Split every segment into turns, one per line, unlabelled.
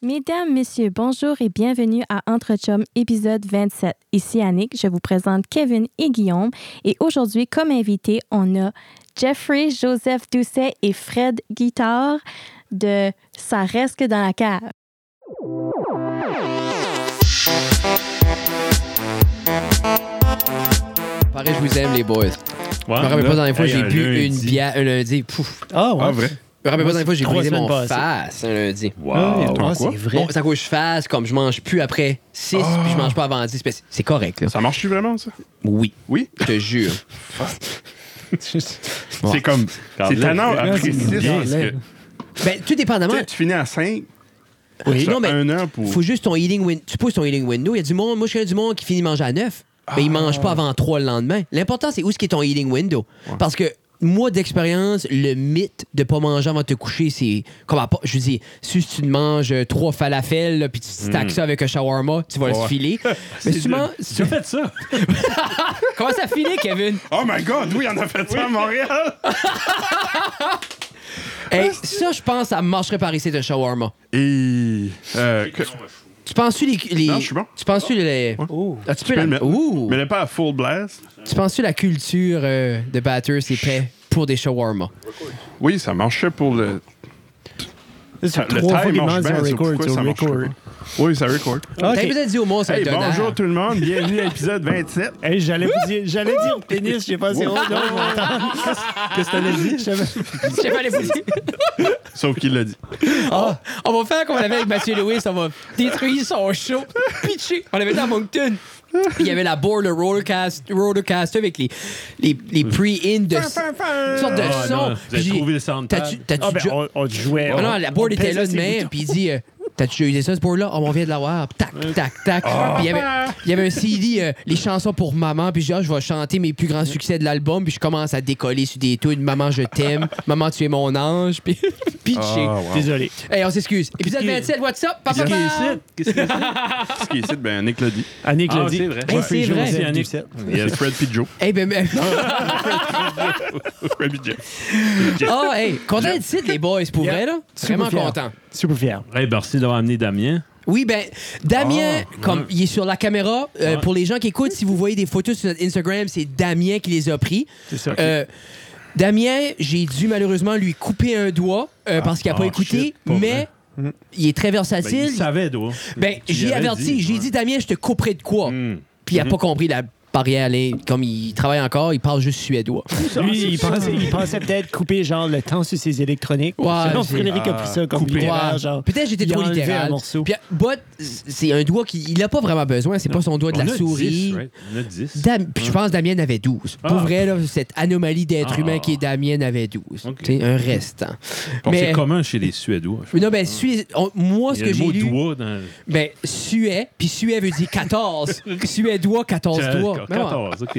Mesdames, Messieurs, bonjour et bienvenue à Entre Chums, épisode 27. Ici Annick, je vous présente Kevin et Guillaume. Et aujourd'hui, comme invités, on a Jeffrey, Joseph Doucet et Fred Guitard de Ça reste que dans la cave.
Pareil, je vous aime, les boys.
Ouais,
je me rappelle
Ah, là,
pas dans les fois où
hey,
j'ai
un
bu
lundi.
une bière un lundi. Pouf.
Ah, ouais.
Ah, vrai?
Je me rappelle pas dans les fois où j'ai
Trois
brisé
semaines
mon
passées.
face un lundi.
Ah,
Wow.
ah,
Quoi?
c'est vrai.
Bon, c'est à cause que je fasse, comme je mange plus après 6
Ah.
puis je mange pas avant 10. C'est c'est correct, là.
Ça marche-tu vraiment, ça?
Oui,
Oui?
je te jure. Ouais.
C'est comme. C'est tannant
Là,
après
Ah, c'est
6
bien,
parce
là.
que.
Ben, tout dépendamment.
Tu sais, tu finis à 5.
Oui. Non, mais
un an pour.
faut juste ton eating window. Tu pousses ton eating window. Il y a du monde. Moi, je connais du monde qui finit manger à 9. Mais il mange
Ah.
pas avant 3 le lendemain. L'important, c'est où est-ce qu'est ton eating window. Parce que moi, d'expérience, le mythe de pas manger avant de te coucher, c'est. Comme à pas- Je veux dire, si tu te manges 3 falafels, là, puis tu stacks ça avec un shawarma, tu vas le
Hmm. Ouais.
filer. Mais souvent.
Tu as fait ça?
Comment ça filer, Kevin?
Oh my god, oui, on a fait ça à Montréal!
Hey, ça, je pense, ça marcherait par ici, le shawarma.
Et. Euh, que-
Tu penses-tu les, les-
Non, je suis bon.
Tu penses-tu les.
Oh.
Ah, tu
peux
la-
le mettre.
Ouh.
Mais là, pas à full blast.
Tu penses-tu la culture euh, de batters est prêt pour des shawarma?
Oui, ça marchait pour le.
C'est
Le
trois fois
time
qu'il
marche
mange
bien,
un
c'est
record.
pourquoi
C'est
ça
un
marche pas.
record. Ah,
Oui, ça record.
T'as
OK.
peut-être dit au mot, ça
Hey,
te donne.
bonjour tout le monde, bienvenue à l'épisode 27.
Hey, j'allais vous dire, j'allais dire pénis, je sais pas si on va entendre. Qu'est-ce que t'allais dire?
Je sais pas les petits.
Sauf qu'il l'a dit.
Ah, On va faire comme on avait avec Mathieu Lewis, on va détruire son show, pitcher. On l'avait fait à Moncton. Il y avait la board, le rollercast- rollercaster avec les, les,
Mm.
les pre-in de. Une sorte de
Ah,
son.
non, vous
Puis
avez
j'ai-
trouvé le sound
T'as-tu.
pad.
t'as-tu
Ah, ben,
déjà-
on, on jouait.
Ah
on-
non, la board
on
était là de
pesait ses
même,
boutons.
puis il dit euh, T'as-tu déjà usé ça, ce board-là Oh, on vient de l'avoir. Tac, tac, tac.
Ah.
Puis il y avait- il y avait un CD, euh, Les chansons pour maman, puis je dis Ah, Je vais chanter mes plus grands succès de l'album, puis je commence à décoller sur des tunes Maman, je t'aime, Maman, tu es mon ange, puis pitché.
Ah, wow.
Désolé.
Hey, on s'excuse. Épisode
Qu'est-ce qui-
27, what's up Papa
Qu'est-ce qu'il y a
papa.
ici? Qu'est-ce qu'il y a ici?
Ce qui est ici, ben, Nick l'a dit.
Annick l'a
Ah,
dit.
c'est vrai.
Hey,
Ouais,
c'est
puis
vrai.
Joseph
C'est Annick.
Doucette.
Il y a Fred puis Joe.
Hey, ben, ben-
Fred puis Jeff.
oh, hey, content d'être ici, les boys, pour
Yeah.
vrai, là.
Super
Vraiment
fier.
content.
Super fier.
Hey, merci d'avoir amené Damien.
Oui, ben, Damien,
Ah,
comme
ouais.
il est sur la caméra, euh,
Ouais.
pour les gens qui écoutent, si vous voyez des photos sur notre Instagram, c'est Damien qui les a pris.
C'est ça.
Euh, Damien, j'ai dû malheureusement lui couper un doigt euh, parce qu'il n'a pas
ah,
écouté,
shit, pas
mais
Mm.
il est très
Ben,
versatile.
il savait, toi.
Ben,
Tu
j'ai
l'avais
averti,
dit,
j'ai
ouais.
dit, Damien, je te couperai de quoi.
Mm.
Hmm.
Puis il
Mm-hmm.
n'a pas compris la barrière. là. Comme il travaille encore, il parle juste suédois.
Lui, il pensait, il pensait peut-être couper genre le temps sur ses électroniques.
Ouais,
Sinon,
c'est-
Frédéric a pris ça comme
Ouais.
littéraire, genre.
Peut-être j'étais
il a
trop
enlevé
littéral.
un morceau.
Puis, Bot, c'est un doigt qu'il n'a pas vraiment besoin. C'est pas son doigt de
On
la
a
souris.
10, right? On a 10.
Dam- puis je pense que Damien avait 12. Pour
Hein? Ah.
vrai, là, cette anomalie d'être
Ah.
humain qui est Damien avait 12.
Ok.
C'est un restant.
Bon,
Mais,
C'est commun chez les Suédois. je
mais non, ben, Sué- on- moi,
pense.
ce que
Il y a le
j'ai lu,
mot doigt dans.
ben, Suet, puis Suet veut dire 14. Suédois, 14 doigts. Ben ouais.
14, OK.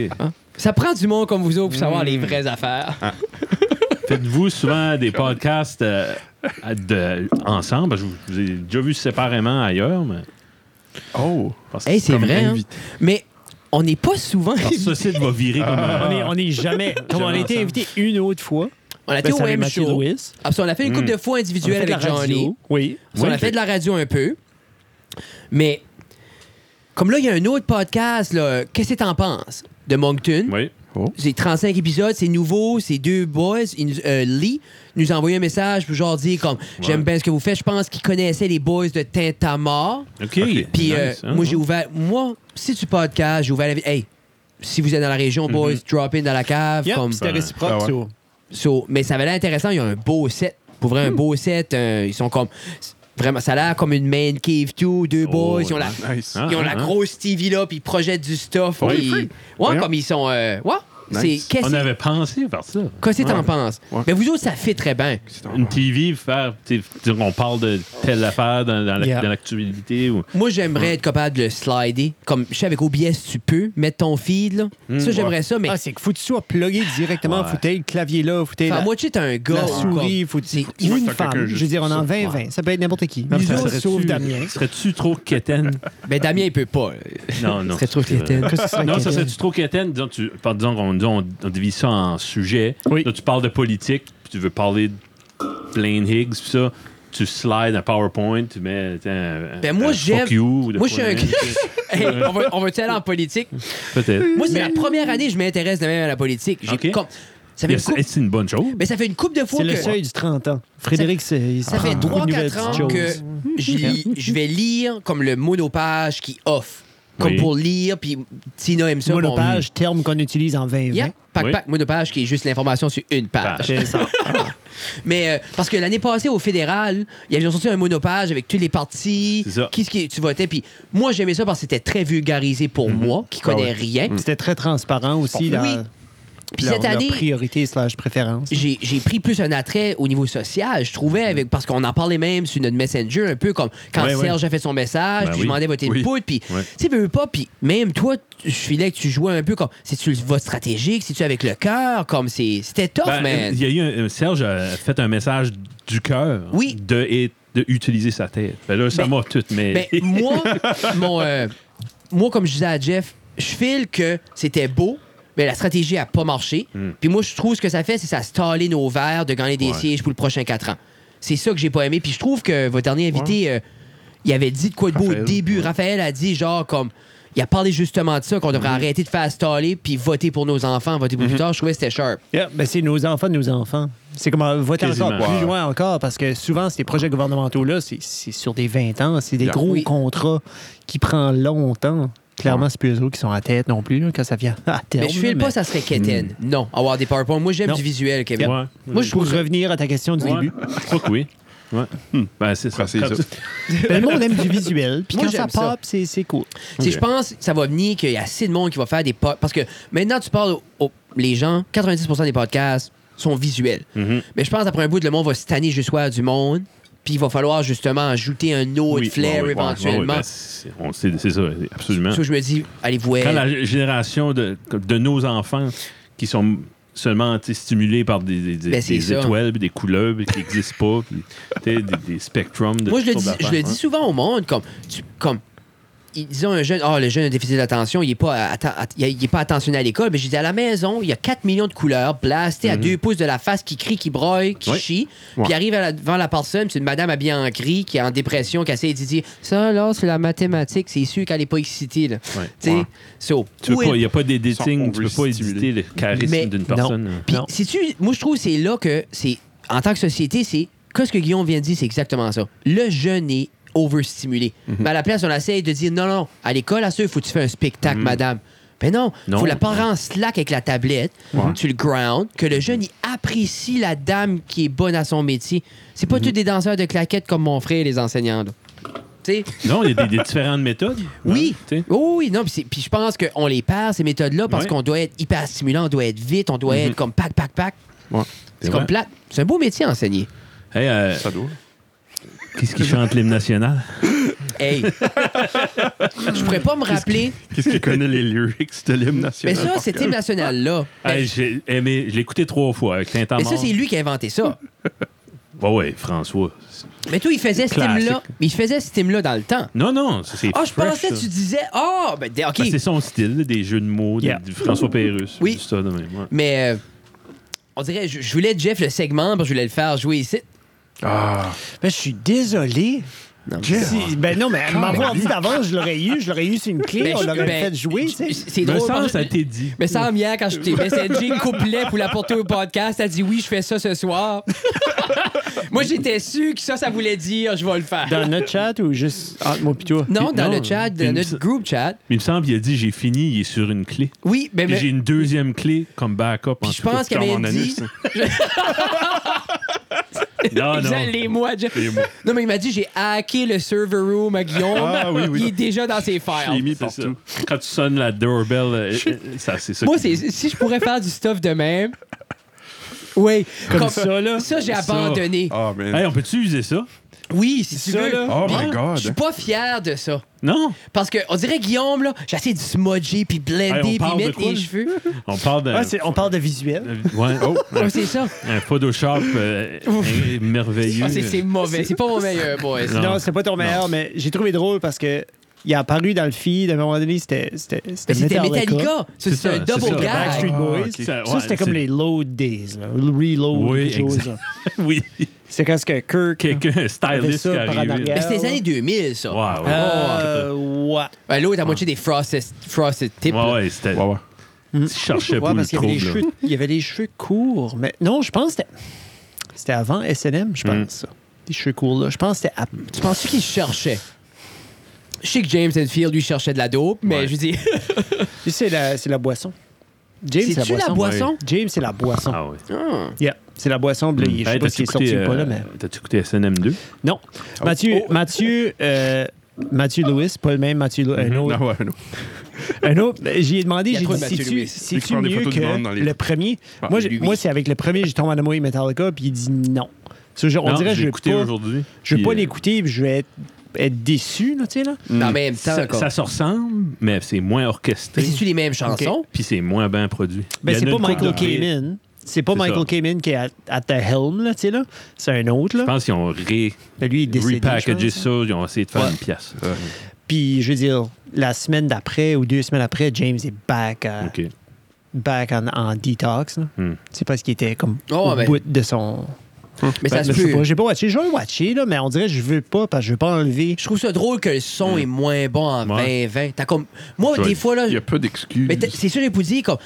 Ça prend du monde comme vous autres pour savoir
Hmm.
les vraies affaires.
Ah, Faites-vous souvent des podcasts euh, à- de- ensemble? Je vous, je vous ai déjà vu séparément ailleurs, mais.
Oh!
parce que
Hey, c'est
comme
vrai. hein.
invité.
Mais on n'est pas souvent.
Alors, ça, c'est va virer comme
Ah.
On
un.
est, on est jamais. Comme on a été
ensemble.
invité une autre fois.
on a été
Ben,
au
ça avait
même
Mathieu
show.
Lewis.
Ah, puis on a fait une
Hmm.
couple de fois
On a
individuelle
fait de la
avec Johnny.
radio. Oui.
Ça, on a fait de la radio un peu. Mais comme là, il y a un autre podcast, là, Qu'est-ce que t'en penses? De Moncton.
Oui.
C'est 35 épisodes, c'est nouveau, c'est deux boys. Ils nous- euh, Lee nous a envoyé un message pour genre dire comme j'aime bien ce que vous faites. Je pense qu'il connaissait les boys de Tintamarre.
OK.
Puis
Nice,
euh,
hein?
moi, j'ai ouvert. Moi, si tu podcast, j'ai ouvert la. Hey, si vous êtes dans la
Mm-hmm.
région, boys, drop in dans la cave.
Yep,
comme,
c'était réciproque,
Ah ouais.
ça.
So, mais ça avait l'air intéressant. Il y a un beau set. Pour vrai, un beau set. euh, ils sont comme. Vraiment, ça a l'air comme une main cave, tout. Deux boys. Ils ont la,
Nice.
Hein?
ils ont la grosse TV là, puis ils projettent du stuff.
Ouais,
puis-
free.
ouais,
Voyons.
comme ils sont. euh, ouais.
Nice.
C'est. Qu'est-ce
On
que
avait pensé par ça.
qu'est-ce que t'en penses?
Ouais.
Mais vous autres, ça fit très bien.
C'est en-
Une TV, faire, tu sais, dire, on parle de telle affaire dans, dans la-
Yeah.
dans l'actualité. ou...
Moi, j'aimerais être capable de le slider. Comme, je sais, avec OBS, tu peux mettre ton feed, là. ça, j'aimerais ça, mais.
Ah, c'est que faut que tu sois plugué directement.
Ouais.
Faut que t'aies le clavier là, faut que t'aies
Enfin,
la,
moi, tu sais, t'as un gars.
la
ou
souris, faut que tu
C'est-
Ou une
Faut que
femme.
quelqu'un
Je veux
juste
dire, on en
ça.
20, 20. Ça peut être n'importe qui.
Nous
Ça,
autres,
ça sauve
serais-tu-
Damien.
Serais-tu trop quétaine?
comme- Ben, Damien, il peut pas.
Non, non.
Serait trop
c'est vrai.
quétaine.
Qu'est-ce que ça
Non,
serait
ça
quétaine?
serait-tu trop quétaine? Disons, tu, par- disons qu'on disons, on, on divise ça en sujets.
Oui.
Là, tu parles de politique, puis tu veux parler de Blaine Higgs, puis ça. tu slides un PowerPoint, tu mets. tu sais, un-
Ben,
un-
moi,
un
j'aime-
fuck you, de
Moi, je suis
quoi
un.
de même,
Hey, on va- on veut-tu aller en politique?
Peut-être.
Moi, c'est la première année que je m'intéresse de même à la politique. J'ai
Ok.
comme- Ça fait,
Mais
une couple,
C'est c'est une bonne chose.
mais ça fait une couple de fois
C'est
que.
le seuil du 30 ans. Frédéric, c'est.
Ça
Ah.
fait 3-4 ans que je, lis- je vais lire comme le monopage qui offre. Comme
Oui.
pour lire, puis Tina aime ça. bon,
Monopage, terme qu'on utilise en 2020.
Yeah, pack,
Oui.
pack, monopage qui est juste l'information sur une page.
Page.
Mais euh, parce que l'année passée, au fédéral, il y avait sorti un monopage avec tous les partis,
C'est ça.
qui, qui tu votais. Puis moi, j'aimais ça parce que c'était très vulgarisé pour
Mhm.
moi, qui connais
Ah
rien.
C'était très transparent aussi.
Oui.
la-
Puis
leur-
cette
leur
année,
priorité slash préférence.
j'ai j'ai pris plus un attrait au niveau social, je trouvais, avec, parce qu'on en parlait même sur notre Messenger, un peu comme quand
Ouais, ouais.
Serge a fait son message,
Ben
puis je
oui.
demandais votre
Oui.
input, puis
Ouais.
tu sais, veux veux pas, puis même toi, tu- je filais que tu jouais un peu comme si tu le vote stratégique, si tu avec le cœur, comme c'est- c'était tough,
Ben,
man.
Il y a eu un, un- Serge a fait un message du cœur
Oui.
de, et de utiliser sa tête. Ben là, ça
Ben,
m'a tout, mais.
Ben, moi, mon, euh, moi, comme je disais à Jeff, je file que c'était beau, mais la stratégie a pas marché. Puis moi, je trouve ce que ça fait, c'est ça staller nos verres de gagner des
Hmm. Ouais.
sièges pour le prochain 4 ans. C'est ça que j'ai pas aimé. Puis je trouve que votre dernier invité, euh, il avait dit de quoi de beau au
Raphaël,
début. Raphaël a dit genre comme. Il a parlé justement de ça, qu'on devrait
Hmm.
arrêter de faire staller puis voter pour nos enfants, voter pour plus tard. Je trouvais que c'était sharp.
Yeah, ben c'est nos enfants de nos enfants. C'est comme euh, voter
Quasiment.
encore plus
Ouais.
loin encore parce que souvent, ces projets gouvernementaux-là, c'est c'est sur des 20 ans. C'est des
Yeah.
gros
Oui.
contrats qui prennent longtemps. Clairement, c'est plus eux autres qui sont à tête non plus là, quand ça vient à terme.
Mais je file
mais-
pas, ça serait quétaine. Non, avoir des PowerPoints. Moi, j'aime
Non.
du visuel, Kevin.
Hmm. Ouais.
Moi, je
Pour
trouve ça-
revenir à ta question du
Ouais.
début,
Je crois que oui. Ouais. Ben, c'est ça.
Ah, c'est
Comme-
ça.
Ben, le monde aime du visuel. Puis
Moi,
quand ça
j'aime ça.
pop, c'est c'est cool.
Si je pense, ça va venir qu'il y a assez de monde qui va faire des podcasts. Parce que maintenant, tu parles aux les gens, 90% des podcasts sont visuels.
Mhm.
Mais je pense après un bout, le monde va se tanner jusqu'à du monde. Puis il va falloir justement ajouter un autre
Oui,
flair
ouais, ouais, ouais, ouais,
éventuellement.
ben, c'est- on sait- c'est ça, absolument.
Ça, je me dis, allez vous
Quand la génération de, de nos enfants qui sont seulement tu sais, stimulés par des, des- des-
Ben, c'est
des
ça.
étoiles, puis des couleurs puis qui n'existent pas, puis, tu sais, des, des spectrums de
Moi, je le
toutes
dis,
sortes
je le
d'affaires,
dis
hein.
souvent au monde, comme, tu- comme ils- disons un jeune, oh, le jeune a un déficit d'attention, il n'est pas, atta- att- il est- il est pas attentionné à l'école, mais je dis à la maison, il y a 4 millions de couleurs, blasté à deux pouces de la face, qui crie, qui broye, qui
Mhm. Oui.
chie, puis il arrive à la- devant la personne, c'est une madame habillée en gris, qui est en dépression, qui essaie de dire, ça là, c'est la mathématique, c'est sûr qu'elle n'est pas excitée, là.
Ouais.
Tu sais,
Ouais.
so,
Tu veux
où
pas-
est-
Il n'y a pas des dating,
Sont
tu peux pas
overstimulés.
éditer le charisme
Mais
d'une
non.
personne. hein.
Puis, sais-tu, moi, je trouve que c'est là que c'est. En tant que société, c'est. Qu'est-ce que Guillaume vient de dire, c'est exactement ça. Le jeune est overstimulé. Mais à la place, on essaie de dire non, non, à l'école, à ça, il faut que tu fasses un spectacle, madame. Mais non, il
Mhm. Non.
faut la parent en slack avec la tablette, tu le ground, que le jeune, il apprécie la dame qui est bonne à son métier. C'est
Mhm.
pas tous des danseurs de claquettes comme mon frère et les enseignants, là. Tu sais?
Non, il y a des, des différentes méthodes.
Oui.
Tu sais.
Oh oui, non, puis c'est- puis je pense qu'on les perd, ces méthodes-là, parce
Ouais. Mhm.
qu'on doit être hyper stimulant, on doit être vite, on doit être comme pack, pack, pack.
Ouais.
C'est comme
vrai.
plate. C'est un beau métier, enseigner.
Hey, euh,
Ça doit.
qu'est-ce qui chante l'hymne national?
Ben, Hey! je pourrais pas me rappeler.
Qu'est-ce qu'il connaît les lyrics de l'hymne
Mais
national?
ça, cet hymne national-là. ben,
Ah, Hey, j'ai aimé, je l'ai écouté trois fois avec Tintin
mais ça, c'est lui qui a inventé ça.
Ouais, ouais, François.
Mais toi, il faisait ce
Classique.
hymne-là. Mais il faisait ce hymne-là dans le temps.
Non, non, ça, c'est.
Ah, je
fresh,
pensais
ça.
que tu disais. Ah, ben, d- OK.
Ben, c'est son style, là, des jeux de mots, des-
Yeah.
du François Pérusse.
Oui.
tout ça de même, ouais.
mais euh, on dirait, je, je voulais Jeff le segment, parce que je voulais le faire jouer ici.
Ah,
Ben, je suis désolé.
Non, mais-
Jeff.
Si- ben non, mais elle m'avoir dit d'avant, je l'aurais eu, je l'aurais eu sur une clé,
Ben,
on
je-
l'aurait
ben,
fait jouer. tu sais.
C'est
Mais
drôle.
Ben, ça,
parce
ça
que-
a été dit.
Mais ça, hier, quand je t'ai messagé couplet pour l'apporter au podcast, t'as dit oui, je fais ça ce soir. Moi, j'étais sûr que ça, ça voulait dire je vais le faire.
Dans notre chat ou juste entre moi pis toi?
Non, dans
Non,
le chat, dans
une-
notre groupe chat.
Il me semble qu'il a dit j'ai fini, il est sur une clé.
Oui, mais.
Puis
mais-
j'ai une deuxième clé comme backup. en
puis je
tout cas.
pense qu'il
dans
avait
mon
dit.
anus.
Ah, Non, non.
Exact, les mois, Jeff. Non, mais il m'a dit j'ai hacké le server room à Guillaume.
Ah, oui, oui.
Il est déjà dans ses files.
l'ai mis
C'est ça.
partout.
Quand tu sonnes la doorbell, euh, euh, ça, c'est ça.
Moi,
qui-
c'est- si je pourrais faire du stuff de même. Oui, comme,
ça, là.
Ça, j'ai
Ça.
abandonné.
Ah, man.
Hey, on peut-tu user ça?
Oui, si tu
Ça,
veux.
là.
Oh
Puis,
my God.
Je suis pas fier de ça.
Non?
Parce que on dirait Guillaume là, j'ai essayé de smudger puis blender
Hey, on
puis
parle de
mettre
quoi,
les
là?
cheveux.
On parle d'un.
Ah, c'est- on parle de visuel.
Ouais. oh,
Ouais, c'est ça.
Un Photoshop euh,
Ouf.
euh, merveilleux.
Ah, c'est- c'est mauvais. C'est pas mon meilleur, boys.
Non.
Non, c'est pas ton meilleur, mais j'ai trouvé drôle parce que il a apparu dans le feed, à un moment donné, c'était c'était
Mais c'était
Metallica.
Metallica. Ça,
C'est
C'est un
ça, c'est
double
ça.
gag.
Backstreet Boys.
Oh, Ah, ok.
Ça,
Ouais,
c'était comme
c'est-
les load days, là. le reload,
Oui,
quelque chose.
exact. oui.
C'est quand ce que Kirk.
Quelqu'un styliste qui
ça par en
arrive.
arrière.
Ouais,
Mais c'était les années 2000, ça. Ah.
ouais.
Euh, ouais.
Ben, L'autre, à moitié des frosted, frosted tips.
Ouais,
là.
ouais, c'était.
Ouais,
Tu
ouais.
cherchais
Ouais,
pas le
parce qu'il y, avait
trouble.
des cheveux- il y avait des cheveux courts. Mais non, je pense que c'était. C'était avant SNM, je
Hmm.
pense. ça. Des cheveux courts, là. Je pense que c'était. à-
Tu penses qu'il cherchait? Je sais que James Enfield, lui, cherchait de la dope, mais
Ouais.
je veux dire,
Puis C'est la, c'est la boisson. James, c'est la
c'est-tu
boisson.
la boisson?
James, c'est la boisson.
Ah ouais.
Yeah. C'est la boisson. puis là,
Hey,
je sais pas
t'as-tu
s'il est
écouté,
sorti ou pas, là,
euh,
mais.
T'as-tu écouté SNM2?
Non. Mathieu,
Oh.
Mathieu, euh, Mathieu Lewis, pas le même Mathieu Lewis.
Mhm.
Un autre.
Non, ouais, non.
Un autre. Ben, J'y ai demandé,
Il y a
j'ai
trop
dit,
de Mathieu Lewis.
si
Il
c'est-tu
prend des
mieux
photos
que
du monde dans les-
le premier?
Ah,
moi, j'ai-
lui,
moi
oui.
c'est avec le premier, j'ai tombé Amoy Metallica, puis il dit non. Tu sais, je- on
Non,
dirait
j'ai
je vais
écouté
pas,
aujourd'hui.
je vais
Puis,
pas
euh,
l'écouter, puis je vais être, être déçu, là, tu sais, là.
en même temps,
Mm. Ça,
quoi.
ça se ressemble, mais c'est moins
Mais
orchestré.
c'est-tu les mêmes chansons?
Puis c'est moins bien produit.
Ben,
Il y
c'est
en a
pas
une couple
Michael
de pires.
Kamen. C'est pas
C'est
Michael
ça.
Kamen qui est à, à the helm, là, tu sais, là. C'est un autre,
Je
là.
pense qu'ils ont ré-
Ben, lui, il est décédé, je
repackagé
pense, hein.
ça, ils ont essayé de faire
Ouais.
une pièce.
Puis, je veux dire, la semaine d'après ou deux semaines après, James est back, à-
OK.
back en, en detox. là.
Hmm.
C'est parce qu'il était comme
Oh,
au
ben-
bout de son.
Mais ça
Ben,
se
je sais pas,
peut.
J'ai pas watché. Je vais le watcher, là, mais on dirait que je veux pas parce que je veux pas enlever.
Je trouve ça drôle que le son est moins bon en
Mm. Ouais.
2020. T'as comme... Moi,
Ouais.
des fois, là,
Il n'y a pas d'excuses.
mais t'as- c'est sûr, j'ai pu dire, comme,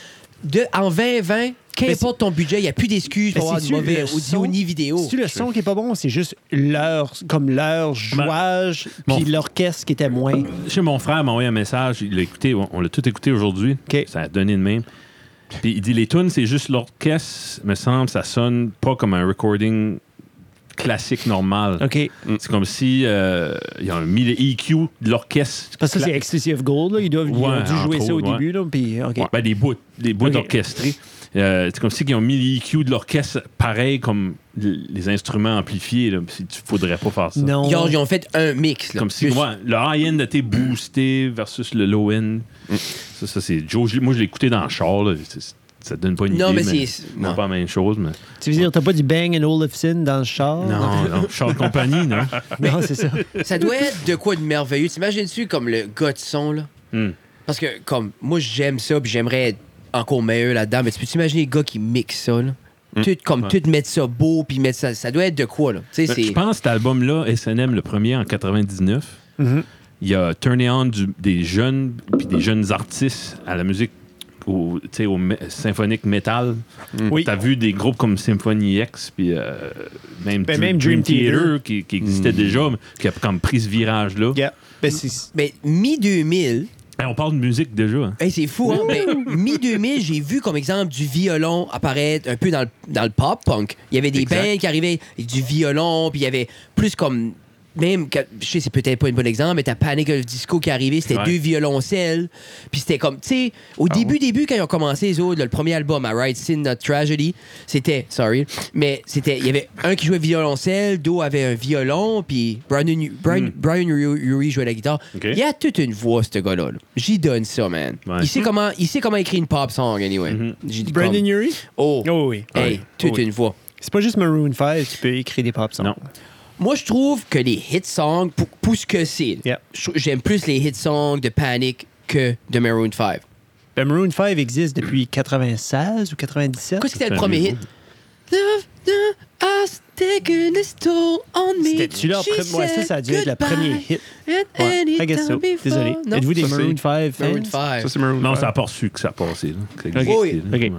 de, en 2020, qu'importe ton budget, il n'y a plus d'excuses
Mais
pour avoir du
c'est-tu
mauvais
le
audio
son?
ni vidéo.
C'est le son qui est pas bon, c'est juste leur comme leur jouage
Mon- Euh,
puis l'orchestre qui était moins.
Chez mon frère, il m'a envoyé un message. Il l'a écouté. On on l'a tout écouté aujourd'hui.
OK.
Ça a donné de même. Puis il dit les tunes, c'est juste l'orchestre, me semble, ça sonne pas comme un recording classique normal. Mm.
OK.
C'est comme si euh, ils ont mis le EQ de l'orchestre.
Parce que ça, c'est E
Cla-
Exclusive Gold, là. Ils, doivent, ils ont
Ouais,
dû
entre
jouer ça au
autres, ouais.
début, là. Puis, OK.
Ouais, ben, des bouts, des bouts
Ok.
orchestrés. Euh, c'est comme si ils ont mis l'EQ de l'orchestre pareil comme l- les instruments amplifiés. Là. Puis tu- faudrait pas faire ça.
Non.
Ils ont, ils ont fait un mix. là.
Comme si
Plus-
ouais, le high-end était boosté versus le low-end.
Mm.
Ça, ça c'est Joe. je l'ai- Moi, je l'ai écouté dans le char. là. C'est- Ça te donne pas une
Non,
idée.
mais c'est- non.
pas la même chose. Mais...
Tu veux dire, t'as pas du Bang and Olufsen dans le char?
Non, non. Char de compagnie, non.
Non, c'est ça.
Ça doit être de quoi de merveilleux. T'imagines-tu comme le gars de son, là?
Hmm.
Parce que, comme, moi, j'aime ça, puis j'aimerais être encore meilleur là-dedans, mais tu peux t'imaginer les gars qui mixent ça, là? Tout, comme,
Hmm. Ouais. Ben,
tout mettre ça beau, puis mettre ça... Ça doit être de quoi, là? Tu sais,
Je
c'est...
pense que cet album-là, SNM, le premier en 99,
Mhm.
il a turné on du- des jeunes puis des jeunes artistes à la musique au, tu sais, au mé- symphonique metal.
Oui.
T'as vu des groupes comme Symphony X, puis euh, même,
Ben, même Dream Theater. Mm.
qui, qui existait déjà, mais qui a comme pris ce virage-là.
Yeah. Ben, c'est-
Mais mi-2000,
Hey, Ben, on parle de musique déjà. hein.
hey, c'est fou, hein? mais mi-2000, j'ai vu, comme exemple, du violon apparaître un peu dans le, dans le pop-punk. Il y avait des
Exact.
bands qui arrivaient, et du violon, puis il y avait plus comme... Même, que- je sais, c'est peut-être pas un bon exemple, mais t'as Panic of Disco qui est arrivé, c'était
Ouais. Ah
deux violoncelles. Puis c'était comme, tu sais, au début, début, quand ils ont commencé, les autres, le premier album, à Right Sin Not Tragedy, c'était, sorry, mais c'était, il y avait un qui jouait violoncelle, Do avait un violon, puis Brian, Brian, Brian Uri Uri jouait la guitare.
Hmm. Ok.
Il a toute une voix, ce gars-là. là. J'y donne ça, man.
Ouais.
Il, sait comment, il sait comment écrire une pop song, anyway. J'y dis
Brandon
comme,
Urie?
Oh,
Mm-hmm. Oh oui.
hey,
Oh
toute
oui.
une voix.
C'est pas juste Maroon 5, tu peux écrire des pop songs.
Non.
Moi, je trouve que les hit songs, pour, pour ce que c'est,
Yeah.
je- j'aime plus les hit songs de Panic que de Maroon 5.
Ben, Maroon 5 existe depuis 96 ou 97.
Qu'est-ce que c'était le
C'est
premier
un
hit? Love, love has taken its toll on me.
C'était-tu leur
She
premier... Ouais, ça,
said
ça a dû être le
goodbye
premier hit.
at
Ouais,
any
I guess so.
time before.
Désolé.
Non.
Êtes-vous des
Ça,
Maroon
c'est-
5 fans?
Maroon 5.
Ça, c'est Maroon
Non,
five.
ça n'a pas reçu que ça passait. Là, que ça existait,
Oui.
là.
Ok.
Ouais.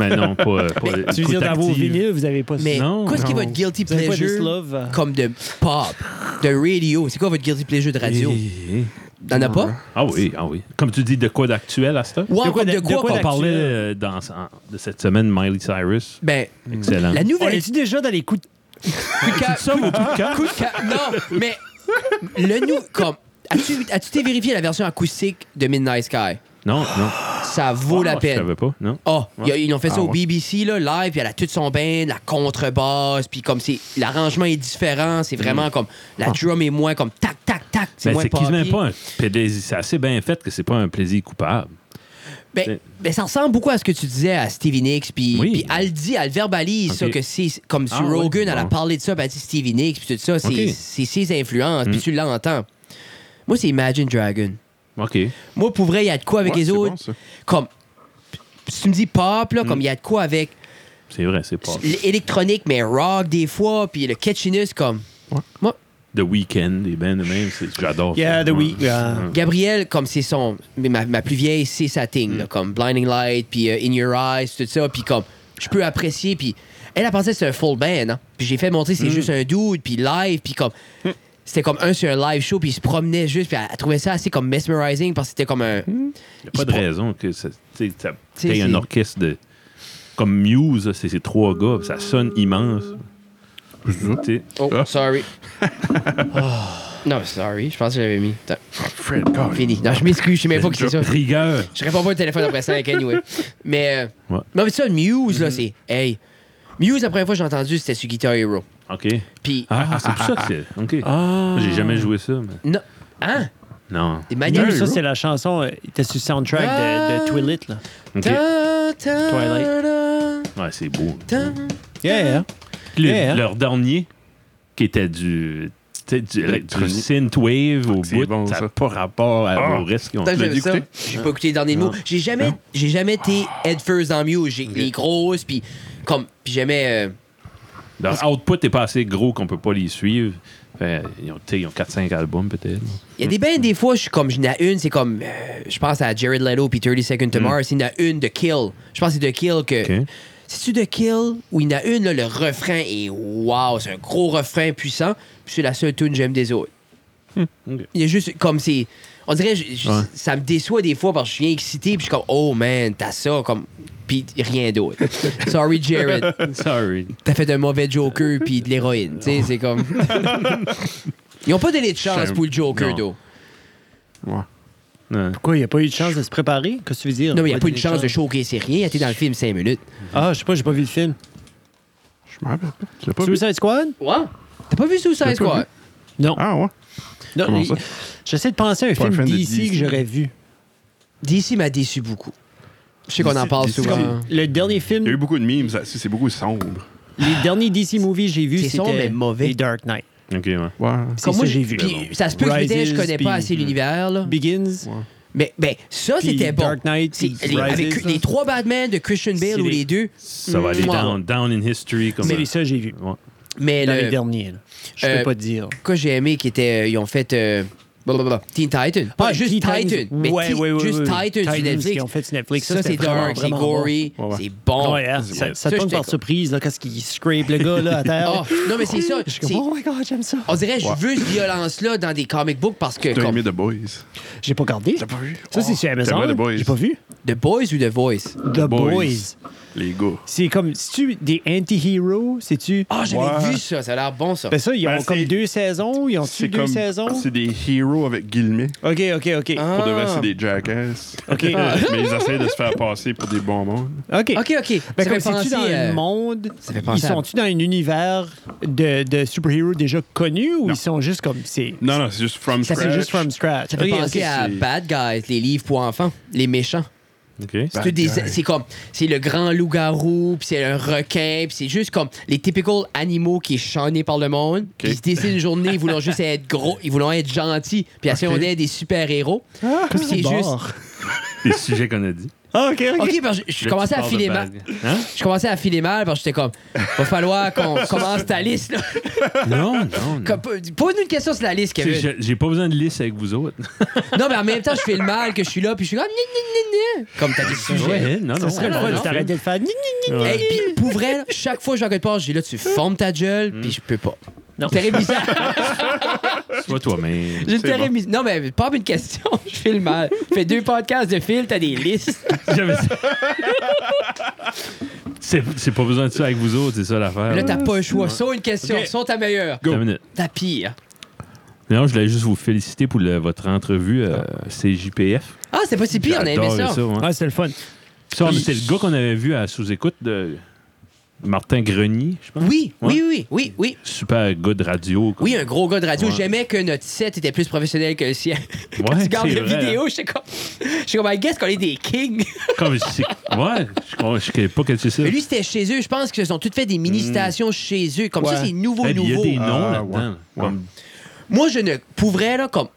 Mais non, pas, euh, pas les
Tu veux dire,
écoute
dans vos
active.
vinyles, vous avez pas
Mais
Non,
qu'est-ce qui est
non.
votre guilty
Vous avez pas
pleasure
This Love, euh?
comme de pop, de radio? C'est quoi votre guilty pleasure de radio?
Eh, eh.
T'en as pas?
Ah oui, ah oui. Comme tu dis, de quoi d'actuel à ce
Ouais,
De quoi
comme de
d'a- de
quoi?
quoi
On
qu'on
d'actuel?
parle?
parlait euh, dans, en- de cette semaine Miley Cyrus.
Ben,
Excellent.
la
On
nouvelle...
est-tu déjà dans les coups de...
Coup de cap- coup- coup de cap- Non, mais le nou... Comme... As-tu as-tu été vérifié la version acoustique de Midnight Sky?
Non, non.
Ça vaut la
Ah, Je
peine.
savais pas, non.
Oh, y a- ils ont fait ça
Ah,
au
ouais.
BBC, là, live, puis elle a toute son band, la contrebasse, puis comme c'est. L'arrangement est différent, c'est vraiment comme. La drum est moins comme tac, tac, tac. C'est
Ben,
moins
c'est quasiment
poppy.
pas un plaisir. C'est assez bien fait que c'est pas un plaisir coupable.
Ben,
C'est-
ben, ça ressemble beaucoup à ce que tu disais à Stevie Nicks, puis
Oui.
puis elle dit, elle verbalise
Ok.
ça, que c'est comme sur
Ah, ouais,
Rogan, elle a
bon.
parlé de ça, puis elle dit Stevie Nicks, puis tout ça, c'est
Ok.
c'est ses influences, puis
Mm.
tu l'entends. Moi, c'est Imagine Dragon.
OK.
Moi, pour vrai, il y a de quoi avec
Ouais,
les
c'est
autres.
bon, ça.
Mm.
comme si tu me dis pop là, comme il y a de quoi avec
C'est vrai, c'est pas.
L'électronique, mais rock des fois, puis le catchiness comme.
Ouais.
Moi,
The Weeknd, des bands de même, c'est- j'adore. ça.
Yeah, The
Ouais.
Week- yeah.
Ouais.
Gabriel, comme c'est son. mais Ma, ma plus vieille, c'est sa thing, là, comme Blinding Light, puis euh, In Your Eyes, tout ça, puis comme. Je peux apprécier, puis. Elle a pensé que c'était un full band, hein. Puis j'ai fait montrer c'est juste un dude, puis live, puis comme. C'était comme un sur un live show, puis il se promenait juste, puis elle, elle trouvait ça assez comme mesmerizing parce que c'était comme un.
Y a pas de raison que ça- tu sais, ça-
C'est-
t'aies un
c'est-
orchestre de. Comme Muse, là, c'est c'est trois gars, ça sonne immense. Tu sais,
Oh,
Ah.
sorry. Oh. Non, sorry, je pense que j'avais mis. Attends,
Fred, God.
Fini. Non, je m'excuse, je sais même pas qui c'est ça.
Rigueur.
Je réponds pas au téléphone après ça avec anyway. Mais. euh,
Ouais.
Non, mais ça, Muse, là, c'est. Hey. Muse, la première fois que j'ai entendu, c'était sur Guitar Hero.
OK.
Puis.
Ah, c'est pour ça que c'est. OK. J'ai jamais joué ça, mais.
Non. Hein?
Non.
Des
Muse,
manières.
Ah, ça, c'est la chanson. euh, T'as sur le soundtrack de,
Ah.
de Twilight, là.
OK.
Ta- ta-
Twilight.
ta-
Ouais, c'est beau.
ta-
Yeah.
Le-
Yeah.
Leur dernier, qui était du. tu sais, Du, du
Électronique.
synthwave au
C'est
bout,
bon,
ça n'a
ça.
pas rapport à,
Ah.
au reste qu'ils ont
Putain,
fait.
j'aime
dû
ça.
écouter?
J'ai pas écouté les derniers mots. J'ai jamais, j'ai jamais été head first dans Muse. J'ai les grosses, puis comme, puis j'aimais. euh,
Leur output n'est pas assez gros qu'on peut pas les suivre. Fait, ils ont, tu sais, ils ont 4-5 albums peut-être.
Il y a des bains, des fois, je suis comme, je n'ai une, c'est comme, euh, je pense à Jared Leto puis 30 Seconds to Mars, il y en a une de Kill. Je pense que c'est de Kill que.
Mm. OK.
C'est-tu de Kill ou il y en a une, là, le refrain est wow, c'est un gros refrain puissant, puis c'est la seule tune que j'aime des autres.
Hmm, OK.
Il y a juste comme c'est. On dirait, je- je-
Ouais.
ça me déçoit des fois parce que je viens excité, puis je suis comme, oh man, t'as ça, comme. Puis rien d'autre. Sorry, Jared,
Sorry.
t'as fait un mauvais Joker, puis de l'héroïne. Tu sais, c'est comme. Ils ont pas donné de chance
Je-
pour le Joker,
non.
d'eau.
Ouais.
Ouais.
Pourquoi il n'y a pas eu de chance de se préparer? Qu'est-ce que tu veux dire?
Non, mais il n'y a pas eu de
de
chance de showcaser rien. Il était dans le film 5 minutes.
Ah, je sais pas, j'ai pas vu le film.
Je me rappelle pas. Tu l'as pas vu?
Suicide Squad?
Ouais. T'as pas vu Suicide
J'ai pas
Squad?
vu.
Non.
Ah, ouais.
Non,
Comment
il-
ça?
J'essaie de penser à un
Pas un
film
fan de
d'ici que
DC.
j'aurais vu.
DC m'a déçu beaucoup. Je sais qu'on en parle
DC,
souvent.
comme-
Le dernier
Il y a eu
film,
beaucoup de mimes là-dessus. C'est beaucoup sombre.
les derniers DC movies que j'ai vus,
C'est sombre, mais
c'était
mauvais.
les Dark Knight.
OK, ouais.
Ouais.
C'est ça
moi,
que j'ai vu.
Puis, ça se peut que je me dise, je
Rises,
connais pas
puis-
assez l'univers, là.
Begins.
Mais ben, ça,
Puis
c'était bon.
Dark Knight,
C'est-
puis
les, avec
Rises,
les
là.
trois Batman de Christian Bale
C'est
ou
les-
les deux.
Ça va aller
Mouah.
down, down in history. Comme
C'est les seuls que j'ai vus.
Ouais.
Mais
Dans
le-
les derniers. là. Je
euh,
peux pas te dire.
que j'ai aimé, qui était. euh, ils ont fait. euh, blablabla, Teen Titan. Pas
Ah,
juste
Teen
Titan.
Titans.
mais
Ouais,
Teen-
ouais, ouais,
juste
ouais.
Titan sur
Titans qui
Netflix.
ont fait sur Netflix.
Ça, c'est
c'était vraiment,
dark, c'est
vraiment bon.
gory,
Ouais, ouais.
c'est
Oh,
bon.
Ouais, hein,
Ça,
ça, ça te
j'étais
tombe par
comme-
surprise là, quand il scrape le gars là, à terre.
Ah, non, mais c'est ça,
Je suis comme,
c'est- Ah,
oh my god, j'aime ça.
On dirait, je veux cette violence-là dans des comic books parce que.
T'as
comme-
aimé The Boys.
J'ai pas regardé.
T'as pas vu?
Ça, c'est
Oh,
sur
t'aimerais
Amazon.
The Boys.
J'ai pas vu.
The Boys ou The Voice?
The
Boys.
Boys.
Les gars.
C'est comme, c'est-tu des anti-héros? C'est-tu.
Ah, j'avais
Ouais.
vu ça, ça a l'air bon ça.
Ben ça, ils ont
Ben,
comme
c'est-
deux saisons. Ils ont
C'est
tu deux
comme.
saisons?
C'est des heroes avec guillemets.
OK, OK, OK.
Ah.
Pour de vrai, c'est des jackass.
OK.
Mais ils essayent de se faire passer pour des bons mondes.
OK.
Ok, ok. ça fait
Ben, comme c'est-tu
penser,
dans
euh,
le monde,
ça fait
ils
penser à-
sont-tu dans un univers de, de super-héros déjà connus ou
Non.
ils sont juste comme. C'est
Non, non, c'est juste From
Ça,
Scratch.
c'est
c'est juste from scratch?
Ça fait
Ok, ok.
penser à
c'est-
Bad Guys, les livres pour enfants, les méchants.
OK.
C'est tout des-
Guys.
c'est comme, c'est le grand loup-garou, puis c'est un requin, puis c'est juste comme les typical animaux qui est channé par le monde. Puis ils se décident une journée, ils voulont juste être gros, ils voulont être gentils, puis après ça, on est des super-héros. Puis c'est juste.
Ah, Bord.
Les sujets qu'on a dit.
Ah, OK, OK.
Ok, parce que je, je commençais à filer mal.
Hein?
Je commençais à filer mal parce que j'étais comme, va falloir qu'on commence ta liste. là.
Non, non, non.
Comme, Pose-nous une question sur la liste, Kevin.
J'ai j'ai pas besoin de liste avec vous autres.
Non, mais en même temps, je fais le mal que je suis là, puis je suis comme. Ni, ni, ni, ni. Comme t'as des sujets.
Ouais, non, non.
Ça serait le
non,
fun
non.
si t'arrêtais de faire. Ni, ni, ni, ni.
Hey, puis pour vrai, là, chaque fois que je vais à quelque part, je dis là, tu formes ta gueule, puis je peux pas.
Non.
Terrible misère.
Sois toi-même.
J'ai une
C'est
terrible
bon.
misère. Non, mais pas une question, je fais le mal. Fais deux podcasts de fil, t'as des listes.
J'avais ça. C'est c'est pas besoin de ça avec vous autres, c'est ça l'affaire.
Là, t'as pas le choix. Soit une question,
Ah Ok.
soit ta meilleure,
Deux minutes.
ta pire.
Non, je voulais juste vous féliciter pour le- votre entrevue euh, CJPF.
Ah, c'est pas si pire, on a aimé
J'adorais
ça.
ouais.
Ah, c'est le fun.
Ça, on- C'est le gars qu'on avait vu à sous-écoute de Martin Grenier, je pense.
Oui,
Ouais.
oui, oui, oui, oui.
Super gars de radio. quoi.
Oui, un gros gars de radio.
Ouais.
J'aimais que notre set était plus professionnel que le sien. Quand
Ouais,
tu regardes
c'est
la
vrai,
vidéo, j'étais comme. J'étais comme, I guess qu'on est des kings.
Comme je sais- Ouais, je con- je sais pas quel c'est ça.
Mais lui, c'était chez eux. Je pense qu'ils se sont toutes fait des mini-stations chez eux. Comme ça,
Ouais.
c'est nouveau,
Hmm. Eh, puis Il y a
nouveau.
des noms
Ah,
là-dedans.
ouais,
Comme-
Moi, je ne. Pour vrai, là, comme.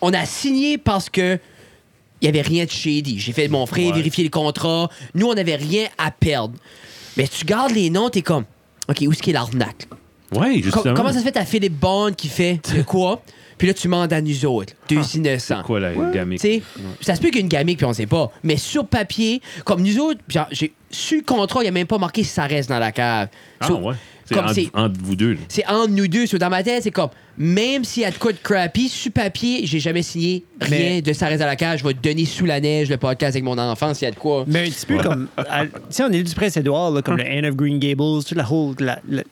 On a signé parce que. Il n'y avait rien de shady. J'ai fait mon frère
Ouais.
vérifier le contrat. Nous, on n'avait rien à perdre. Mais tu gardes les noms, t'es comme, OK, où est-ce qu'il est l'arnaque? Com-
Oui, justement.
comment ça se fait à Philippe Bond qui fait de quoi? Puis là, tu demandes à nous autres, deux innocents.
Ah, Quoi, la
Tu
gamique?
sais, ça se peut qu'une gamique, puis on sait pas. Mais sur papier, comme nous autres, genre, j'ai su le contrat, il a même pas marqué si ça reste dans la cave.
Ah,
So,
ouais. C'est
comme
entre,
c'est-
entre vous deux. là.
C'est entre nous deux. So, dans ma tête, c'est comme, même s'il y a de quoi de crappy, sur papier, j'ai jamais signé rien
Mais-
de ça reste dans la cave. Je vais te donner sous la neige le podcast avec mon enfant s'il y a de quoi.
Mais un petit peu comme. à- Tu sais, on est du prince Édouard, là,
Hein?
comme le Anne of Green Gables, toute la, whole, la, la,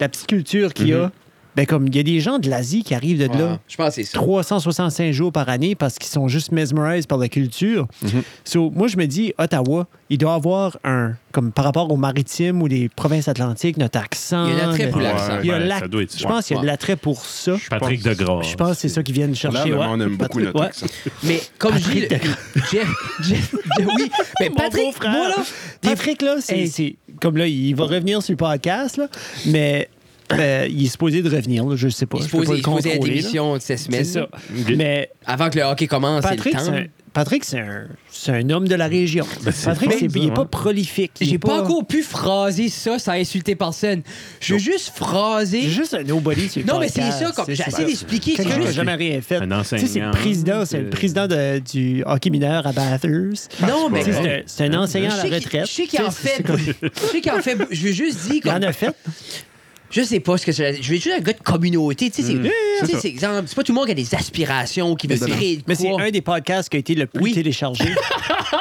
la petite culture qu'il y
Mm-hmm.
a. Ben, comme il y a des gens de l'Asie qui arrivent de là.
Voilà. Je pense que c'est ça.
365 jours par année parce qu'ils sont juste mesmerized par la culture. So, moi, je me dis, Ottawa, il doit avoir un, comme par rapport aux maritimes ou les provinces atlantiques, notre accent.
Il y a un attrait
le-
pour
Ouais,
l'accent.
il y a
Ouais,
l'ac-
ça doit être ça.
Je pense qu'il y a de l'attrait pour ça.
Patrick Degras.
Je pense que c'est ça qu'ils viennent
Là,
chercher.
le
ouais.
monde aime beaucoup
Patrick-
notre
ouais.
accent.
Mais comme je dis,
Patrick
le- Jeff, Jeff- oui, mais
Mon
Patrick,
beau-frère.
moi, là, des-
Patrick, là, c'est,
Hey.
c'est- Comme là, il va revenir sur le podcast, là, mais euh, il est supposé de revenir, là, je sais pas.
il se
je peux pas
posait,
le
il se posait la
contrôler, là.
démission de cette semaine.
C'est ça.
Ok.
Mais
Avant que le hockey commence, c'est le
Patrick, c'est
temps.
un, Patrick, c'est un, c'est un homme de la région.
c'est
Patrick,
le fun,
c'est- il
ça,
n'est pas
ouais.
prolifique. il est
J'ai pas... encore pu phraser ça sans insulter personne. Je veux juste
C'est
phraser.
juste un nobody sur le
Non, mais c'est
podcast,
ça, comme-
c'est-
j'ai
c'est
assez
ça.
d'expliquer, c'est
Quelqu'un qui n'a
juste-
jamais rien fait.
Un
Tu sais, c'est
enseignant,
le
euh,
président, c'est le
c'est-
président de- du hockey mineur à Bathurst.
Non, mais.
Tu sais, C'est un, c'est un
Hein? Je
enseignant à la
sais qu'il-
retraite.
je sais qu'il en
Tu sais,
fait. Je sais qu'il en fait. Je veux juste dire
Il en
comme.
a fait.
Je sais pas ce que c'est. Je veux juste un gars de communauté. Tu sais, c'est.
Hmm.
tu sais,
ça.
c'est exemple. C'est pas tout le monde qui a des aspirations, qui veut
Mais c'est-
créer de
Mais c'est
quoi.
un des podcasts qui a été le plus
Oui.
téléchargé.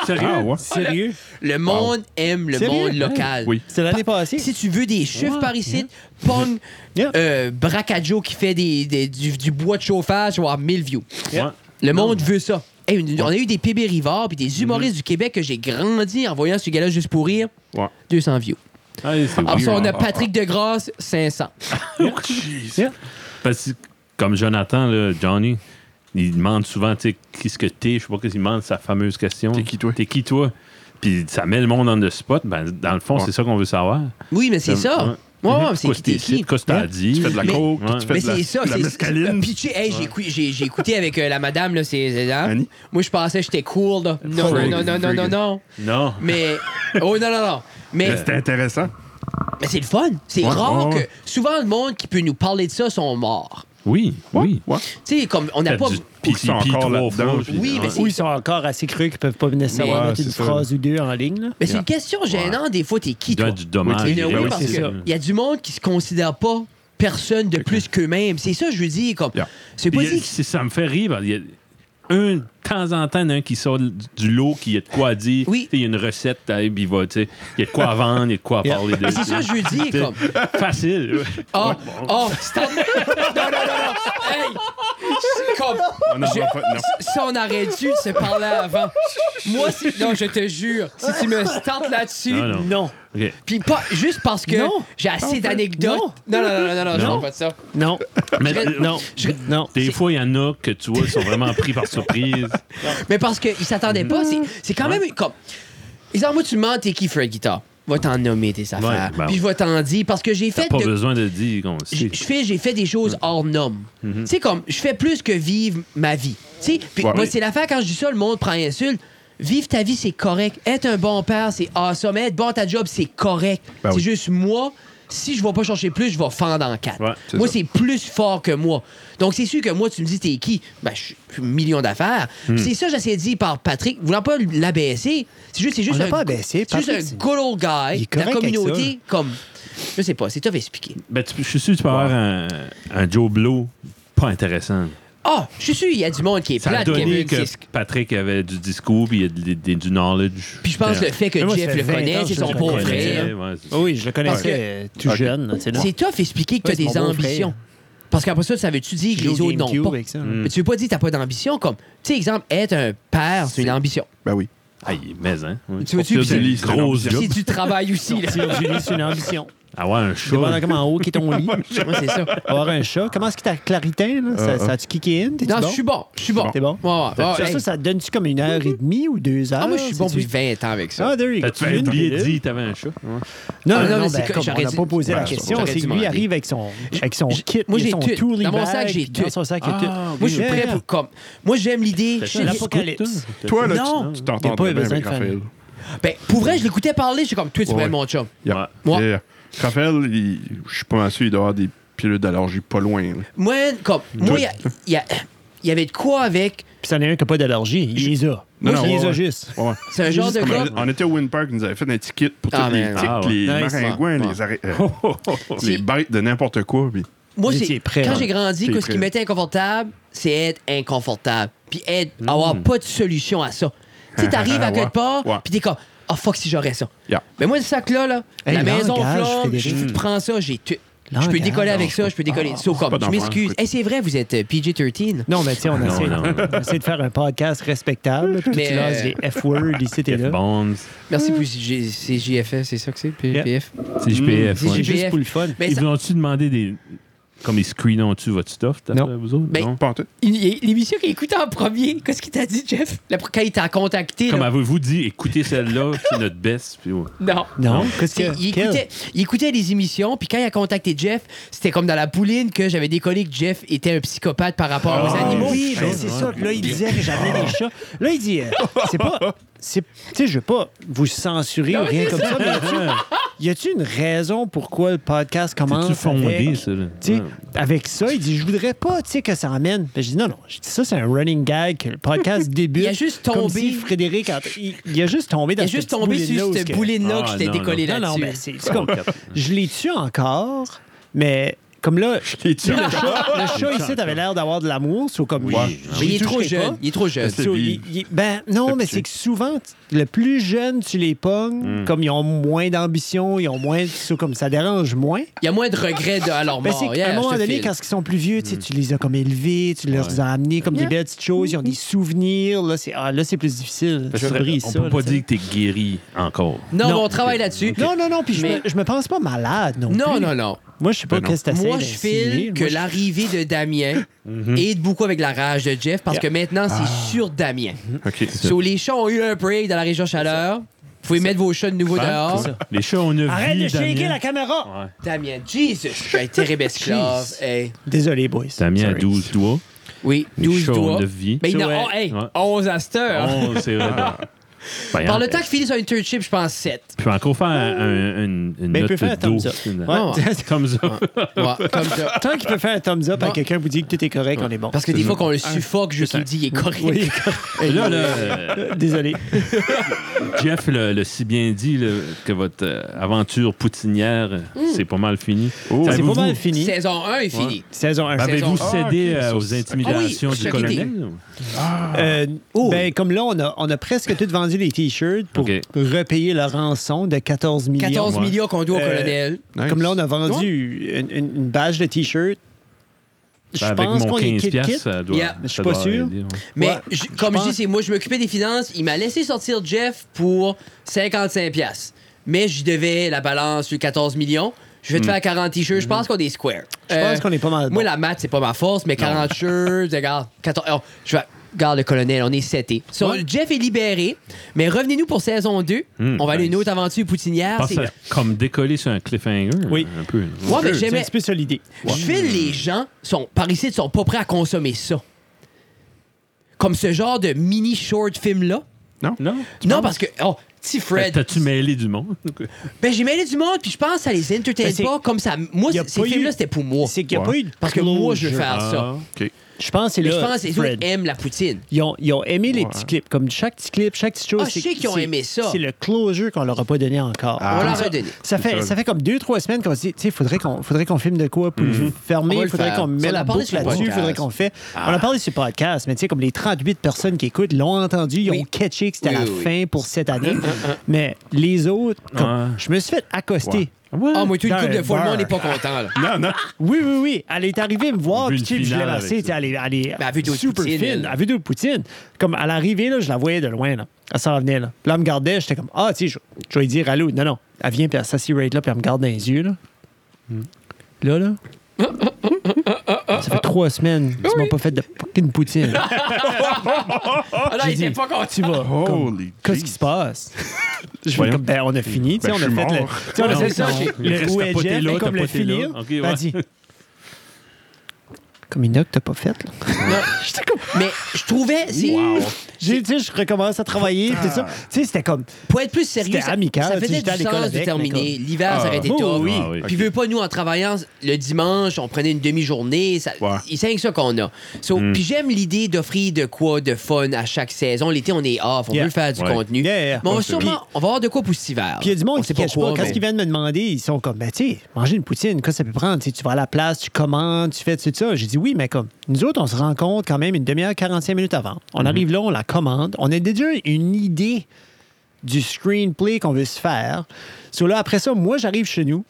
Sérieux?
Ah, ouais.
Sérieux?
Le monde aime le
Sérieux?
monde
Ouais.
local.
Oui.
C'est l'année passée.
Si tu veux des chiffres par ici, Pong,
Yeah.
euh, Bracajo qui fait des, des- du, du bois de chauffage, voire 1000 views.
Ouais.
Le monde veut ça. Hey, une- on a eu des PB Rivard puis des humoristes
Mm-hmm.
du Québec que j'ai grandi en voyant ce gars-là juste pour rire.
Ouais.
200 views.
Ah, c'est
Après ça,
weird.
on a Patrick Degrasse, 500.
Yeah.
Parce que, comme Jonathan, là, Johnny, il demande souvent, tu sais, qu'est-ce que t'es? Je sais pas qu'est-ce qu'il demande, sa fameuse question.
T'es qui, toi?
T'es qui, toi? Puis ça met le monde on the spot. Ben, dans le fond,
Ouais.
c'est ça qu'on veut savoir.
Oui, mais c'est ça. Ouais, ouais, c'est qui,
Qu'est-ce que t'es
t'es qui?
ici? Qu'est-ce que t'as
Hein?
dit?
Tu fais de la
Mais-
coke,
Ouais.
tu fais
Mais
de la,
c'est ça,
de la
c'est
mescaline.
pitché. Hey, j'ai écou- j'ai j'ai écouté avec euh, la madame là, c'est c'est- hein?
Annie?
Moi je pensais que j'étais cool là. Non,
Friggin',
non, non, non, non,
friggin'.
non.
Non.
Mais oh non non non. Mais
Mais C'était intéressant.
Mais c'est le fun. C'est
Ouais,
rare
ouais, ouais.
que. Souvent, le monde qui peut nous parler de ça sont morts.
Oui, oui.
Ouais.
Tu sais, comme on n'a
T'as
pas.
du- Puis
Ils sont
puis
encore
trois
là-dedans,
fois,
puis-
puis-
Oui, mais c'est-
Ou ils sont encore assez crus qu'ils peuvent pas nécessairement
Mais-
mettre
Ouais,
une
c'est ça.
phrase ou deux en ligne. là.
Mais c'est une question gênante, des fois, t'es qui,
Il doit
toi?
y a du dommage.
Mais
Il y a
oui,
aussi-
parce
c'est ça.
qu'il y a du monde qui se considère pas personne de plus qu'eux-mêmes. C'est ça, je veux dire. Comme,
Yeah.
c'est pas
Il y a-
dit.
c'est- ça me fait rire. parce qu'il y a un, de temps en temps, il y en a un qui sort du- du lot, qui a de quoi à dire.
Oui.
Tu sais, Il y a une recette, t'as- puis il va, tu sais, il y a de quoi à vendre, il y a de quoi à
Yeah.
parler. de-
C'est ça, je veux dire.
Tu sais,
Comme,
Facile.
oh, oh, stop. Non, non, non, non. Hey! C'est Comme,
On a pas fait- Ah, non.
ça, on aurait dû se parler avant. Moi, si, non, je te jure, si tu me startes là-dessus,
Non, non.
Non.
OK.
Puis pas juste parce que
Non.
j'ai assez d'anecdotes. Non, non, non, non, non, je
Non.
parle pas de ça.
Non.
Mais,
Non. Non.
Des fois, il y en a que tu vois, ils sont vraiment pris par surprise.
Mais parce qu'ils s'attendaient pas, c'est-
Mm-hmm.
c'est quand même comme. Exemple, moi, tu me demandes t'es qui Fred Guitar. Va t'en nommer tes affaires.
ben
Puis je vais t'en dire. Parce que j'ai fait
Pas
de-
besoin de dire qu'on
j-
sait.
je fais j'ai fait des choses hors normes.
Mhm.
Tu sais comme je fais plus que vivre ma vie. Tu sais puis
Ouais.
moi c'est l'affaire quand je dis ça le monde prend insulte. Vivre ta vie c'est correct, être un bon père c'est awesome, être bon à ta job c'est correct.
Ben
c'est
oui.
juste moi si je vais pas chercher plus, je vais fendre en quatre.
Ouais,
c'est
moi,
ça.
c'est plus fort que moi. Donc, c'est sûr que moi, tu me dis, t'es qui? Ben, je suis un million d'affaires.
Hmm.
Puis C'est ça, que j'essaie de dire par Patrick, voulant pas l'abaisser. C'est juste, c'est juste
l'a
un,
pas abaissé,
c'est juste
Patrick,
un
c'est-
good old
Il
guy de
est
la
correct avec ça.
communauté, comme. Je sais pas, c'est tough à expliquer.
Ben, tu- je suis sûr que tu peux avoir un, un Joe Blow pas intéressant.
Ah, je suis sûr, il y a du monde qui est
Ça a
plate,
donné
Kevin.
que
c'est-
Patrick avait du discours puis il y a de- de- du knowledge.
Puis je pense que le fait que
Mais moi, ça
Jeff
fait
le
20
connaît,
ans
c'est
que
son
je le
pauvre
connais.
frère.
Ouais, ouais, c'est-
Oui, je le
Parce que-
connaissais euh, tout jeune. là, tu sais, là.
C'est tough expliquer que t'as
Ouais, c'est
des
mon beau
ambitions. Parce qu'après ça, ça veut-tu dire que
Joue
les
au
autres n'ont
GameCube
pas? Mm.
avec ça, hein. là.
Mais tu veux pas dire que t'as pas d'ambition, comme, tu sais, exemple, être un père, c'est une ambition.
Ben oui.
Ah, il est maison. Oui.
Tu veux-tu-
Sortir du
puis-
gros
c'est-
job.
C'est du travail aussi, là.
Sortir du lit, c'est une ambition.
Avoir un
Tu demandes
chat.
comment haut qui est ton lit.
Ouais, c'est ça.
Avoir un chat. Comment est-ce que ta clarité, là? Ça- ça a-tu kické in? T'es-tu
Euh, Non,
bon?
je suis bon, je suis bon.
T'es bon?
Ouais, ouais, ouais,
Ça,
hey.
ça, ça te donne-tu comme une heure et demie ou deux heures?
Ah, moi, je suis bon
sais-tu?
depuis 20 ans avec ça.
Ah, there you go.
T'as-tu
Tu viens de
oublié
me
de
dire?
dire que t'avais un chat?
Non,
Ah,
non,
non, mais
non, mais
c'est que
comme
j'aurais
on n'a
dit-
pas posé
Ouais,
la question,
j'aurais
c'est
dû
que lui
demander.
arrive avec son, avec son
j'ai-
kit,
moi,
il a
j'ai
son
tout.
toolie
Dans mon
bag,
sac, j'ai
dans
tout.
son sac, il y a tout.
Ah,
Moi, je suis
Yeah.
prêt pour comme. Moi, j'aime l'idée.
C'est l'apocalypse.
T'as-
Toi, là,
Non.
tu- tu
Il y a pas
t'entends
eu
bien
besoin
avec
de faire-
Raphaël.
Ben, pour vrai, je l'écoutais parler, je suis comme, toi, tu
Ouais.
pourrais être mon chum.
Yeah.
Moi.
Yeah. Raphaël, il- je suis pas mal sûr, il doit avoir des pilules d'allergie pas loin. là.
Moi, comme, moi, il y a- il y, a- il y avait de quoi avec.
Puis c'en est un qui n'a pas d'allergie. Il les a. Moi,
non,
je les
ouais,
a
ouais.
juste.
Ouais.
C'est un genre de
Comme
gars.
on, on était au Wind Park, ils nous avaient fait un petit kit pour
Ah,
tous les
man.
tics,
Ah, ouais.
les
Nice.
maringouins, les, arrêts- euh,
Oh,
les
Si-
bêtes de n'importe quoi. puis-
Moi,
Vous
c'est-
étiez prêt,
quand
hein.
j'ai grandi,
T'es
que ce qui
prêt.
m'était inconfortable, c'est être inconfortable. Puis être, avoir pas de solution à ça. Tu sais, t'arrives à
Ouais.
quelque part,
Ouais.
puis t'es comme, oh fuck si j'aurais ça.
Yeah.
Mais moi, le sac-là, là,
Hey,
la maison
langage,
flamme, je
Frédéric.
prends ça, j'ai tout. Je peux
Langage.
décoller avec
Non,
ça, je peux décoller. Sauf comme,
pas
je
d'enfant,
m'excuse.
écoute.
Hey, c'est vrai, vous êtes euh, PG-13.
Non, mais tu sais, on,
Non,
essaie-
non.
on essaie de faire un podcast respectable. Puis
Mais, euh,
tu lances des F-words ici, t'es là.
Bonds,
Merci pour G- c'est JFF, c'est ça que c'est, P-
Yeah.
PF.
CGPF.
Mm,
ouais.
C'est juste
GBF.
pour le fun.
Mais
Ils
ça-
vous ont-tu demandé des. Comme ils screenont-tu votre stuff, t'as-
Non.
vous autres?
Ben,
non?
Pas en tout.
Il- il- L'émission qu'il écoutait en premier, qu'est-ce qu'il t'a dit, Jeff? La- Quand il t'a contacté,
Comme
là,
avez-vous dit, écoutez celle-là, c'est notre best. Puis, ouais.
non.
Non,
Non.
qu'est-ce
C'est-
que.
il,
Quel?
écoutait, il écoutait les émissions, puis quand il a contacté Jeff, c'était comme dans la pouline que j'avais décollé que Jeff était un psychopathe par rapport aux
Ah,
animaux.
Oui, ben, c'est ça. que Là, il disait que j'avais des chats. Là, il dit, euh, c'est pas. c'est- Tu sais, je veux pas vous censurer ou rien comme ça, mais y a-tu- y a-tu une raison pourquoi le podcast commence
C'est-tu fondé,
avec,
ça? là?
tu sais,
Ouais.
avec ça? Il dit, je voudrais pas tu sais, que ça emmène. Ben, je dis, non, non. Je dis, ça, c'est un running gag que le podcast débute.
Il a juste
Comme
tombé.
si Frédéric, entre- il, il a juste tombé
Il
dans
est
cette
juste
petite
tombé
bouline-là
sur
où
cette
ce que-
bouline-là que
Ah,
je t'ai
non,
décollé
Non, non, ben,
là-dessus.
c'est c'est comme. Je les tue encore, mais comme là,
Et tu-
le chat ici, t'avais l'air d'avoir de l'amour, c'est comme.
Oui.
je- je
Mais il est
les
trop
toucherai
jeune.
pas.
Il est trop jeune.
C'est-
So,
vie.
il- il- ben non, mais
petit.
c'est que souvent, t- le plus jeune, tu les
Hmm.
pognes, comme ils ont moins d'ambition, ils ont moins. so, comme ça dérange moins.
Il y a moins de regrets de, à leur
Ben,
mort.
c'est qu'à
Yeah,
un moment
je te
donné,
file.
quand ils sont plus vieux,
Hmm.
tu sais, tu les as comme élevés, tu leur as amenés comme des belles petites choses,
Mm-hmm.
ils ont des souvenirs. Là, c'est ah, là, c'est plus difficile.
Parce
Tu
que
brises
on
ça,
peut pas
là, tu sais.
dire que t'es guéri encore.
Non,
Non.
mais on travaille là-dessus.
Non, non, non, puis je,
Mais-
me, je me pense pas malade non
Non,
plus.
non, non.
Moi, je sais pas
Ben non.
qu'est-ce que t'essaies
Moi, je
d'insinuer.
file que
Moi, je- Mhm.
l'arrivée de Damien aide beaucoup avec la rage de Jeff parce que maintenant, c'est
Ah.
sur Damien.
OK.
So, les chats ont eu un break dans la région chaleur. Vous pouvez mettre vos chats de nouveau dehors.
Les chats, on a
Arrête
vu,
de shaker
Damien.
la caméra!
Ouais.
Damien, Jesus! Je suis un terrible esclave.
Jeez.
Hey.
Désolé, boys.
Damien a
Sorry.
12 doigts.
Oui,
Les
12
chats ont
doigts.
neuf vies.
Mais il y en a
Ouais.
oh, hey,
Ouais.
11 à cette heure. Ah.
On, Oh, c'est vrai. Ben,
Par le
hein,
temps qu'il finit son internship, je pense 7.
Tu peux encore faire un- un- une
Mais il
note
peut faire un
d'eau.
thumbs up.
Ah,
Ouais.
Comme ça.
Ouais, comme ça.
Tant qu'il peut faire un thumbs up à
Ouais.
quelqu'un vous dit que tout est correct, on est bon.
Parce que des fois, qu'on le suffoque, je lui dis, il est correct.
Oui.
Là, là, euh,
Euh, Désolé.
Jeff le, le si bien dit là, que votre euh, aventure poutinière, euh,
Mmh.
c'est pas mal fini.
Oh.
C'est
Savez-vous-
pas mal fini.
Saison 1 est finie.
Saison 1.
Avez-vous
Saison-
cédé
Ah, ok,
euh,
ça,
aux
c'est-
intimidations
Ah oui,
du
je
colonel?
Oh.
ben, comme là, on a, on a presque tout vendu les T-shirts pour
Ok.
repayer la rançon de 14 millions.
14
ouais.
millions qu'on doit au
Euh,
colonel.
Nice.
Comme là, on a vendu une, une- une badge de T-shirt. Je
Ben, avec
pense
mon
qu'on est
15$,
kit-kit.
piastres, ça doit.
Yeah.
Je suis
ça
pas
doit
sûr.
aider, ouais.
Mais
ouais,
je-
je
comme je dis,
pense-
c'est moi, je m'occupais des finances. Il m'a laissé sortir Jeff pour 55$. piastres. Mais je devais la balance sur 14 millions. Je vais te faire 40 t-shirts. Je pense qu'on est square.
Hmm.
Euh,
Je pense qu'on est pas mal.
Moi,
bon.
la maths, c'est pas ma force, mais 40 shirts, regarde, 14, oh, je vais, regarde le colonel, on est 7 Jeff est libéré, mais revenez-nous pour saison 2.
Hmm,
on va aller
nice.
une autre aventure poutinière.
pense
c'est-
à comme décoller sur un cliffhanger.
Oui.
Un peu.
Ouais, mais
C'est un
j'aimais.
petit peu ça l'idée.
Je file les gens sont, par ici ne sont pas prêts à consommer ça. Comme ce genre de mini short film-là.
Non?
Non, parce que. Oh, petit
Fait-
Fred.
T'as-tu mêlé du monde?
Ben, j'ai mêlé du monde, puis je pense que ça les
Ben,
entertain
c'est-
pas comme ça. Moi,
Y a
ces
pas eu-
films-là, c'était pour moi.
C'est qu'il n'y a
Ouais.
pas eu de
Parce que moi, je
closure.
veux faire ça.
OK.
Je pense que c'est
Mais
là.
je pense que les autres
Fred.
aiment la poutine.
Ils ont, ils ont aimé les
Ouais.
petits clips. Comme chaque petit clip, chaque petite chose.
Ah, je
c'est-
sais qu'ils ont
c'est-
aimé ça.
C'est le closure qu'on leur a pas donné encore.
on
Ah,
leur
ça-
a donné.
Ça
C'est
fait,
ça.
ça fait comme deux, trois semaines qu'on se dit, tu sais, faudrait qu'on faudrait qu'on filme de quoi pour
Mhm.
le
On va
fermer,
le
faudrait
faire.
qu'on
On
mette
a
la
parlé
boucle
sur le
là-dessus,
podcast. Ah.
faudrait qu'on fait. On a parlé sur le podcast, mais tu sais, comme les 38 personnes qui écoutent l'ont entendu, ils
Oui.
ont catché que c'était
Oui,
la
oui, oui.
fin pour cette année. mais les autres, comme,
Ouais.
je me suis fait accoster.
Ah, moi, tout une
Dans
couple
un
de fois, le monde n'est
bar.
pas content, là.
Non, non.
Oui, oui, oui. Elle est arrivée me voir,
Vue
puis
de
tu sais, puis je l'ai
finale
lancée,
avec
tu sais, elle est, elle est
Ben, à vue de
super
Poutine, elle.
fine. À vue de Poutine. Comme à l'arrivée, là, je la voyais de loin, là. Elle s'en venait, là. Puis là, elle me gardait, j'étais comme, ah, tu sais, je, je vais lui dire allô. Non, non. Elle vient, puis elle s'assied right là, puis elle me garde dans les yeux, là.
Hmm.
Là, là. Ça fait trois semaines que tu m'as pas fait de fucking Poutine.
Ah, non,
J'ai
il était
dit,
pas content.
Tu vas. comme,
Holy
Qu'est-ce
jeez.
qui se passe? Je fais
Voyons.
comme, ben, on a fini, tu sais,
Ben,
on
je
a
suis
fait le.
mort.
Tu sais, on a
Non,
fait
non, il
le.
reste
Le où
à
est
poter
Jeff,
là,
mais comme
t'as
le
poté là.
finir.
Ok,
Elle
ouais.
dit. Comme une que t'as pas faite, là.
Non. Mais je trouvais. si-
Wow.
J'ai- Tu sais, je recommence à travailler. puis tout ça. Tu sais, c'était comme.
Pour être plus sérieux,
C'était
ça,
amical,
ça
tu sais,
faisait
j'étais à
du
l'école
sens de
avec,
terminer.
mais
L'hiver, ça aurait été
Ah,
tough.
oui.
Ah, oui.
Puis, veux pas, nous, en travaillant le dimanche, on prenait une demi-journée. Ça...
Ouais.
et C'est rien que ça qu'on a. So,
Hmm.
Puis, j'aime l'idée d'offrir de quoi de fun à chaque saison. L'été, on est off, on
Yeah.
veut faire du
Ouais.
contenu.
Yeah, yeah.
Mais on, va
Ouais, c'est
sûrement, on va avoir de quoi pour cet hiver.
Puis il y a du monde
On
qui
sait
ne cache pas. Quand
mais-
ils viennent me demander, ils sont comme, ben, tu sais, manger une poutine, quoi, ça peut prendre. Tu sais, tu vas à la place, tu commandes, tu fais tout ça. J'ai dit oui, mais comme, nous autres, on se rencontre quand même une demi-heure, 45 minutes avant. On arrive là, on la commande. On a déjà une idée du screenplay qu'on veut se faire. So, là, après ça, moi, j'arrive chez nous,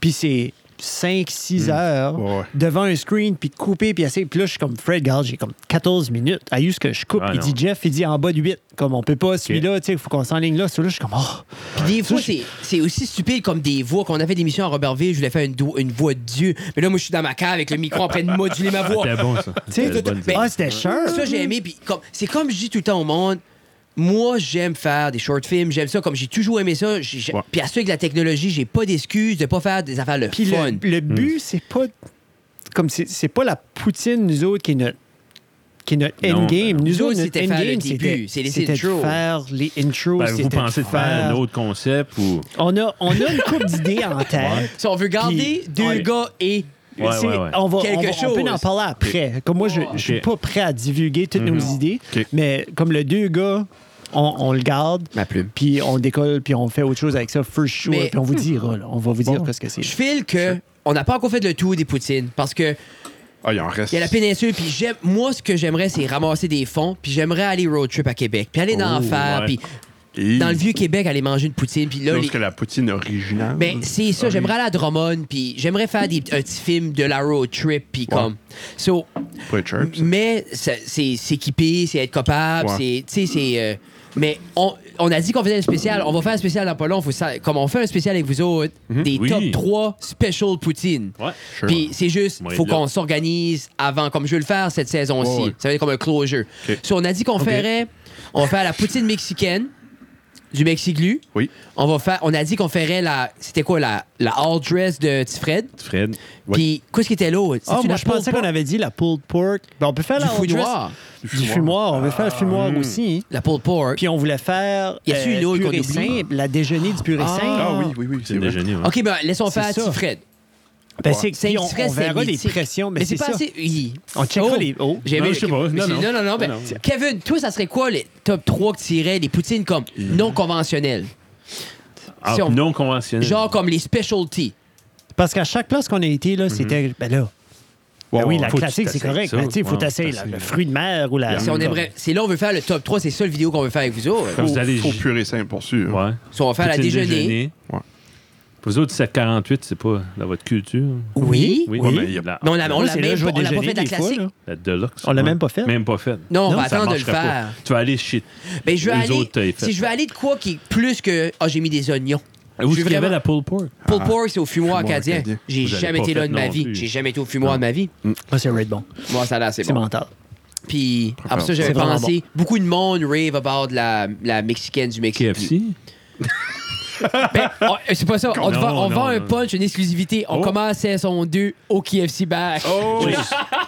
puis c'est 5-6 heures
Ouais, ouais.
devant un screen, puis couper, puis assez. Puis là, je suis comme, Fred, garde, j'ai comme 14 minutes. À ce que je coupe.
Ah,
il
non.
dit, Jeff, il dit en bas de 8. Comme, on peut pas, celui-là, tu sais, il faut qu'on s'enligne là. So, là, je suis comme, oh.
Puis des
Ça,
fois,
je-
c'est- c'est aussi stupide comme des voix. Quand on avait des missions à Robertville, je voulais faire une, do- une voix de Dieu. Mais là, moi, je suis dans ma cave avec le micro en train de moduler ma
Ah,
voix.
C'était bon, ça.
Tu sais,
C'était
tout-
bonne
ah,
idée.
c'était cher.
ben, Ça, j'ai aimé. Puis comme, c'est comme je dis tout le temps au monde. Moi, j'aime faire des short films. J'aime ça. Comme j'ai toujours aimé ça. j'ai- j'ai-
Ouais.
Puis à ceux avec la technologie, j'ai pas d'excuse de pas faire des affaires le
Puis
fun.
le, le
Hmm.
but, c'est pas. Comme c'est, c'est pas la poutine, nous autres, qui est notre, qui est notre
Non,
endgame.
Nous
nous
autres,
autres, notre
c'était faire le
endgame,
début,
c'était,
c'est les
c'était de
intros.
faire les intros.
Ben,
c'était
vous pensez de faire un autre concept ou.
On a, on a une coupe d'idées en tête.
Si on veut garder
Puis-
deux
Ouais.
gars et.
Ouais,
C'est-
ouais, ouais.
On va,
Quelque
on va- on
chose.
peut en parler après. Comme moi, je ne suis
Ok. Mhm.
pas prêt à divulguer toutes nos idées,
Ok.
mais comme le deux gars, on, on le garde,
Ma plume.
puis on décolle, puis on fait autre chose avec ça, for sure,
Ben. Mais-
puis on vous dira. là. on va vous dire ce que c'est.
Je file que. On n'a pas encore fait le tour des poutines parce que
Ah, il en reste.
il y a la péninsule puis j'aime moi ce que j'aimerais c'est ramasser des fonds puis j'aimerais aller road trip à Québec puis aller dans
Oh,
l'enfer
ouais.
puis
Et-
dans le vieux Québec aller manger une poutine puis là
Chose
les-
que la poutine originale.
Ben, c'est ça. J'aimerais aller à Drummond, puis j'aimerais faire des, un petit film de la road trip, puis comme. So,
Pas être sharp, ça.
mais ça- c'est s'équiper, c'est être capable,
Ouais.
c'est. Tu sais, c'est. euh, mais on, on a dit qu'on faisait un spécial. On va faire un spécial dans pas long. Faut ça- comme on fait un spécial avec vous autres, des
Oui.
top 3 special poutine.
Ouais.
Mm-hmm. Sure.
Puis c'est juste,
Ouais,
faut
là.
qu'on s'organise avant, comme je vais le faire cette saison-ci.
Ouais, ouais.
Ça va être comme un closure.
OK.
So, on a dit qu'on ferait, on va faire la poutine mexicaine du Mexiglu.
Oui.
On va faire, on a dit qu'on ferait la, c'était quoi la, la all dress de Tifred.
Fred.
Ouais.
Puis qu'est-ce qui était l'autre
Ah,
C'est-tu
moi,
la
je pensais
pulled
qu'on avait dit la pulled pork. Ben, on peut faire
pork
la
du
hors
foudoir,
dress- Du fumoir. On veut faire le fumoir aussi.
la pulled pork.
Puis on voulait faire
Y a-tu une autre
pur
qu'on
et
oublie?
simple, la déjeuner du pur et
Ah.
simple.
Ah oui, oui, oui.
C'est hein. le
vrai.
déjeuner. ouais.
Ok, ben laissons
C'est
faire
ça.
Tifred.
Ben, c'est,
C'est
puis on,
extrait,
on
c'est
verra des
mythique.
pressions, mais,
Mais c'est pas
ça.
assez. oui.
On checkera les- oh.
j'ai
Non,
aimé-
je sais pas.
mais
Non,
c'est-
non.
non, non, non, ben,
Non, non.
Kevin, toi, ça serait quoi les top 3 que tu irais, les poutines comme non conventionnelles?
Ah,
si on-
Non conventionnel.
Genre comme les specialties.
Parce qu'à chaque place qu'on a été, là, c'était. Ben là.
Ouais,
Ben oui,
ouais,
la
faut que tu
classique, c'est
t'essayes
correct.
ça.
mais tu sais, il faut
Ouais,
tasser
t'essayes.
le fruit de mer ou
Ah,
la.
Si on aimerait, c'est là on veut faire le top 3, c'est ça le vidéo qu'on veut faire avec vous autres.
Comme vous allez.
Faut pur et simple pour sûr.
Ouais.
Si on va faire la
Poutine
déjeuner.
Ouais.
Pour vous autres, 748, c'est pas dans votre culture.
Oui.
Oui,
Ouais,
oui.
mais il y a-
La,
Mais on l'a
Moi,
on l'a
c'est là,
même
je
pas-
vais
on l'a pas
déjeuner
fait de la
des fois,
classique.
là.
la Deluxe.
On l'a
ouais.
même pas faite.
Même pas faite.
Non, on va
ça
attendre de le
marchera pas.
faire.
Tu vas aller chez.
Ben, je veux
Eux
aller.
autres, t'as fait. Ah,
si je veux aller de quoi qui est plus que. Ah, j'ai mis des oignons. Je
Où est-ce
veux
qu'il y avait
vraiment-
la pulled pork?
Pulled pork, c'est au fumoir
fumoir
acadien.
acadien.
J'ai
Vous avez
jamais
pas
été là
fait
de ma
non
vie.
plus.
J'ai jamais été au fumoir de ma vie.
Moi, c'est Red Bon.
Moi, ça là, c'est
C'est
bon.
mental.
Puis, après ça,
C'est
j'avais
vraiment
pensé. Beaucoup de monde rave about la, la mexicaine du Mexique.
KFC?
Ben, oh, c'est pas ça. On, te
Non,
vend, on
non,
vend un
non.
punch, une exclusivité. On
Oh.
commence saison 2 au KFC Back.
Juste,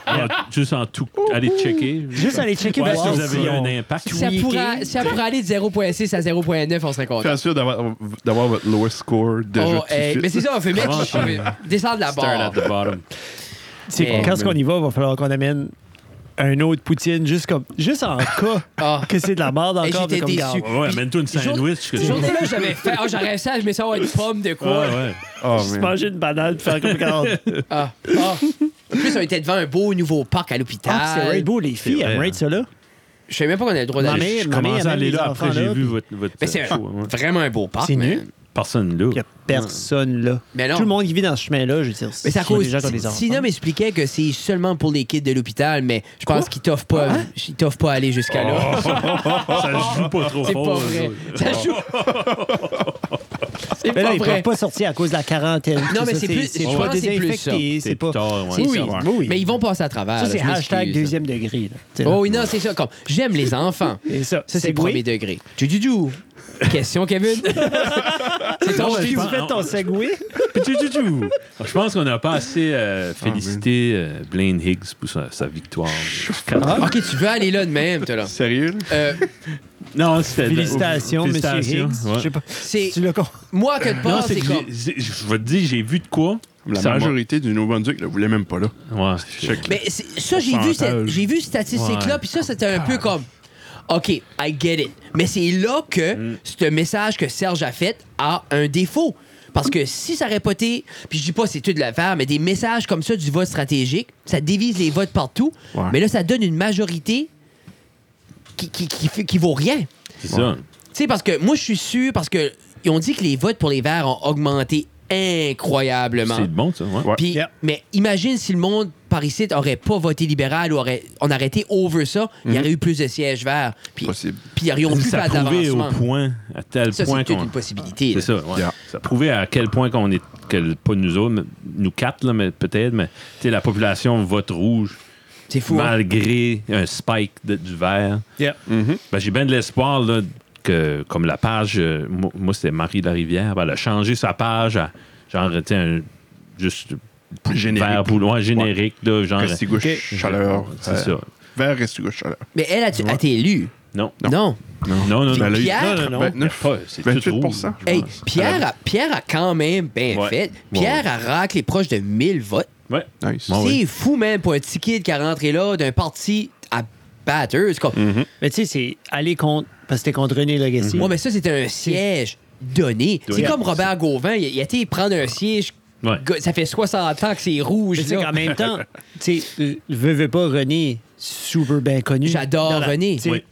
Ah, juste en tout. Allez checker.
Juste aller checker
Ouais,
voir
si vous avez
si
eu un
on-
impact.
Si ça,
tweaké.
pourrait, si ça pourrait aller de 0.6 à 0.9, on serait
Puis
content.
ensuite, d'avoir d'avoir votre lowest score déjà.
Oh,
tout de
hey,
suite.
mais c'est ça, on fait mec,
Comment
je vais descendre la
Start at
barre.
the bottom.
C'est-
Mais-
Quand ce qu'on y va, il va falloir qu'on amène un autre poutine, juste comme. Juste en cas
Ah.
que c'est de la merde
Et
encore.
j'étais
mais comme,
déçu.
garde.
Ouais, ouais, amène-toi une sandwich. que
Cette
tu- Ouais,
journée-là, j'avais fait. Oh, j'aurais ça, je mets ça à une pomme de quoi.
ouais.
Oh,
Juste
man.
manger une banane puis faire comme garde.
Ah, ah. En plus, on était devant un beau nouveau parc à l'hôpital.
Ah, c'est Red Bull, les filles,
vrai,
aiment Red,
hein.
ça, là.
Je savais même pas qu'on avait le droit
Ma
d'aller.
mère-
Je
ma mère
commence à
amène
aller
les
là. Après,
enfants
j'ai
là,
vu
puis-
votre, votre
Mais c'est
euh,
un-
show, ouais.
vraiment un beau parc.
hein. C'est
Ah, man.
nu.
Personne là.
Il n'y a personne là.
Mais non.
Tout le monde qui vit dans ce chemin-là, je veux dire.
Mais c'est à
s'il y a
cause.
des gens qui ont des enfants.
Sina m'expliquait que c'est seulement pour les kids de l'hôpital, mais je pense qu'ils t'offrent pas,
Hein?
ils t'offrent pas aller jusqu'à
Oh,
là.
Ça se joue pas trop
c'est
fort.
pas
eux
vrai.
autres.
Ça joue. c'est
Mais là,
pas
ils ne peuvent
vrai.
pas sortir à cause de la quarantaine.
Non, mais
Ça,
c'est plus- je
C'est
pense
pas
que c'est plus ça.
désinfecté.
C'est
C'est pas.
tard, ouais.
Oui,
C'est
oui,
ça.
oui.
Mais ils vont passer à travers.
Ça,
là,
c'est
je m'excuse.
hashtag deuxième degré. là. Tu sais,
Oh oui, non, c'est ça. Comme, j'aime les enfants.
Et ça,
Ça, c'est
segway?
premier degré. Tu Question, Kevin? c'est ton
Donc,
je
tu
pense-
fais ton segway.
Puis tchou, tchou, tchou. Je pense qu'on n'a pas assez euh, félicité euh, Blaine Higgs pour sa, sa victoire. Ah.
Ah.
Ok, tu veux aller là de même, toi, là.
Sérieux, là?
Euh,
Non, c'était...
Félicitations, Monsieur
Félicitations,
Higgs.
ouais.
Je sais pas
c'est...
si tu l'as con-
Moi, que de
Non,
part,
c'est
c'est
que
comme...
j'ai- j'ai- je vais te dire, j'ai vu de quoi.
La
Ça m'a-
majorité du Nouveau-Brunswick ne voulait même pas là.
Ouais,
Check.
Mais c'est- ça, j'ai vu, cette,
Pourcentage.
j'ai vu cette statistique-là,
Ouais.
puis ça, c'était un peu comme... OK, I get it. Mais c'est là que ce message que Serge a fait a un défaut. Parce que si ça aurait pas été... Puis je dis pas c'est tout de l'affaire, mais des messages comme ça du vote stratégique, ça divise les votes partout.
Ouais.
Mais là, ça donne une majorité qui, qui, qui, fait- qui vaut rien.
c'est ça.
Tu sais, parce que moi, je suis sûr, parce que ils ont dit que les votes pour les Verts ont augmenté incroyablement.
C'est bon, ça. Ouais.
Ouais.
Puis,
Yeah.
Mais imagine si le monde par ici aurait pas voté libéral ou aurait, on aurait été over ça, il
Mhm.
y aurait eu plus de sièges verts. Puis,
Possible.
puis ils aurions plus
ça
pas
prouvait au
d'avancement.
point, à tel
Ça,
point
c'est toute
qu'on...
une possibilité.
C'est
là.
ça, ouais.
Yeah.
Ça prouvait à quel point qu'on est, que le- pas nous autres, mais nous quatre, là, mais peut-être, mais tu sais, la population vote rouge
C'est fou. hein?
malgré un spike de- du vert.
Yeah.
Mm-hmm.
Ben, j'ai bien de l'espoir là, que, comme la page, euh, moi, moi, c'était Marie Larivière, ben, elle a changé sa page à genre, tu sais, un- juste
Générique.
vert pour loin, générique, là, genre. euh,
Restigouche, chaleur.
C'est
euh,
ça.
Vers Restigouche, chaleur.
Mais elle, a-tu- a-tu élu?
Non.
Non.
Non, non, non.
Pierre-
non.
Pierre-
non, non, non.
vingt-neuf,
Il y a pas, c'est tout
28
rouge.
je
Hey,
pense.
Pierre, a, Pierre a quand même bien
Ouais.
fait.
Ouais,
Pierre
ouais.
a raclé proche de 1000 votes.
Ouais.
Nice.
Ah
c'est
oui.
fou, même, pour un petit kid qui a rentré là d'un parti à batteuse. Comme...
Mhm.
Mais tu sais, c'est aller contre. Parce que t'es contre René Legacy.
Ouais, mais ça, c'était un siège donné.
Oui.
C'est comme Robert Gauvin. Il, il a été prendre un siège.
Ouais.
Go- Ça fait 60 ans que c'est rouge.
Mais tu sais,
là.
en même temps, tu sais, euh, veux, veux pas René, super bien connu.
J'adore
Dans la-
René.
tu sais,
Oui.
tu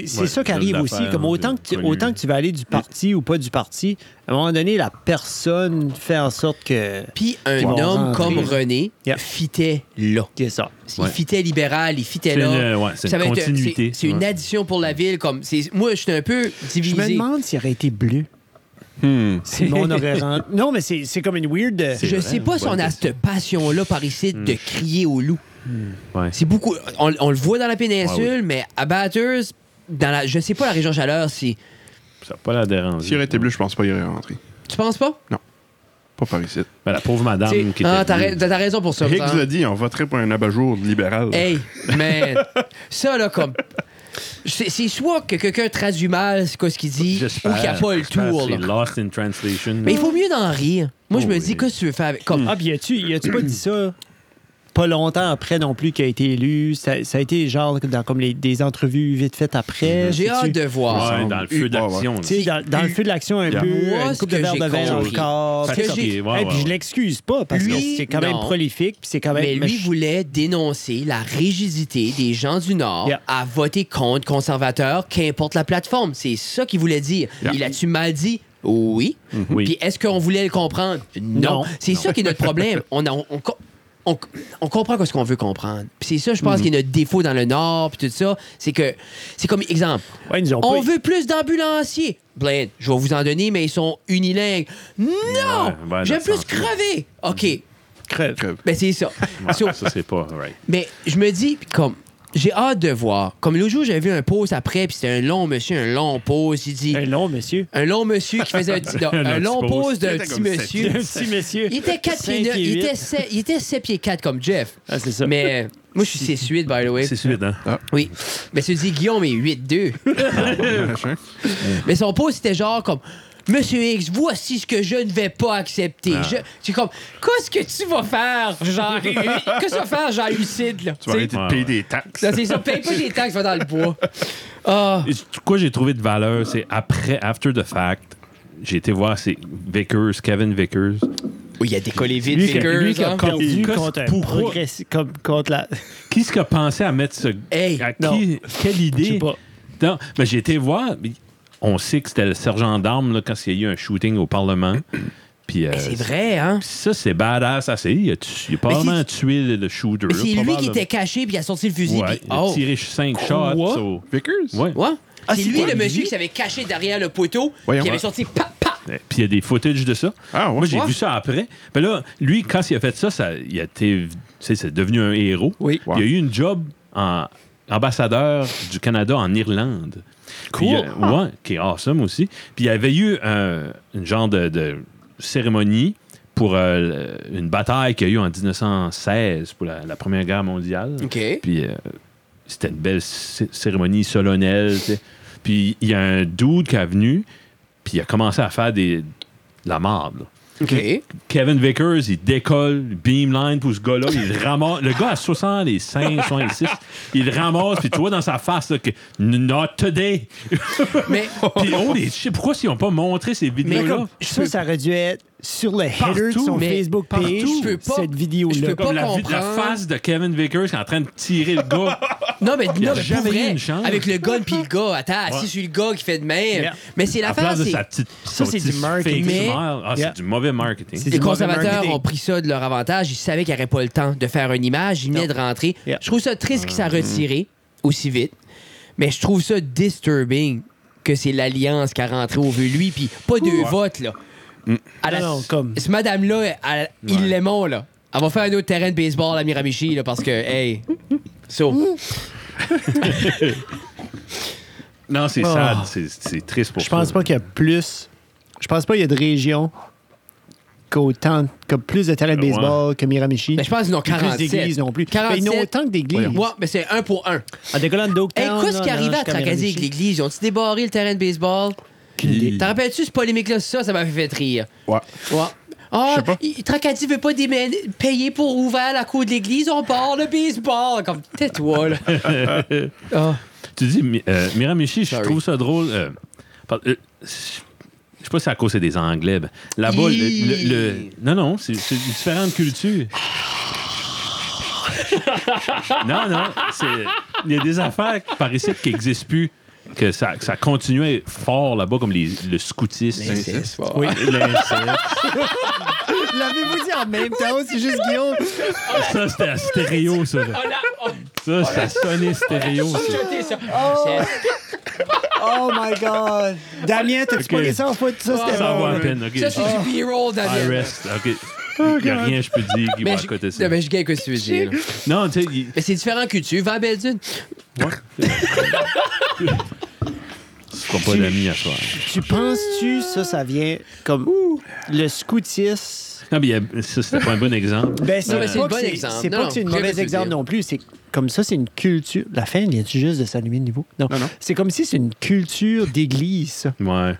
sais, C'est
Ouais,
ça qui
homme
arrive
d'affaires,
aussi. Comme
hein,
autant que,
puis
tu,
connu.
autant que tu vas aller du parti ou pas du parti, à un moment donné, la personne fait en sorte que.
Puis un
Bon,
homme
rentré.
comme René
Yeah.
fitait là.
C'est ça.
Il
Ouais.
fitait libéral, il fitait
C'est
là.
une- euh, ouais, c'est
Ça
une
va être-
continuité.
c'est- C'est une
Ouais.
addition pour la ville. Comme, c'est- moi, je suis un peu
Je me
divisé.
demande s'il aurait été bleu. Si mon aurait rentré. Non, mais c'est c'est comme une weird. euh,
Hmm. C'est-
Je
vrai,
sais pas
une
si
bonne
on a
question. Hmm.
cette passion-là par ici de crier au loup.
Ouais.
C'est beaucoup. On, on le voit dans la péninsule,
Ouais,
mais à Bathurst, dans la, je sais pas la région chaleur si.
Ça n'a pas l'air déranger.
S'il aurait été bleu, je pense pas qu'il aurait rentré.
Tu penses pas?
Pas par ici.
Ben, la pauvre madame
Tu sais,
qui était.
ah, t'as,
venue.
ra- t'as raison pour ça.
Higgs
Vincent.
l'a dit, on voterait pour un abat-jour libéral.
Hey, man. ça, là, comme. C'est, c'est soit que quelqu'un traduit mal ce que- ce qu'il dit ou
J'espère.
qu'il n'y a pas le
J'espère que
tour.
C'est
là.
Lost in Translation.
Mais il faut mieux d'en rire. Moi, je
Oh
me
oui.
dis, qu'est-ce que tu veux faire avec. Comme,
Ah, puis y a-tu y a-tu pas dit ça pas longtemps après non plus qu'il a été élu? Ça, ça a été genre dans comme les, des entrevues vite faites
Mm.
après.
j'ai
sais-tu?
Ah,
hâte de voir.
Ouais, dans le feu
Ouais,
d'action. là.
Tu sais, dans, dans le feu de l'action, un
Yeah.
peu,
Moi,
une
ce
coupe de
que
verre
j'ai
de vin
compris-
encore.
ce
Fait
que
comme-
Ok,
j'ai-
ouais,
Hey,
ouais,
puis je
ouais.
l'excuse pas parce que
Lui,
c'est quand même
non.
prolifique, puis c'est quand même.
Mais lui
Ah ben, je-
voulait dénoncer la rigidité des gens du Nord
Yeah.
à voter contre conservateurs, qu'importe la plateforme. C'est ça qu'il voulait dire.
Yeah.
Il a-tu mal dit? Oui.
Oui.
Puis est-ce qu'on voulait le comprendre? Non.
Non.
C'est ça qui est notre problème. On, a- on, on co- on- on comprend que ce qu'on veut comprendre. Puis c'est ça, je pense, qui est notre défaut dans le Nord, puis tout ça. C'est que, c'est comme exemple,
Ouais, ils nous ont
on
pas-
veut plus d'ambulanciers. Blaine, je vais vous en donner, mais ils sont unilingues. Non!
Ouais, ouais,
J'aime
dans le
plus
sens,
crever. OK.
Crève.
Crève.
Ben, c'est ça. So-
Ouais, ça, c'est pas. Right.
mais je me dis, pis comme, j'ai hâte de voir. Comme l'autre jour, j'avais vu un pause après, puis c'était un long monsieur, un long pause. Il dit,
Un long Eh monsieur.
un long monsieur qui faisait un, petit- non, un
Un
long
autre pause.
pause d'un
Il était
petit
comme sept
monsieur.
Un petit monsieur.
Il était 4
Cinq
pieds 9,
et
il
huit.
était, 7, il était 7 pieds 4 comme Jeff.
Ah, c'est ça.
Mais moi, je suis 6 8 by the way.
C'est suite, hein?
Oui. Mais tu dis Guillaume est 8 2.
Machin.
Mais son post c'était genre comme Monsieur X, voici ce que je ne vais pas accepter. Je, c'est comme qu'est-ce que tu vas faire genre qu'est-ce que tu vas faire genre lucide là.
Tu vas arrêter
Ouais,
de payer
ouais.
des taxes.
Non, c'est ça, paye pas tes taxes, va dans le bois. Ah,
Et c'est- Quoi j'ai trouvé de valeur, c'est après, after the fact, j'ai été voir c'est Vickers, Kevin Vickers.
oui, il a décollé vite,
Lui qui a,
Vickers,
lui qui a
hein.
perdu
Qu'est-ce-
contre un
pourquoi?
progressi- comme contre la.
Qui est-ce qui a pensé à mettre ce.
Hey,
à qui-
non.
Quelle
Je sais
idée?
pas.
Non, mais j'ai été voir. mais On sait que c'était le sergent d'armes là, quand il y a eu un shooting au Parlement. Puis, euh,
Mais c'est vrai, hein?
Ça, c'est badass assez. Il a, tu- il a probablement tué le, le shooter.
Mais
là,
c'est lui qui
probablement.
était caché, puis il a sorti le fusil,
Ouais,
puis
il a
oh!
tiré cinq shots.
Quoi?
so-
Vickers?
Ouais.
Ouais.
Ah,
c'est
c'est
lui,
pas
le
lui?
monsieur qui s'avait caché derrière le poteau,
Voyons,
qui avait
ouais.
sorti pa, pa!
Euh, Puis il y a des footages de ça.
Ah, ouais.
Moi, j'ai
Ouais.
vu ça après. Mais là, lui, quand il a fait ça, ça il a été, tu sais, c'est devenu un héros.
Oui.
Puis Il a eu une job en ambassadeur du Canada en Irlande. Puis,
Cool.
euh, ouais, qui est awesome aussi. Puis il y avait eu un une genre de, de cérémonie. pour euh, une bataille qu'il y a eu en 1916 pour la, la Première Guerre mondiale.
OK.
Puis euh, c'était une belle cé- cérémonie solennelle. tu sais. Puis il y a un dude qui est venu, puis il a commencé à faire des, de la marde. là.
OK.
Kevin Vickers, il décolle, beamline pour ce gars-là, il le ramasse. Le gars à 65, 66, il le ramasse, puis tu vois dans sa face là, que Not today!
Mais,
Puis oh, les shit, pourquoi ils n'ont pas montré ces
Mais
vidéos-là?
comme, ça, ça aurait dû être sur le
Partout,
header de son
mais
Facebook
partout.
page,
Je peux pas-
cette
je
vidéo-là.
peux pas
Comme la, vue de la
comprendre.
face de Kevin Vickers qui est en train de tirer le gars.
non, mais,
Il
non, mais pour
a jamais eu
vrai,
une chance.
avec le gun puis le gars, attends, assis
Ouais.
sur le gars qui fait de même.
Yeah.
Mais c'est
à
la
place
face,
de sa petite. son
c'est
petit
du marketing.
fake
Mais-
smile. Ah,
Yeah.
c'est du mauvais marketing.
Les
C'est du mauvais
conservateurs
marketing.
ont pris ça de leur avantage. Ils savaient qu'ils n'auraient pas le temps de faire une image. Ils venaient de rentrer.
Yeah.
Je trouve ça triste qu'ils s'en retiré aussi vite. Mais je trouve ça disturbing que c'est l'Alliance qui a rentré au vœu lui. Puis pas deux votes, là.
Mm.
À la-
Non, non, comme-
Ce madame-là, elle- ils l'aiment, là. Elle va faire un autre terrain de baseball à Miramichi, là, parce que, hey... So,
Non, c'est
Oh.
sad. C'est- C'est triste pour
Je pense
ça.
pas qu'il y a plus. Je pense pas qu'il y a de régions qu'autant, que plus de terrain de
Ouais.
baseball que Miramichi.
Ben, je pense qu'ils en ont
Puis
47.
Plus d'églises non plus. Ben, ils
47.
n'ont autant que d'églises.
ouais, mais c'est un pour un.
En décollant de
Hey,
Dogtown,
qu'est-ce Eh, qui
là,
arrivait
non,
à
jusqu'à
Tracadie avec
Miramichi.
l'Église? Ils ont-ils débarré le terrain de baseball?
Puis-
T'en rappelles-tu, cette polémique-là, ça, ça m'avait fait rire.
Ouais.
Ouais. Ah,
Je sais pas.
il- Tracadie veut pas démêler- payer pour ouvrir la cour de l'église, on part le baseball. Comme, tais-toi, là. Ah.
Tu dis mi- euh, Miramichi, je
Sorry.
trouve ça drôle. euh, par- euh, je sais pas si c'est à cause des Anglais. ben, Là-bas, le, le- le-
Hi.
Non, non, c'est c'est une différente culture. non, non, c'est- il y a des affaires par ici qui n'existent plus, que ça, que ça continuait fort là-bas, comme les, le scoutisme.
L'inceste, ouais.
Oui, l'inceste.
L'avez-vous dit en même temps? C'est juste Guillaume.
Ça, c'était à stéréo, ça.
Oh là, oh,
Ça, ça sonnait stéréo, ça.
jetez ça. C'est-
Oh my God. Damien, t'as-tu
Ok.
pas ça en foot? Ça, c'était
Ça en
bon.
vaut la peine. OK.
Ça, c'est du B-roll,
I
Daniel.
Ah, rest. OK. Il n'y a rien, je peux dire, qui va
Oh, Mais
à
je,
côté de
non,
ça.
mais je gagne que tu veux dire. là.
Non, tu sais, il-
Mais c'est différent culture. Va à Belle-Dune.
tu feras pas d'amis à soir.
Tu penses-tu ça, ça vient comme le scoutisme?
Non, mais il y a- ça, c'était pas un bon exemple.
Non,
Ben,
mais c'est
pas
le
que
bon
c'est-
exemple.
C'est
Non,
pas que c'est une
non, je sais
mauvaise
ce que tu
exemple
veux dire.
non plus. C'est comme ça, c'est une culture. La fin vient juste de s'allumer de niveau. Non,
Non, non.
c'est comme si c'est une culture d'église. ça.
Ouais.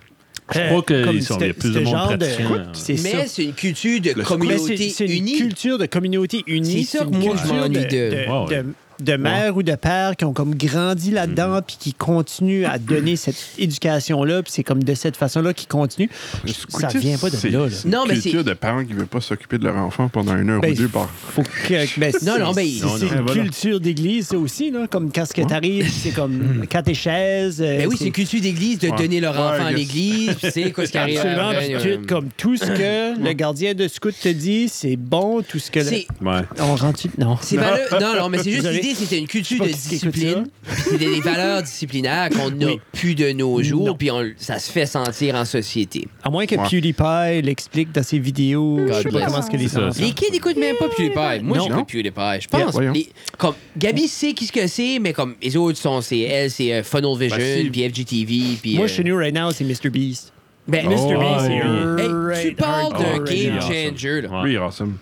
Je
Euh,
crois qu'il
comme
y a
c'était-
plus de
c'était
monde
genre de-
pratiquant.
C'est ça.
Mais c'est une culture de
Mais
communauté
c'est- c'est une
unie.
culture de communauté unie.
C'est ça
une
que moi, je
culture
m'ennuie de-
Ouais, ouais.
de, de mères ou de pères qui ont comme grandi
Mhm.
là-dedans puis qui continuent à donner cette éducation-là. Puis c'est comme de cette façon-là qu'ils continuent. Ça
scoutisme,
vient pas de
c'est-
là. là.
c'est
Non,
une
mais
culture
c'est-
de parents qui ne veulent pas s'occuper de leur enfant pendant une heure
Ben,
ou deux par.
Faut que, ben, c'est-
Non, non, ben,
c'est-
non,
c'est
non,
une
voilà.
culture d'église ça aussi, là, comme quand ce que t'arrives, c'est comme catéchèse. euh,
Mais Ben oui, c'est une culture d'église de
Ouais.
donner leur
Ouais,
enfant à
yes.
l'église. Tu sais, quoi, ce qui arrive
Absolument,
après,
puis
euh,
tout, comme tout ce que le gardien de scout te dit, c'est bon, tout ce que... le-
C'est
Ouais.
On rentre Non.
C'est valeur- Non, non, mais c'est juste
Désolé.
l'idée, c'était une culture
Je
de
sais pas qui écoute
discipline. puis C'est des des valeurs disciplinaires qu'on n'a
Oui.
plus de nos jours,
Non.
puis on- ça se fait sentir en société.
À moins que
Ouais.
PewDiePie l'explique dans ses vidéos.
God
je sais
bless.
pas comment ce que les
C'est ça,
gens-
ça.
Les kids n'écoutent même pas PewDiePie. Moi,
Non.
j'écoute PewDiePie. Je pense.
voyons.
Les- Comme, Gabi sait qui ce que c'est, mais comme les autres sont, c'est elle, c'est euh, Funnel Vision,
Ben, si.
puis FGTV, puis...
Bah, Moi,
euh,
chez nous, right now, c'est Mr. Beast.
ben,
Mr.
oh,
Beast,
hey,
c'est
hey, tu
right,
parles
hardcore
d'un
right
game
now.
changer, là.
Ouais.
Oui, awesome.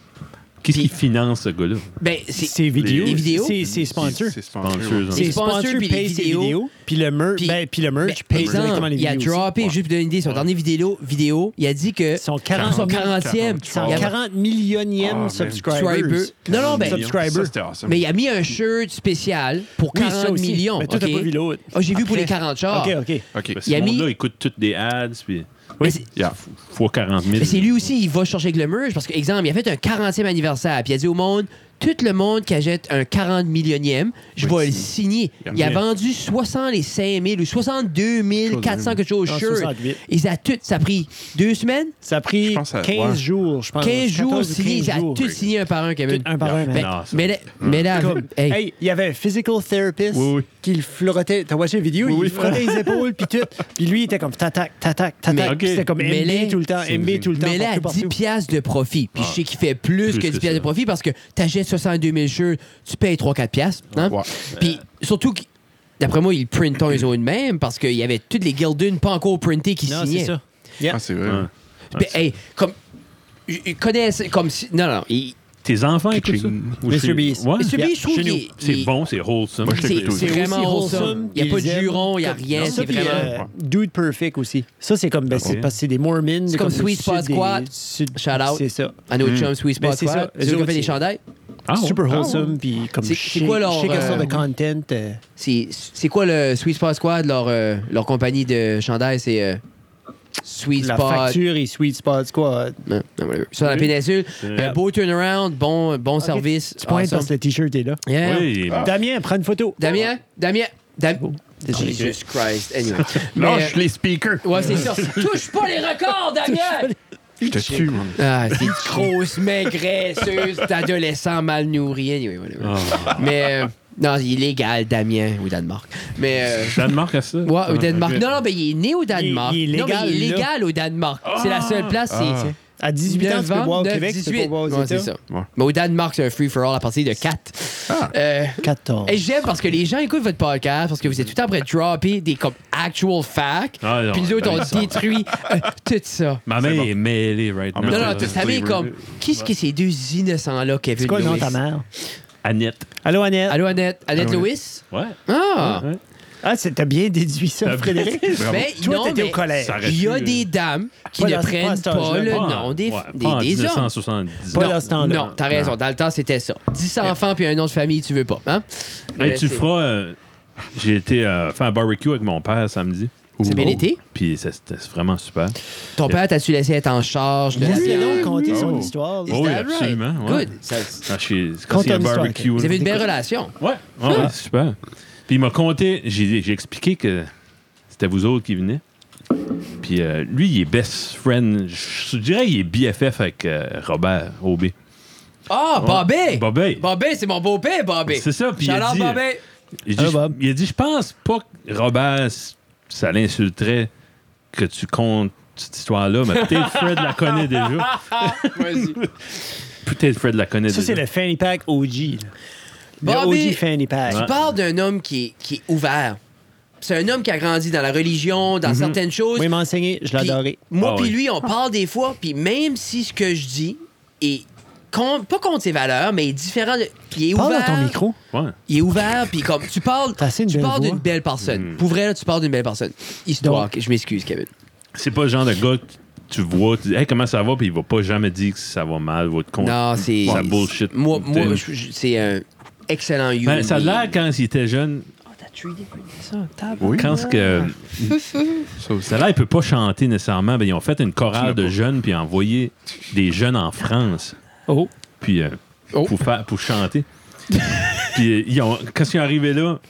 Qu'est-ce qui finance ce gars-là?
Ben, c'est...
C'est vidéo.
les vidéos.
C'est- C'est sponsor.
C'est sponsor.
Sponsored,
ouais.
C'est
C'est
sponsor,
sponsor
puis les
paye ses
vidéos.
vidéos. Puis le merch,
Puis-
ben, puis le merch
Ben,
paye directement les
il a
vidéos. aussi.
droppé, juste pour donner une idée, son dernier vidéo, vidéo, il a dit que...
Ils sont 40
son 40e.
Ils sont
il a-
40 millionièmes
Ah, man.
subscribers.
Non, non, ben,
Subscribers.
Ça, c'était awesome.
Mais il a mis un shirt spécial pour
Oui,
40
ça aussi.
millions.
Mais toi, t'as
OK?
pas vu l'autre.
Ah, j'ai vu pour
Après.
les 40 chars.
OK, OK.
OK.
Parce
Il
que
a
ce
mis-
monde-là écoute toutes des ads, puis
Mais c'est-
Yeah.
fois 40 000.
mais c'est lui aussi, il va chercher avec le merge parce que, exemple, il a fait un 40e anniversaire. Puis il a dit au monde, tout le monde qui achète un 40 millionième, je vais le signer.
Yeah.
Il a vendu 65 000 ou 62 400 quelque chose
Non,
shirt.
68.
Ils a tout, ça a pris deux semaines,
Ça a pris
Je pense à-
15
ouais.
jours, je pense.
15 jours
14 ou
signés. Ils
15
a
jours.
tout signé un par un, Kevin.
Tout un par un,
Ben,
man.
Non, ça-
mais là, mais là
Comme,
hey,
Ah, hey, il y avait un physical therapist
Oui, oui.
qui le flottait. T'as watché la vidéo? il frottait les épaules, puis tout. Puis lui, il était comme tatac, tatac,
Mais-
tatac. Puis C'était comme
Mais les-
MB tout le temps, MB tout le temps.
Mais là, à
partout,
10
partout.
piastres de profit. Puis je sais qu'il fait plus,
Plus
que 10
que
piastres
ça.
de profit parce que t'achètes 62 000 shirts, tu payes 3-4 piastres. hein?
Ouais.
Puis surtout, qu'- d'après moi, ils printent eux autres même parce qu'il y avait toutes les Gildan pas encore printées qui
Non,
signaient.
c'est ça. Yeah.
ben,
Ah, c'est vrai.
Ouais.
Puis, hey, comme ils ils connaissent comme si. Non, non. ils-
Tes enfants écoutent ça?
Kitchen.
Ou chez-
Mr. Beast.
Ouais.
Mais celui,
Yeah,
je trouve
chez nous.
qu'il-
C'est
il-
bon, c'est wholesome.
Moi, je
C'est
l'écoute aussi.
c'est
C'est
vraiment
aussi
wholesome.
wholesome
Il n'y a pas
qu'ils
de
aiment.
juron, il n'y a rien.
Ça,
C'est
puis,
vraiment.
euh, Dude Perfect aussi. Ça, c'est comme. Ben, c'est
Ok.
parce que c'est des Mormons.
C'est comme
du
Sweet Spot
sud des-
Squad.
sud-
Shout out.
C'est ça.
À
Hmm.
nos chums, Sweet
Ben,
Spot,
c'est
quoi.
ça.
Ceux qui ont
Eux
fait des
autres,
chandails.
Ah, ouais.
Super
Ah, ouais.
wholesome, puis comme.
C'est- c'est quoi leur,
Chez
euh,
de content. euh,
C'est c'est quoi le Sweet Spot Squad, leur, euh, leur compagnie de chandail? C'est euh, Sweet
La
Spot.
facture et Sweet Spot Squad.
Non, non, whatever. Sur la péninsule,
Ouais.
un beau turnaround, bon, bon service.
Tu pointes
awesome.
parce que le t-shirt est là.
Yeah.
Oui,
Damien, prends une photo.
Damien, Damien, Damien.
beau. Désolé.
Jesus Christ. Anyway. Mais,
Lâche les speakers.
euh, ouais, c'est ça. Touche pas les records, Damien!
Je te tue, man.
Ah, c'est une grosse maigresseuse d'adolescent mal nourri. Anyway, whatever.
Ah.
Mais euh, non, il est légal, Damien, au Danemark. Mais. euh,
Danemark à ça?
Ouais, au Danemark.
Ah, ok.
Non, non, mais il est né au Danemark.
Il- il est
non, mais
légal,
il est
là.
légal au Danemark. C'est la seule place, c'est
À 18 ans,
9
tu peux boire au
9,
Québec, tu peux
18.
pas boire aux
Ouais, c'est
États.
ça.
Ouais.
Mais au Danemark, c'est un free-for-all à partir de 4. Euh,
14.
et j'aime parce que les gens écoutent votre podcast parce que vous êtes tout le temps prêt de dropper des comme actual facts.
Ah, non,
puis nous autres,
ben,
on
ça.
détruit euh, tout ça.
Ma mère est mêlée right
Ah,
now.
mais
Non,
ça,
non, tu
c'est
savais
flavor.
comme, qu'est-ce que ces deux innocents-là, Kevin
C'est quoi le nom de
Lewis?
ta mère?
Annette.
Allô, Annette.
Allô, Annette? Annette
Allô,
Lewis?
Ouais.
Ah!
Ouais.
Ah, c'est- t'as bien déduit ça,
T'as bien-
Frédéric.
Bravo.
Ben,
Toi,
non,
t'étais
mais-
au collège.
Ça-
Il y a
Aurait pu,
des dames qui
Pas
ne
dans- pas à
prennent
cet
pas
âge-là,
Ben, le
Pas en-
nom des,
ouais, pas
des,
en
des hommes.
1970.
Pas
non,
dans ce temps-là.
non, t'as raison. Dans le temps, c'était ça. 10 enfants puis un nom de famille, tu veux pas. Hein?
Hey,
Mais
tu
c'est-
feras. euh, J'ai été euh, faire un barbecue avec mon père samedi.
C'est bien
Oh.
été.
Puis ça, c'était vraiment super.
Ton père t'a-tu laissé être en charge de la
Laisse-le
viande?
donc conter son
Oh.
histoire.
Is
Oh, oui,
that right?
absolument, ouais.
Good. Ça-
Quand je suis-
Conte
quand c'est un
ton histoire,
barbecue.
Ken.
vous avez une belle Ah.
là.
relation.
Ouais, ouais, ouais, super. Puis il m'a conté, j'ai j'ai expliqué que c'était vous autres qui venez. Puis euh, lui, il est best friend. Je dirais il est BFF avec euh, Robert Aubé.
Ah, oh, Bobby!
Bobby.
Bobby, c'est mon beau-père, Bobby.
C'est ça, puis il a
Shout out,
dit- euh,
Bobby.
Il dit,
Ah,
je-
Bob.
il a dit, je pense pas que Robert, s- ça l'insulterait que tu comptes cette histoire-là, mais peut-être Fred la connaît déjà.
Vas-y.
Peut-être Fred la connaît
Ça, c'est
déjà.
le fanny pack OG. là. Le
Bobby.
OG fanny pack.
Tu parles d'un homme qui est, qui est ouvert. C'est un homme qui a grandi dans la religion,
Mhm.
dans certaines choses.
Moi, il m'a enseigné, je
Puis
l'adorais.
Moi
Ah
puis
oui.
lui, on parle des fois, puis même si ce que je dis est con- pas contre ses valeurs, mais est différent de. Puis il est
Parle
ouvert.
dans ton micro.
Ouais.
Il est ouvert, puis comme tu parles,
T'as assez une
tu
belle
parles
voix.
d'une belle
Hmm.
personne. Pour vrai, là, tu parles d'une belle personne. Histoire,
Donc-
que- je m'excuse, Kevin.
C'est pas le genre de gars que tu vois, tu dis, hey, comment ça va, puis il va pas jamais dire que ça va mal, votre compte.
Non, c'est.
Ça bullshit.
Moi, moi
T'es-
je- je- c'est un excellent you.
Ben, ça a
me.
l'air quand il était jeune,
Oh, t'as tué ça, t'as-
Oui.
quand ce que.
Ça aussi.
Ça a l'air, il peut pas chanter nécessairement. Ben, ils ont fait une chorale de jeunes, puis envoyé des jeunes en France.
Oh.
puis euh,
Oh.
pour, faire, pour chanter. puis euh, ils ont, quand ils sont arrivés là,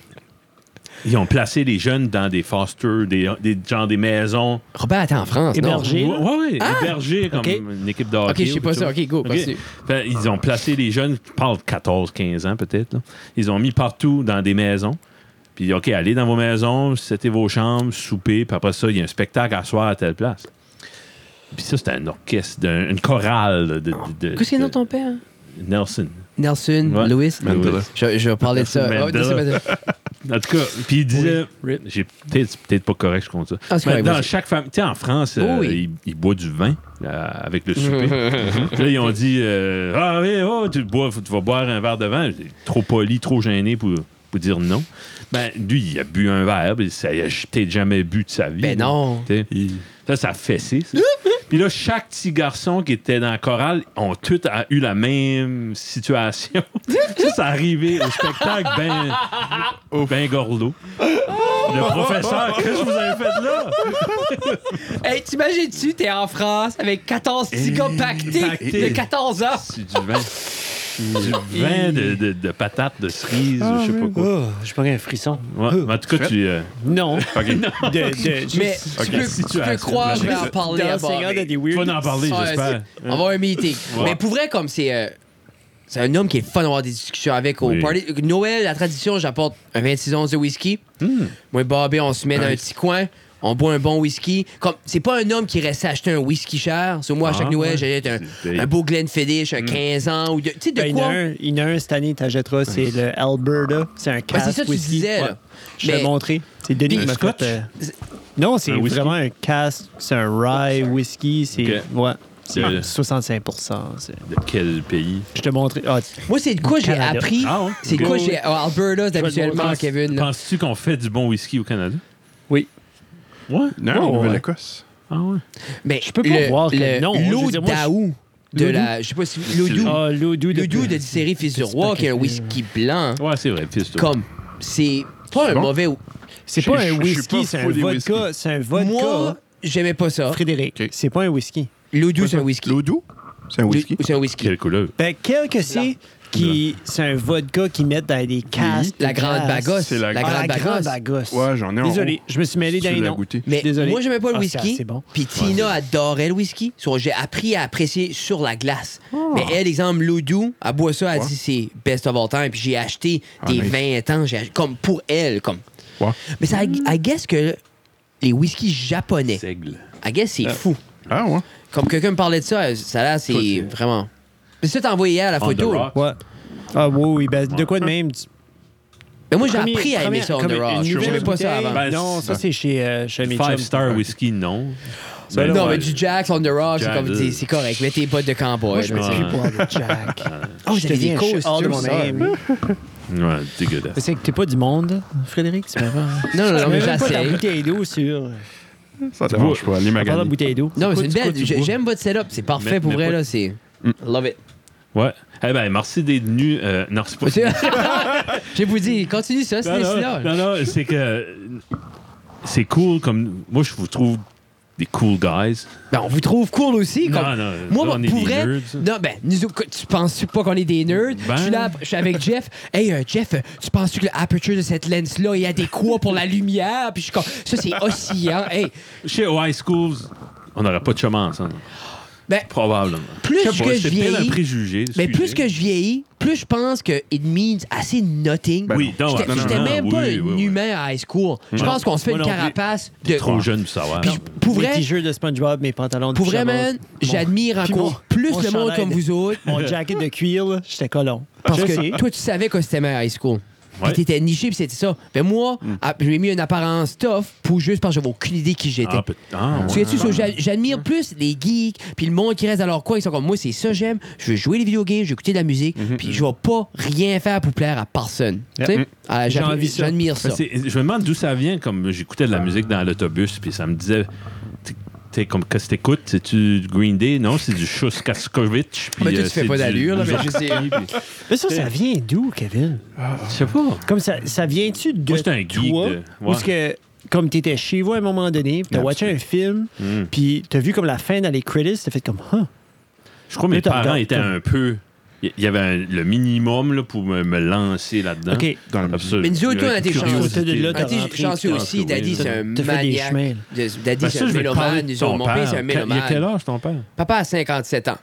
ils ont placé les jeunes dans des fosters, des, des genre des maisons.
Robert, t'es en France, non?
Hébergé. Bergers,
Ouais,
là?
ouais, ouais, hébergés comme
OK.
une équipe de hockey.
Ah! Ok, je sais
ou
pas
quelque
ça.
chose.
Ok, go,
OK.
continue.
Fait, ils ont placé les jeunes, je parle de 14, 15 ans peut-être. là. Ils ont mis partout dans des maisons. Puis, OK, allez dans vos maisons, c'était vos chambres, souper, puis après ça, il y a un spectacle à soir à telle place. Puis ça, c'était un orchestre, un- une chorale là, de, de- de-
Qu'est-ce qu'il y a
de
dans ton père?
Nelson.
Nelson,
Ouais.
Lewis.
Mandela.
Je, je vais parler de ça.
Mandela.
Oh, Nelson Mandela.
En tout cas, puis il disait,
Oui. Rip.
j'ai peut-être c'est peut-être pas correct, je compte ça.
Ah, c'est
Mais
correct,
dans
vas-y.
chaque famille, tu sais, en France, euh,
Oh oui.
ils, ils boivent du vin euh, avec le souper. Puis là, ils ont dit, euh, ah oui, oh, tu, bois, tu vas boire un verre de vin. J'ai été Trop poli, trop gêné pour, pour dire non. Ben, lui, il a bu un verre, puis ça, il a peut-être jamais bu de sa vie.
Ben
là.
non.
Tu sais. Ça, ça a fessé. ça. Puis là, chaque petit garçon qui était dans la chorale ont tous a- eu la même situation. ça, c'est arrivé au spectacle ben, ben Gordo. Le professeur, qu'est-ce que vous avez fait là?
Hey, t'imagines-tu, t'es en France avec 14 petits gars pactés
pactés.
de 14 ans.
C'est du vin. Du vin de, de, de patates, de cerises,
Ah,
je sais pas quoi.
Oh, j'ai pas un frisson. Oh.
Ouais, mais en tout cas, tu. euh,
Non.
tu
De, de,
Mais
juste
tu
Ok,
peux,
si
tu
tu
peux
as-
croire, je vais en parler à Bob.
d'enseignants de des weird.
vas en parler,
Ouais,
j'espère.
c'est- On va avoir un meeting.
Ouais.
Mais pour vrai, comme c'est. euh, c'est un homme qui est fun d'avoir des discussions avec au
Oui.
party. Noël, la tradition, j'apporte un 26 onces de whisky.
Hmm.
Moi et Bobby, on se met dans un petit coin. On boit un bon whisky. Comme c'est pas un homme qui reste acheter un whisky cher. C'est moi à chaque
Ah,
Noël,
ouais.
j'achète un,
C'est- Hmm.
un beau Glenfiddich, un 15 ans ou de- tu sais de
Ben, il y en
quoi.
a un- il y en a un cette année, t'achèteras, c'est le Alberta. C'est un
Ben,
cask
c'est ça que tu
whisky.
disais.
Ouais.
là.
Je te l'ai
Mais-
montré. C'est Denis
Puis-
qui m'a
Un scotch?
fait. euh, Non, c'est
Un whisky?
vraiment un cask. C'est un rye whisky. C'est
Ok.
ouais. Ah,
De,
65 c'est-
de quel pays?
Je te montrerai. Ah, tu-
Moi, c'est de quoi j'ai
Canada.
appris.
Ah ouais?
C'est de
Ok.
quoi j'ai. oh, Alberta, c'est habituellement,
Pense-
Kevin. là.
Penses-tu qu'on fait du bon whisky au Canada?
Oui.
Ouais?
Non,
Oh,
Nouvelle-Écosse.
Ah ouais.
Mais
Je peux pas voir que
le-
non, je veux
L'eau
dire, moi, je-
d'Aou de
L'eau
la. Je sais pas si. L'eau
Ah, l'Odou de-
d'Aou de distillerie Fils du Roi, qui est un whisky blanc.
Ouais, c'est vrai. Pisse-toi.
Comme. C'est pas un
bon?
mauvais.
C'est
Je-
pas
je-
un
je suis pas
whisky, c'est un
fou des
vodka.
whisky.
C'est un
Moi, ah.
vodka.
j'aimais pas ça.
Frédéric,
Ok.
c'est pas un whisky.
L'eau d'Aou, c'est un whisky.
L'eau doux, c'est un whisky.
C'est un whisky.
Quelle couleur?
Ben, quel que c'est qui. C'est un vodka qu'ils mettent dans des casques.
La grande bagosse.
C'est la
La
Ah, La grande,
grande
grande
bagosse.
bagosse.
Ouais, j'en ai un.
Désolé, je me suis mêlé
Tu
d'un
l'as
nom.
goûté.
Mais
Désolé.
moi, j'aimais pas le
Ah, c'est
whisky.
assez bon.
Puis Tina adorait le whisky. So, J'ai appris à apprécier sur la glace.
Oh.
Mais elle, exemple, Loudou, elle boit ça, elle
Ouais.
dit c'est best of all time. Puis j'ai acheté
Ah,
des
nice.
20 ans, j'ai ach- comme pour elle. comme.
Ouais.
Mais ça, I guess que les whiskies japonais,
Seigle.
I guess c'est fou.
Ah ouais.
Comme quelqu'un me parlait de ça, ça là, c'est
c'est-
vraiment. Mais ça, t'as envoyé hier la
euh, On
photo.
the rock.
Ouais. Ah, oui, oui. Ben, de quoi de même? tu-
Mais moi, j'ai
Premier-
appris à aimer
première-
ça, on
comme
the
une
rock.
nouvelle
J'aimais pas ça
bouteille.
avant.
Ben,
non, ça,
c'est-
c'est chez, euh, chez mes
Five
chums.
Star Whisky, non. Ben,
non,
ouais.
mais du Jack on the rock, c'est
Jack,
comme,
euh,
c'est- c'est correct. Mets tes bottes de cowboy.
Moi, je me
là, tu sais.
suis boire de Jack.
Oh,
Je
j'avais des
deviens
causes,
hors de
tu
mon
sais.
aim.
Ouais, dégueulasse.
Mais c'est que t'es pas du monde, Frédéric, c'est marrant.
Non, non, non, mais
Tu mets même pas ta
j'essaye.
bouteille d'eau sur...
Ça te dérange pas. Les
On parle de
magasins.
bouteille d'eau.
Non, mais
quoi-
c'est une
c'est quoi
belle.
tu
j'ai-
bois?
J'aime votre setup. C'est parfait
Mais-
pour
mais
vrai,
pas- Hmm.
là. C'est. Love it.
Ouais. Eh ben, merci d'être venu. Euh, non, c'est pas
Monsieur- J'ai vous dit, continue ça, c'est
non,
là.
non, non, non, c'est que c'est cool comme moi je vous trouve des cool guys.
Ben, on vous trouve cool aussi.
Non,
comme-
non,
Moi,
là,
ben,
on est
pour
des
vrai.
nerds.
Non, ben, nous autres, tu penses pas qu'on est des nerds?
Ben.
Je suis là, je suis avec Jeff. Hey, euh, Jeff, euh, tu penses que l'aperture de cette lens-là est adéquat pour la lumière? Puis je suis comme, ça, c'est oscillant. Hey,
Chez high schools, on n'aurait pas de chômage ensemble.
ben,
Probablement.
Plus
Je sais pas,
que je
c'est peut-être
vieillis-
un préjugé.
Mais plus
excusez.
que je vieillis, plus je pense que it means assez nothing.
Ben Oui, non. non,
J'étais
non,
j'étais
non,
même
oui,
pas
oui,
un
oui.
humain à high school. Je pense qu'on se fait
Moi
une
non plus.
carapace
T'es
de.
trop jeune pour savoir.
Puis pour
Mes
vrai,
t-shirts de SpongeBob, mes pantalons de
pour vrai,
pyjama,
man,
mon-
j'admire
puis
encore
mon-
plus
mon
le monde
chandail
comme
de-
vous autres.
Mon jacket de cuir, là, j'étais colon.
Parce
Je
que
sais.
toi, tu savais que c'était ma high school. Puis
Ouais.
t'étais niché, puis c'était ça. Mais moi, ah, je m'ai mis une apparence tough pour juste parce que j'avais aucune idée qui j'étais.
Ah, peut- ah, ouais.
Tu sais-tu, so, j'a- j'admire plus les geeks, puis le monde qui reste à leur coin, ils sont comme moi, c'est ça j'aime, je veux jouer les vidéo games, je veux écouter de la musique, puis je vais pas rien faire pour plaire à personne. Tu sais? Ah,
J'ai
j'appr-
envie ça.
J'admire ça.
Ben, c'est- Je me demande d'où ça vient. Comme j'écoutais de
Ah.
la musique dans l'autobus, puis ça me disait. t'es- T'es comme, qu'est-ce que t'écoutes? C'est-tu du Green Day? Non, c'est du Schuss Kaskovitch. puis,
Mais toi,
euh,
tu
c'est
fais pas
du
d'allure, là, mais je
Mussorgsky,
sais.
puis-
Mais ça, ça vient d'où, Kevin?
Je sais pas.
Comme ça, ça vient-tu de
Moi, j'étais un geek
toi?
de-
Ou est-ce que, comme t'étais chez vous à un moment donné, puis t'as watché un film,
Hmm.
puis t'as vu comme la fin dans les credits, t'as fait comme, Huh,
Je crois que mes
Là, t'as-
parents
t'as-
étaient un peu. Il y avait un- le minimum là, pour me, me lancer là-dedans.
OK.
Dans la musique.
Absolument.
Mais nous autres,
Il y avait
on a des
une
chances.
curiosité.
T'as de là,
Ah, tu sais,
rentré,
chanceux
tu
aussi,
penses que
Daddy,
oui.
c'est un
T'as fait des
maniaque.
chemins, là.
de- Daddy,
Ben,
c'est
ça,
un
je vais te parler
mélomane.
de
Nous
ton
autres, Mon père,
père.
c'est un
Quel- Il a quel
mélomane.
âge ton père?
Papa a 57 ans.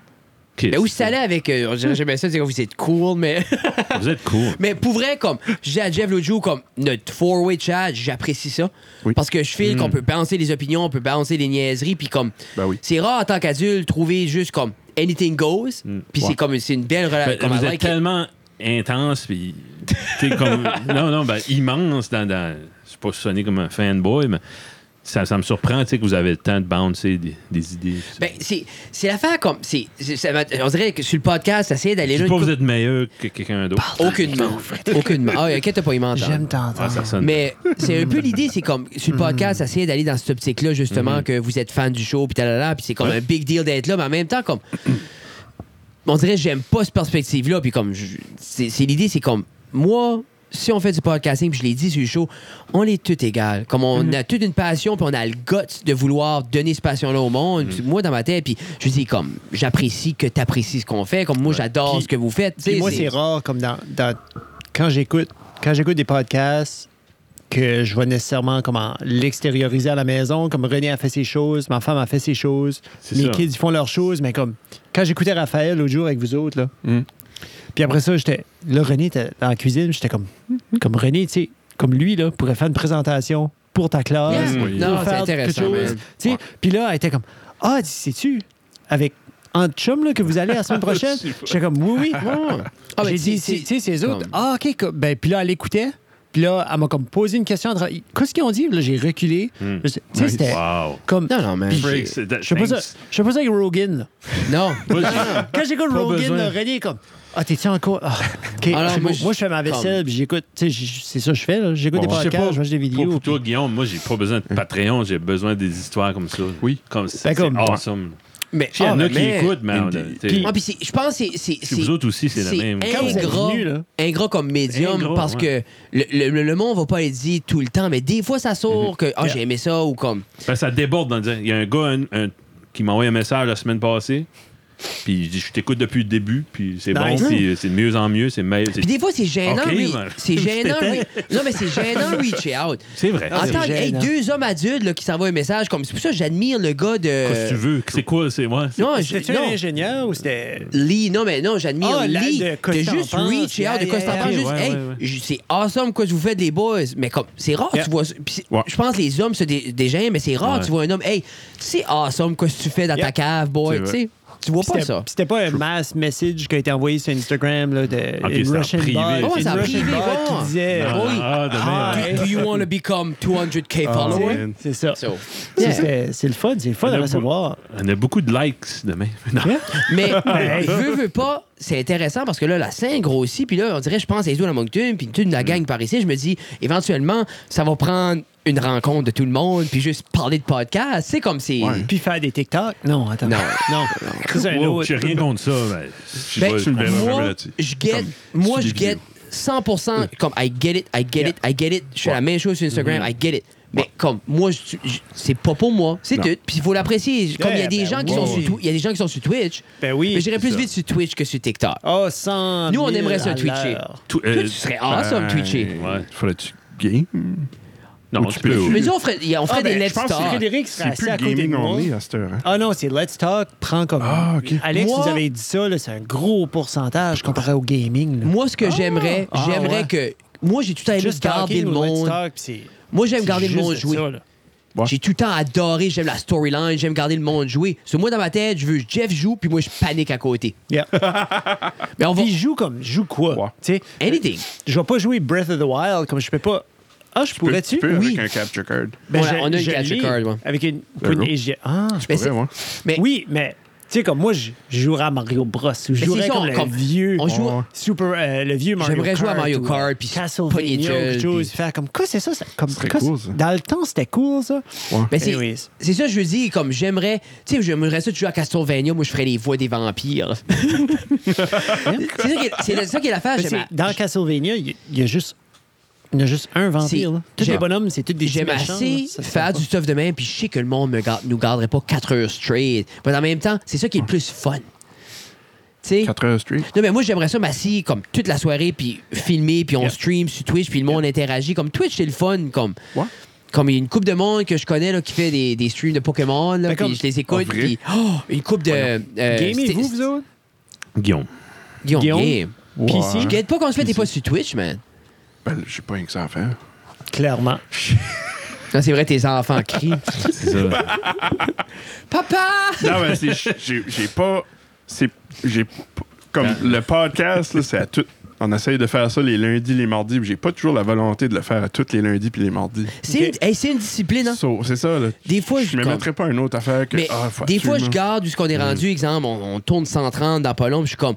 OK,
Mais où
c'est-
ça allait avec. euh, on dirait jamais ça, c'est comme vous êtes cool, mais.
Vous êtes cool.
Mais pour vrai, comme j'ai à Jeff l'autre jour, comme notre four-way chat, j'apprécie ça.
Oui.
Parce que je file
Mm.
qu'on peut balancer les opinions, on peut balancer les niaiseries, puis comme
Ben oui.
c'est rare en tant qu'adulte trouver juste comme anything goes, puis c'est
Ouais.
comme c'est une belle
Mm. Ben,
relation.
vous êtes tellement intense, puis. t'es comme. non, non, ben, immense dans. dans... Je sais pas sonner comme un fanboy, mais ça, ça me surprend tu sais, que vous avez le temps de bouncer des, des idées. tout ça.
Ben, c'est c'est l'affaire comme c'est c'est- ça m'a- on dirait que sur le podcast, ça essaie
je
d'aller
sais
là.
pas,
une
vous êtes meilleur que quelqu'un d'autre.
coupe- Aucunement. Aucunement. Ah, inquiète pas, il m'entend.
J'aime Hmm. t'entendre.
Ah, ça sonne.
Mais c'est un peu l'idée, c'est comme sur le podcast, essayer d'aller dans cette optique-là,
Hmm.
justement, que vous êtes fan du show, puis talala, puis c'est comme un big deal d'être là, mais en même temps, comme. on dirait, que j'aime pas cette perspective-là, puis comme. je- C'est c'est l'idée, c'est comme. Moi, si on fait du podcasting, puis je l'ai dit sur le show, on est tous égales. Comme on
Hmm.
a toute une passion, puis on a le guts de vouloir donner cette passion-là au monde.
Hmm.
Puis Moi, dans ma tête, puis je dis, comme, j'apprécie que t'apprécies ce qu'on fait, comme moi, j'adore
Puis-
ce que vous faites.
Puis
tu sais,
moi, c'est rare, comme dans, dans- quand j'écoute quand j'écoute des podcasts que je vais nécessairement comment l'extérioriser à la maison, comme René a fait ses choses, ma femme a fait ses choses,
C'est
mes
ça.
kids ils font leurs choses, mais comme quand j'écoutais Raphaël l'autre jour avec vous autres, là,
Hmm.
puis après ça, j'étais là, René était dans la cuisine, j'étais comme, comme René, tu sais, comme lui, là, pourrait faire une présentation pour ta classe,
Yeah.
pour
Non, c'est
faire
intéressant,
quelque
man.
chose, tu sais. Puis là, elle était comme, ah, dis, sais-tu, avec un chum là, que vous allez la semaine prochaine, j'étais comme, oui, oui,
Ah, mais
j'ai
tu sais,
dit,
c'est-
tu sais, ces autres.
comme-
Ah, OK. co- Ben, puis là, elle écoutait. Puis là, elle m'a comme posé une question. entre- Qu'est-ce qu'ils ont dit? Là, j'ai reculé. Je sais- Tu sais,
Nice.
c'était
Wow.
comme.
Non, non, man.
Puis
Freak,
Je
c'est- that-
je fais pas ça-
thanks.
je fais pas ça avec Rogan. là.
Non.
Moi, j'ai-
Quand j'écoute
Pas
Rogan,
besoin.
là, René est comme Ah, t'es-tu encore Ah, ok.
Alors,
C'est
moi,
beau.
je-
moi, je fais ma vaisselle,
comme-
puis j'écoute. Tu sais, j- c'est ça que je fais. là. J'écoute des
Bon, je sais
podcasts,
pas,
je watch des
Pour,
vidéos.
pour toi, Guillaume, moi, j'ai pas besoin de Patreon, j'ai besoin des histoires comme ça.
Oui.
Comme
Ben,
c'est c'est
comme-
awesome.
Mais
Puis Il y en
ah,
a qui
mais-
écoutent, mais on a-
Puis-
t'sais,
Ah, puis c'est- je pense que c'est- c'est.
puis vous autres aussi, c'est la même.
Quand vous êtes
ingrat,
venus, là.
ingrat comme médium
Ingrat,
parce
ouais.
que le, le, le monde va pas le dire tout le temps, mais des fois ça
Mhm.
sort que ah, j'ai aimé ça ou comme.
Ben, ça déborde dans le dire. Il y a un gars un- un- qui m'a envoyé un message la semaine passée. Puis il dit, je t'écoute depuis le début, puis c'est
Nice.
bon, puis c'est de mieux en mieux, c'est meilleur. c'est-
Puis des fois c'est gênant,
Ok,
oui.
ben.
C'est gênant, oui. Non, mais c'est gênant, reach out.
C'est vrai.
En
Ah, c'est
tant
vrai.
que hey,
gênant.
deux hommes adultes là, qui s'envoient un message comme c'est pour ça que j'admire le gars de.
Qu'est-ce que tu veux? C'est quoi? C'est moi?
Non, je-
C'était-tu un
non.
ingénieur ou c'était.
Lee, non, mais non, j'admire
Ah, la-
Lee.
de
De,
Costa en
juste
pense,
reach
yeah,
out, de Costa en
yeah,
pense,
yeah.
juste,
Ouais,
hey,
ouais, ouais.
j- c'est awesome quoi que vous faites, les boys. Mais comme, c'est rare,
Yeah.
tu vois. ça. Puis c'est-
Ouais.
Je pense que les hommes se dé- dégènent, mais c'est rare,
Ouais.
tu vois un homme, hey, c'est awesome quoi que tu fais dans
Yeah.
ta cave, boy.
C'est
Tu
vrai.
sais, tu vois pas
C'était-
ça.
C'était pas un mass message qui a été envoyé sur Instagram là, de
Ok,
une
c'était en
Russian
privé.
bot,
Ouais,
une
c'est en
Russian
privé,
bot
ouais.
qui disait
Ah,
oui.
ah, de
Ah,
merde.
hey.
Do you want to become 200k followers?
man.
Ah C'est ça.
So,
C'est-
yeah.
C'est c'est le fun, c'est le fun
Il y en
à
a
recevoir.
On a beaucoup de likes demain. Non.
Yeah.
Mais veux, veux pas, c'est intéressant parce que là, la scène grossit. Puis là, on dirait, je pense à Iso la Moncton, puis toute la gang par ici. Je me dis, éventuellement, ça va prendre une rencontre de tout le monde, puis juste parler de podcast. C'est comme si.
Ouais.
Puis faire des TikTok. Non, attends.
Non.
non. C'est un
Wow,
autre.
J'ai rien contre ça. mais je
Ben,
vois-
tu le verras
moi,
jamais là-dessus.
je get,
Comme
moi,
sous
je
les
get
vidéos.
100% comme I get it, I get it, I get it. Je fais la même chose sur Instagram,
Mm-hmm.
I get it. Mais comme moi, je- je- c'est pas pour moi, c'est
Non.
tout. Puis il faut l'apprécier. Comme il y a
Yeah,
des
ben
gens qui
oui.
sont sur, Twi- il y a des gens qui sont sur Twitch.
Ben oui,
Mais j'irais
c'est
plus
ça.
vite sur Twitch que sur TikTok.
Oh, 100
Nous, on
000
aimerait
à
ça twitcher.
l'heure.
Tout- euh,
Toi, tu serais awesome,
ben,
Twitchy.
Ouais.
Faudrait-tu game?
Non,
Ou
tu
tu peux-
peux.
Mais dis, on ferait, on ferait
Ah, ben,
des let's
je pense que
talk.
Frédéric serait
C'est
assis
plus
à
le
côté de
gaming
moi.
only à cette heure. hein?
Ah non, c'est Let's Talk, prends comme.
Ah, ok.
Alex,
Moi-
vous avez dit ça, là, c'est un gros pourcentage comparé au gaming. là.
Moi, ce que j'aimerais,
Ah,
j'aimerais
ouais.
que. Moi, j'ai tout le temps aimé
Juste
garder
talking
le
ou Let's
monde.
Talk, puis c'est-
Moi, j'aime
c'est
garder le
juste
monde
de
jouer.
ça, là.
Ouais.
J'ai tout le temps adoré, j'aime la storyline, j'aime garder le monde jouer. Sur moi, dans ma tête, je veux Jeff joue, puis moi, je panique à côté.
Yeah.
Mais on va.
Puis il joue comme, joue quoi?
Ouais.
Tu sais,
Anything.
je vais pas jouer Breath of the Wild comme je peux pas. Ah, je pourrais-tu?
Tu peux
Oui.
avec un capture card.
Ben,
On a-
je-
on a une
je
capture
l'ai
card, ouais.
Avec une.
There you go.
et j'ai- Ah,
Mais
Pour vrai,
c'est-
ouais.
mais-
Oui, mais tu sais, comme moi, je je jouerais à Mario Bros. Ou je
c'est
jouerais
ça,
comme,
comme-
le vieux.
on joue-
Super, euh, le vieux Mario
J'aimerais
Kart.
jouer à Mario
ou,
Kart,
euh,
puis pogner
Castlevania,
Jules,
quelque chose.
puis-
Faire comme, quoi c'est ça? ça- comme,
serait
quoi, c'est-
cool, ça.
Dans le temps, c'était cool, ça.
Ouais.
Mais c'est-
Anyways.
c'est ça, que je veux dire, comme j'aimerais. Tu sais, j'aimerais ça, tu joues à Castlevania, moi, je ferais les voix des vampires. c'est ça qui est- c'est ça qui est l'affaire,
Mais c'est-
j'aime.
dans Castlevania, il y, il y a juste. Il y a juste un vampire.
C'est-
là. Tous les
j'aime-
bonhommes, c'est tous des petits
J'aime
méchants, là.
assez
Ça, c'est
faire
pas-
du stuff de même, puis je sais que le monde ne nous garderait pas 4 heures straight. Mais en même temps, c'est ça qui est le plus fun. Tu sais?
4 heures stream.
Non, mais moi, j'aimerais ça m'assis comme toute la soirée, puis filmer, puis on stream sur Twitch, puis le monde interagit. Comme Twitch, c'est le fun. Comme
Ouais.
comme il y a une coupe de monde que je connais là, qui fait des, des streams de Pokémon, là,
Ben, comme-
puis je les écoute,
en vrai?
puis oh, une coupe de. euh,
Gamez,
sti-
vous, vous autres?
Guillaume.
Guillaume,
Guillaume?
game.
PC?
Je guette pas qu'on se fait des pas sur Twitch, man.
Ben, j'ai pas rien que ça à faire.
Clairement.
Non, c'est vrai, tes enfants crient.
C'est ça.
Papa!
Non, mais c'est. J'ai j'ai pas. C'est. J'ai. p- Comme le podcast, là, c'est à tout. On essaye de faire ça les lundis, les mardis, puis j'ai pas toujours la volonté de le faire à tous les lundis puis les mardis.
C'est une, hey, c'est une discipline, hein?
So, c'est ça, là.
Des fois,
je
je
me
comme-
mettrais pas une autre affaire que.
Mais
ah, faut
des fois, je
absolument- Mm.
garde où ce qu'on est rendu. Exemple, on, on tourne 130 dans pas long, puis je suis comme.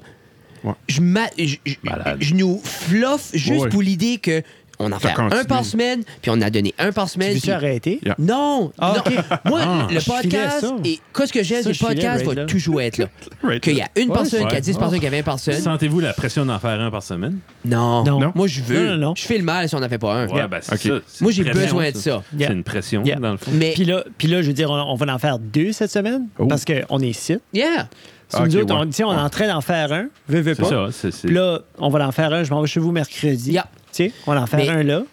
Ouais.
Je, ma- je, je-
Malade.
je nous fluffe juste
Ouais.
pour l'idée que on en
Ça
fait un
continue.
par semaine, puis on a donné un par
Tu
semaine.
veux-tu
puis-
arrêter?
Yeah.
Non,
Ah,
non.
ok.
Moi,
Ah,
le
je filais
podcast,
ça.
et quoi ce que j'aime
Ça,
du
je filais
podcast
right
va
là.
toujours être là.
Right.
Qu'il y a une
Ouais,
personne,
ouais.
qu'il y a 10
Oh.
personnes, qu'il y a 20 personnes.
Sentez-vous la pression d'en faire un par semaine?
Non.
Non.
Moi, je veux.
Non, non, non.
Je fais le mal si on n'en fait pas un.
Ouais, ben, c'est
Ok.
ça. C'est
Moi,
une
j'ai
pression,
besoin de ça.
Yeah.
C'est une pression,
Yeah.
dans le fond.
Mais,
Puis là, puis là, je veux dire, on, on va en faire deux cette semaine
Oh.
parce qu'on est ici.
yeah.
Si
Ah,
nous
ok,
autres, on,
ouais.
tu sais, on est en train d'en faire un, veux, veux
C'est
pas.
ça. c'est- c'est-
Puis là, on va en faire un, je m'en vais chez vous mercredi.
Yeah.
Tu sais, on va en faire
Mais-
un là.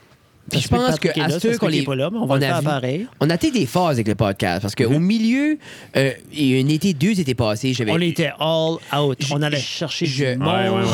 Puis je
Ça se peut
pense
Patrick
que
est
à
là,
ceux
ça se
qu'on
peut qu'il
les
est pas là, mais on va le
a
faire
vu-
pareil. Mm-hmm.
On a été des phases avec le podcast parce qu'au milieu, euh, il y a un été, deux étaient passés. J'avais.
On était all out.
je-
on allait
je-
chercher
Je
du monde.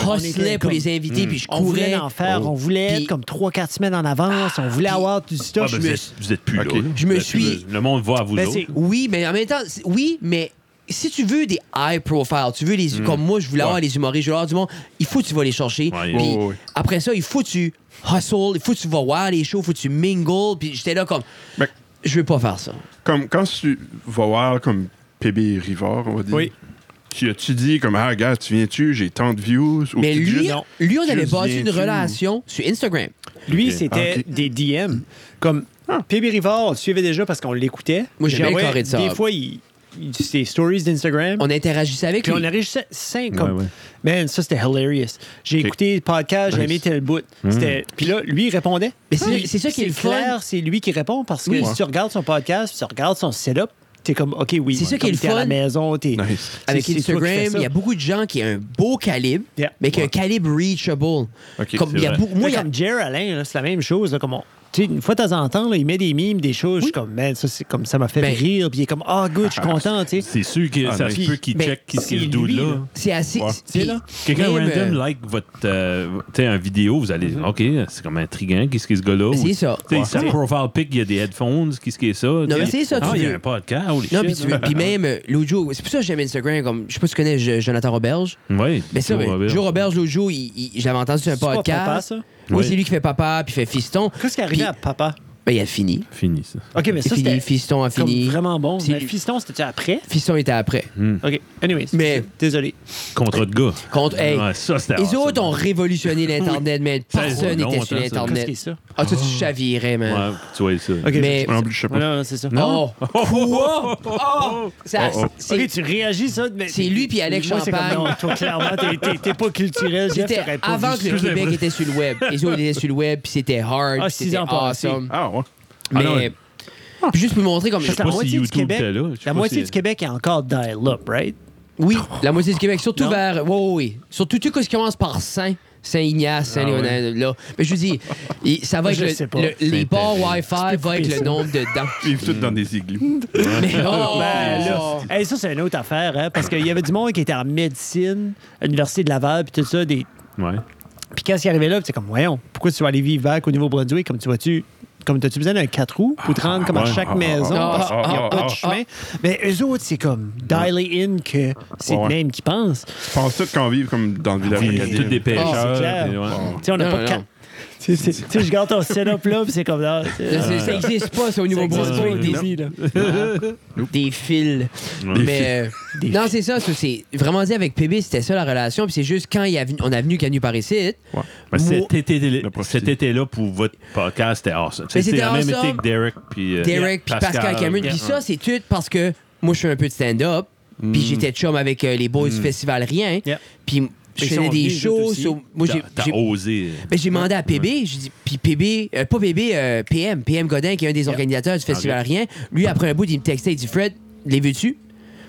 On était
hustlais pour
comme- mm.
les invités, puis je
On voulait
courais. Oh.
en faire, on voulait
Puis-
être comme 3-4 semaines en avance, on voulait
puis-
avoir du
Ah,
stuff.
ben,
je me-
vous êtes- vous êtes plus là,
Ok.
là.
Je me
Vous êtes plus
suis-
là. Le monde va à vous
Ben,
autres.
c'est-
Oui, mais en même temps, c'est- oui, mais si tu veux des high profile, tu veux
Mm.
les comme moi, je voulais avoir les humoristes, je voulais avoir du monde, il faut que tu vas les chercher.
Ouais,
puis
ouais, ouais.
après ça, il faut que tu hustle, il faut que tu vas voir les shows, il faut que tu mingle. Puis j'étais là comme,
Mais
je veux pas faire ça.
comme, quand tu vas voir comme PB Rivard, on va dire.
Oui.
Tu as-tu dit comme, ah, gars, tu viens-tu, j'ai tant de views? Ou
Mais
tu dis
lui,
juste,
lui, on avait
Juste
bâti une
viens-tu.
relation sur Instagram.
Lui,
ben, Ok.
c'était
Ah, ok.
des DM. Comme PB Rivard, on le suivait déjà parce qu'on l'écoutait.
Ah. Moi, j'aimais
J'ai
le
envoyé-
carré de sable.
Des fois, il, il- ses stories d'Instagram.
On interagissait avec
Puis on
lui.
enrichissait cinq comme.
Ouais, ouais.
Man, ça c'était hilarious. J'ai
Ok.
écouté le podcast, j'ai aimé tel bout. C'était-
Mm.
Puis là, lui, il répondait.
Mais c'est-
Puis
c'est ça qui est le fun.
clair, c'est lui qui répond parce que
Oui.
si tu regardes son podcast, si tu regardes son setup, t'es comme, OK, oui.
C'est ça
comme
qui est le
t'es à la
fun.
maison, t'es.
Nice.
c'est-
Avec
c'est toi qui fais
Instagram,
ça.
il y a beaucoup de gens qui ont un beau calibre,
Yeah.
mais qui ont un calibre reachable.
Ok,
Comme,
c'est
il y a
vrai.
beaucoup- moi,
Moi,
il y a-
comme Jer Alain, là, c'est la même chose. là, comme on- tu sais, une fois de temps en temps, là, il met des mimes, des choses. Je suis comme, man, ça, c'est comme, ça m'a fait
Ben-
rire. Puis il est comme, ah, good, je suis content. tu sais.
C'est sûr que
Ah,
ça
mais-
se peut qu'il
Mais ben,
check qui c'est
c'est
le dude
lui,
là.
là.
C'est assez.
Ouais.
c'est-
là,
Quelqu'un
même,
random
euh,
like votre euh, tu sais, un vidéo, vous allez OK, c'est comme intriguant, qu'est-ce que ce
Mhm.
gars-là
Ben, C'est ça.
Tu sais,
Ouais.
sa profile pic, il y a des headphones, qu'est-ce que c'est ça
mais c'est ça,
Ah,
tu
il y
veux.
a un podcast, holy
Non,
shit.
puis tu veux- puis même euh, l'autre jour, c'est pour ça que j'aime Instagram. Comme, je sais pas si tu connais euh, Jonathan Roberge.
Oui.
Mais ça,
Joe
ben,
Roberge.
Joe Roberge, l'autre jour, il- il- j'avais entendu sur un
C'est pas
podcast.
papa, ça?
Oui,
Oui.
c'est lui qui fait papa, puis fait fiston.
Qu'est-ce qui est arrivé
Puis-
à papa?
Ben, il a fini.
Fini ça.
OK, mais
C'est
ça,
fini,
c'était
fiston a
comme
fini.
vraiment bon.
C'est-
Mais Fiston, c'était après?
Fiston était après.
OK. Anyways.
Mais-
Désolé.
Contre de gars.
Contre, hey,
Ouais, ça, c'était
les
awesome.
autres ont révolutionné l'Internet, mais
Ça,
personne
non,
n'était sur
attends, ça.
Qu'est-ce
l'Internet.
qui est ça?
Ah, toi, tu chavirais, man.
Ouais, tu vois ça.
OK.
Mais-
je-
Non, je sais pas.
Non, non, c'est ça.
Oh! Quoi? Oh! Ça, c'est-
OK, tu réagis ça, mais...
C'est lui puis Alex
Moi, c'est comme,
Champagne.
non, toi, clairement, t'es- t'es- t'es pas culturel. Jeff,
C'était
t'aurais pas
avant
vu
que le
ça.
Québec était sur le web. Les autres étaient sur le web, puis c'était hard,
Ah,
puis
six
c'était
ans passés.
awesome.
Ah, ouais.
Mais
Ah, non.
puis juste pour montrer comme...
Parce que
pas
la
si
moitié du
YouTube
Québec,
était là. Je sais
la
pas
moitié
si-
du Québec est encore dial-up, right?
Oui, la moitié du Québec, surtout
Non.
vers... Oui, oui, oui. Surtout tout ce qui commence par Saint, Saint-Ignace, Saint-Léonard, là. Mais je vous dis, il- ça va
Ah, Je
avec
sais
le,
pas.
le- les bords
terrible.
Wi-Fi, va avec
couper
le
ça.
nombre de dents.
Ils vivent tous dans des igloos.
Mais oh,
Ben, là, hey, ça, c'est une autre affaire, hein, parce qu'il y avait du monde qui était en médecine, à l'Université de Laval, puis tout ça. Des...
Ouais.
Puis quand ils arrivaient là, c'est comme, voyons, pourquoi tu vas aller vivre vague au Nouveau-Brunswick? Comme tu vois-tu, comme t'as-tu besoin d'un 4 roues pour te rendre comme à
ouais.
chaque
Ah,
maison?
ah,
parce qu'il n'y
ah,
a pas
ah,
de chemin. Mais eux autres, c'est comme, dialer in que c'est le
Ouais, ouais.
même qui pense.
Je pense tout qu'on vit comme dans le village
Tous
Oh,
acadien.
des
Ah, c'est
pêcheurs.
clair.
puis ouais.
Tu sais, on n'a
Non,
pas
non,
de ca-
non.
Tu sais, c'est- tu sais, je garde ton setup là, puis c'est comme là.
Là, c'est- ça n'existe pas, ça, au niveau brunswick des, des fils. Mais euh, non, c'est ça, ça, c'est vraiment dit avec PB, c'était ça la relation, puis c'est juste quand il a venu- on a venu qu'il est venu par ici.
Ouais.
Mais cet été-
Le profiter.
cet été-là, pour votre podcast, c'était awesome.
Mais
C'était
c'était
la même
awesome.
été que Derek puis euh,
Derek puis Pascal Cameron. Puis ça, c'est tout parce que moi, je fais un peu de stand-up. Puis j'étais chum avec euh, les boys du Festival Rien.
Mm. Yeah.
Puis je
Ils
faisais
sont
des
venus, eux
shows.
aussi.
sur- moi, j'ai,
T'as- T'as
j'ai-
osé.
ben, j'ai demandé à PB. J'ai dit, puis PB, euh, pas PB, euh, PM, PM Godin, qui est un des organisateurs du
Ah,
Festival Rien. Lui, après un bout, il me textait, il dit Fred, les veux-tu?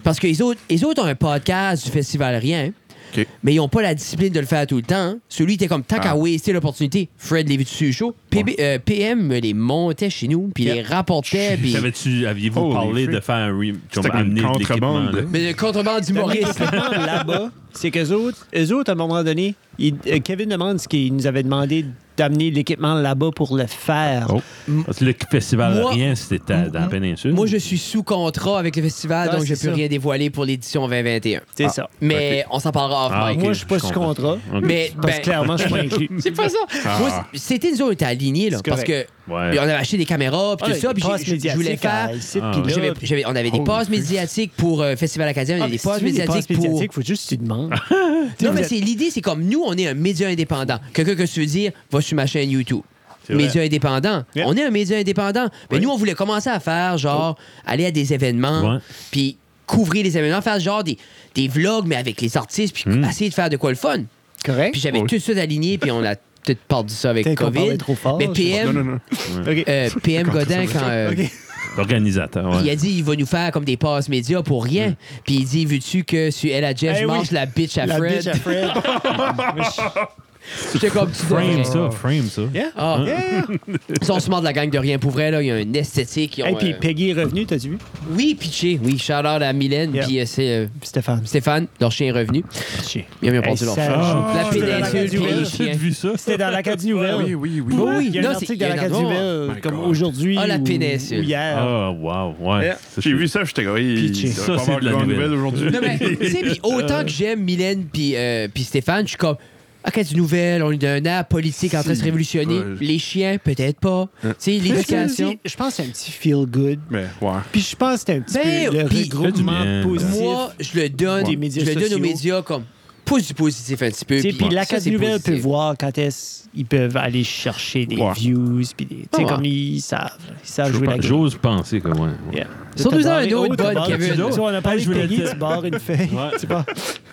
Parce que les autres, les autres ont un podcast du Festival Rien.
OK.
Mais ils n'ont pas la discipline de le faire tout le temps. Celui était comme tant qu'à
Ah.
waster l'opportunité. Fred les sur le show. PB, euh, PM les montait chez nous, puis
Yeah.
les rapportait. puis-
Savais-tu, aviez-vous
Holy
parlé
shit.
de faire un re... comme
C'était comme
amener de
contrebande.
l'équipement, là?
Mais le contrebande du Maurice.
Comment là-bas, c'est qu'eux autres, eux autres, à un moment donné, ils- euh, Kevin demande ce qu'il nous avait demandé d'amener l'équipement là-bas pour le faire.
Oh. Parce que le festival
Moi-
Rien, c'était à- dans la péninsule.
Moi, je suis sous contrat avec le festival,
Ah,
donc je
c'est
peux
ça.
rien dévoiler pour l'édition 2021.
C'est ça.
Mais on s'en parlera off
Ah,
mic.
ok,
Moi, je suis pas
je
sous
comprends.
contrat.
Ok.
Mais
Parce
ben,
que clairement, je suis pas inclus.
c'est pas ça.
Ah.
Moi, c- c'était nous autres, on était alignés, là,
C'est
parce que
correct.
Ouais.
on avait acheté des caméras, puis
Ah,
tout ça,
les
puis
passes
j'ai- je- je voulais
médiatiques à
faire.
ici,
Ah,
puis là.
j'avais- j'avais- on avait des
Holy
passes
Christ.
médiatiques pour euh, Festival Acadien, on
Ah,
avait des
mais si
passes
tu veux des passes
médiatiques pour.
médiatiques, faut juste que tu demandes.
Non, mais
Vous
c'est l'idée, c'est comme nous, on est un média indépendant. Quelqu'un que tu veux dire, va sur ma chaîne YouTube.
C'est vrai.
Média indépendant.
Yeah.
On est un média indépendant. Mais nous, on voulait commencer à faire, genre,
Oh.
aller à des événements,
Ouais.
puis couvrir les événements, faire genre des, des vlogs, mais avec les artistes, puis
Hmm.
essayer de faire de quoi le fun.
Correct?
Puis j'avais
Oui.
tout de suite aligné, puis on a peut-être perdu ça avec
Peut-être qu'on
COVID.
parlait trop fort,
mais
je sais pas.
PM,
Non, non, non.
OK.
euh, PM Godin, quand. euh,
OK.
L'organisateur, ouais.
il a dit il va nous faire comme des passes médias pour rien. Puis il dit veux-tu que sur Elle à Jeff,
Mm. Eh
je
oui.
mange la bitch à
La
Fred
bitch à Fred.
J'étais comme tu
Frame
devrais.
ça, frame ça.
Yeah.
Ah.
Yeah.
Ils sont smart de la gang de rien pour vrai, là. Il y a un esthétique. ils ont,
Hey, puis
euh,
Peggy est revenue, t'as vu?
Oui, pitché. Oui, shout out à Mylène.
Yeah.
Puis euh, c'est euh,
Stéphane.
Stéphane, leur chien est revenu.
Chier.
Ils ont bien
Hey,
pensé leur
Serge.
chien.
Ah,
La
c'était dans
péninsule,
Acadie
puis les
Nouvelle.
J'ai
chiens.
vu ça.
C'était dans l'Acadie
Oui,
Nouvelle.
oui, oui.
Oui, oui.
Il y a
Non,
un
c'est-
article
il y
dans
a un
l'Acadie
autre.
Oh
Nouvelle
my
comme
God.
aujourd'hui.
Ah, la
ou-
péninsule.
ou Hier.
Ah, wow, ouais.
Yeah.
Ça,
J'ai
je-
vu ça, j'étais comme, hey,
Pitché.
il doit
Ça,
pas
c'est
avoir
de la
grande
nouvelle.
nouvelle aujourd'hui.
Non, mais, tu sais, puis autant que j'aime Mylène puis euh, puis Stéphane, je suis comme. Ah, Ok, du nouvelle, on est d'un air politique en train de se
Si,
révolutionner.
bol.
Les chiens, peut-être pas.
Hein.
Tu sais, l'éducation.
Je pense que c'est un petit feel good.
Mais, ouais.
Puis je pense que c'est un petit
Ben,
peu le
puis-
Fait du
regroupement
bien.
positif.
Moi, je le donne.
Des
Je
médias
le donne
sociaux.
aux médias comme. Pousse du positif un petit peu.
Tu sais,
puis
Puis
ça,
l'Acadie
c'est
Nouvelle peut
positif.
voir quand est-ce ils peuvent aller chercher des
Ouais.
views. Puis des- tu sais,
Ouais.
comme ils savent. là. Ils savent
je veux
jouer la
pas-
game.
J'ose penser que, ouais. ouais.
Yeah.
Surtout dans un autre
T'as barré-
bonne,
t'as barré-
Kevin.
Tu sais, on a parlé
Hey,
de
je voulais
Peggy,
te-
tu barres une feuille.
Ouais.
Tu barres-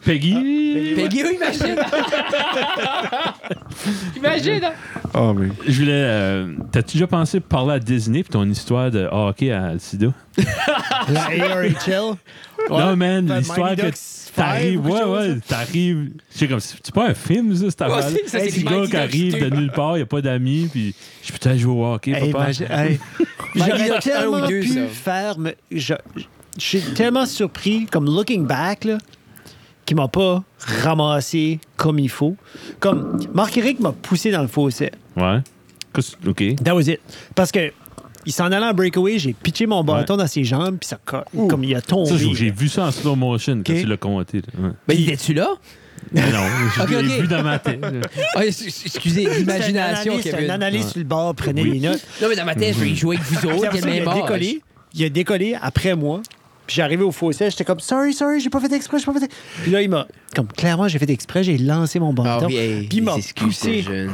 Peggy,
Ah, Peggy, oui, imagine! imagine! hein.
Ah, mais.
je voulais. euh, T'as-tu déjà pensé parler à Disney puis ton histoire de hockey à Alcida?
La ARHL.
non, man,
Ben,
l'histoire
Mighty
que
Ducks five
t'arrives,
ou quelque
ouais,
chose, hein?
ouais,
là.
t'arrives. C'est comme, c'est pas un film, ça, cette
Ouais,
affaire.
c'est- ça, c'est
C'est
les
le gars
Mighty
qui
Ducks
arrive de
deux.
nulle part, il a pas d'amis, puis je peux peut-être jouer au hockey,
Hey,
papa.
imagine- ah. hey.
Maggie
J'aurais
Duck, un ou
tellement
deux,
pu
ça.
faire. mais je, je suis tellement surpris, comme looking back, là, qu'il m'a pas ramassé comme il faut. Comme Marc-Éric m'a poussé dans le fossé.
Ouais. Qu'est-ce- OK.
That was it. Parce que il s'en allait en breakaway, j'ai pitché mon bâton dans ses jambes, puis ça, co- comme il a tombé.
Ça, j'ai- j'ai vu ça en slow motion quand
OK.
tu l'as compté. là. Ouais.
Ben, étais-tu là?
Mais non, je
OK,
l'ai
OK.
vu dans ma tête.
Ah, excusez,
C'était un
l'imagination,
analyste-
Kevin.
Un analyste sur le bord prenait
Oui.
les notes.
Non, mais dans ma tête, je vais jouer avec vous
Puis
autres,
Ah, après
quel
ça, il
même
a
âge.
décollé. Il a décollé après moi. Puis j'arrivais au fossé, j'étais comme sorry, sorry, j'ai pas fait exprès, j'ai pas fait. exprès. Puis là, il m'a comme clairement, j'ai fait exprès, j'ai lancé mon
Ah
bâton.
oui, hey,
puis il m'a
les excuses, t'es
poussé.
jeune.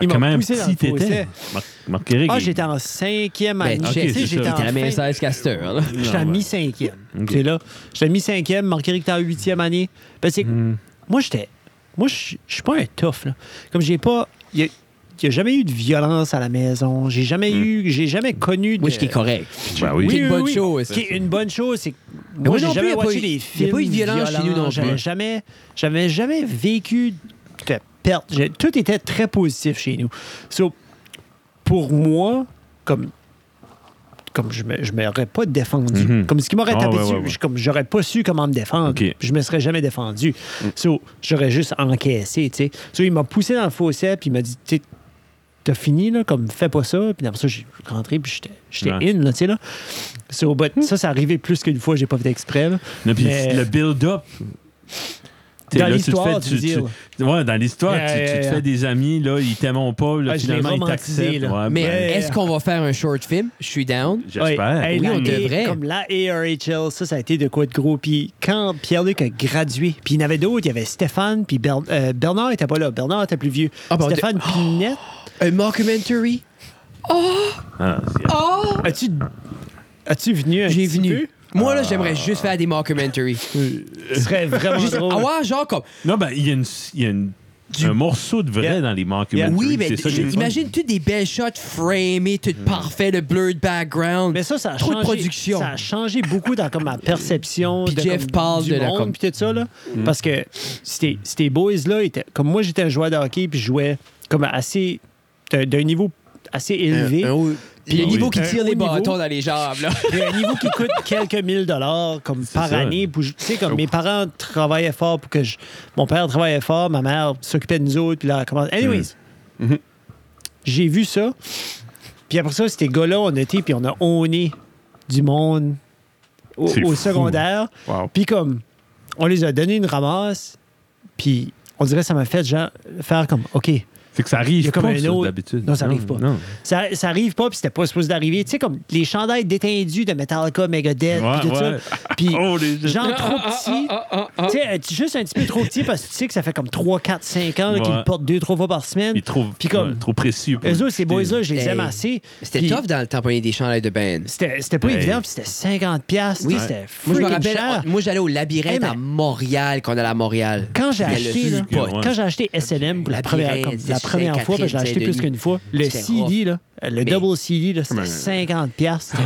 Il
Quand
m'a
même,
poussé dans
Ah, petit
le fossé.
t'étais. Mar- Marc-Éric.
Ah,
il-
j'étais en cinquième année.
Ben,
ok,
Tu
check,
sais,
c'est
j'étais
ça.
en
t'es la
fin-
même Ah, 16 casteur, là.
J'étais en
Ouais.
mi-cinquième.
Ok.
C'est là. J'étais en mi-cinquième, Marc-Éric était en huitième année. Ben, c'est- Moi, j'étais. Moi, je je suis pas un tough, là. Comme j'ai pas. Il y a, il y a jamais eu de violence à la maison. J'ai jamais eu. J'ai jamais connu de.
Hmm. Moi, je suis correct.
Ben oui.
C'est une bonne chose, ça.
Qui est une bonne chose, c'est que
moi
moi, j'ai
non plus, y
jamais
a pas
watché
eu-
les
y a
films.
pas eu de violence chez nous non plus.
J'avais jamais, j'avais jamais vécu de perte. J'ai- Tout était très positif chez nous. So, pour moi, comme comme je ne m'aurais pas défendu.
Mhm.
Comme ce qui m'aurait
Ah,
tapé
ouais,
dessus,
ouais, ouais.
je- comme j'aurais pas su comment me défendre.
Ok.
Je me serais jamais défendu. So, j'aurais juste encaissé, tu sais. So, il m'a poussé dans le fossé, puis il m'a dit, tu sais, t'as fini, là, comme fais pas ça. Puis après ça, j'ai rentré, puis j'étais j'étais
Ouais.
in, là, tu sais, là. So, but
Hmm.
ça, ça arrivait plus qu'une fois, j'ai pas fait exprès. là.
Non, puis
Mais-
le build-up. T'es
Dans
là, tu te
l'histoire,
fais-
tu veux dire.
ouais, dans l'histoire,
Yeah,
tu, tu
yeah,
te
yeah.
fais des amis, là, ils t'aimeront pas, là,
Ah, je l'ai
finalement, ils
romantisé,
t'acceptent.
là.
Ouais,
Mais
ben,
Ouais.
est-ce qu'on va faire un short film? Je suis down.
j'espère.
Ouais. Hey,
Oui,
la
on
A-
devrait.
Comme la ARHL, ça, ça a été de quoi de gros. Puis quand Pierre-Luc a gradué, puis il y en avait d'autres, il y avait Stéphane, puis Ber- euh, Bernard était pas là. Bernard était plus vieux.
Ah, ben, on
Stéphane Pinette.
Un mockumentary?
Ah, c'est-
As-tu as-tu venu un
J'ai
petit
venu. Moi, là, j'aimerais juste faire des mockumentaries.
peu? Ce serait vraiment
Juste,
drôle.
ah ouais, genre comme...
Non, ben, il y a, une, il y a une- un morceau de vrai
Yeah.
dans les mockumentaries.
Oui, mais
c'est ça, qui est le fun.
imagine tu des belles shots framées, tout
Mm.
parfait, le blurred background.
Mais ça, ça a
Trop de
changé.
production.
Ça a changé beaucoup dans comme, ma perception.
Puis
de,
Jeff
comme,
parle
du
de la
monde,
com- Mm.
puis tout ça, là. Parce que ces ces boys-là étaient. Comme moi, j'étais un joueur de hockey, puis je jouais comme assez. d'un- d'un niveau assez élevé.
Un haut-
Puis
le
oui.
niveau qui
Un
tire les
haut niveau.
bâtons dans les jambes, là.
Il y a un niveau qui coûte quelques mille dollars comme par
ça.
année. Pour, tu sais, comme mes parents travaillaient fort pour que je. Mon père travaillait fort, ma mère s'occupait de nous autres, puis là, comment. Anyways,
Mm. Mm-hmm.
j'ai vu ça. Puis après ça, ces gars-là, on était, puis on a honné du monde au,
C'est
au
fou.
secondaire.
Wow.
Puis comme, on les a donné une ramasse, puis on dirait que ça m'a fait genre, faire comme, OK,
C'est que ça arrive
Il y a comme
pas,
un
ça,
autre-
d'habitude.
Non, ça arrive pas.
Non.
ça, ça arrive pas, puis c'était pas supposé d'arriver. Tu sais, comme les chandails détendus de Metallica, Megadeth,
Ouais,
puis tout
ouais.
ça. Puis
Oh, les...
genre trop petit. Tu sais, euh, juste un petit peu trop petit parce que tu sais que ça fait comme 3, 4, 5 ans là, qu'ils
Ouais.
le portent deux, trois fois par semaine.
Il est trop,
Puis comme-
ouais, trop précis. pour
Eux autres,
écouter.
ces boys-là, je les
Hey,
aime assez.
C'était
Puis
tough dans le temps pour des chandelles de band.
C'était c'était pas
Hey.
évident, puis c'était 50$. piastres, tu sais, C'était
Moi, je me
freaking
rappelle,
cher.
on- moi, j'allais au
Hey,
labyrinthe
mais-
à Montréal, qu'on allait à Montréal.
Quand j'ai
C'était le
acheté, là,
spot.
ouais.
quand j'ai acheté SNM pour la
Labyrinthe,
première, comme,
c'est
la la première fois, parce que je l'ai acheté plus qu'une fois. Le
C'était
CD, là, le double CD, là, c'était
Comme un-
50$. piastres.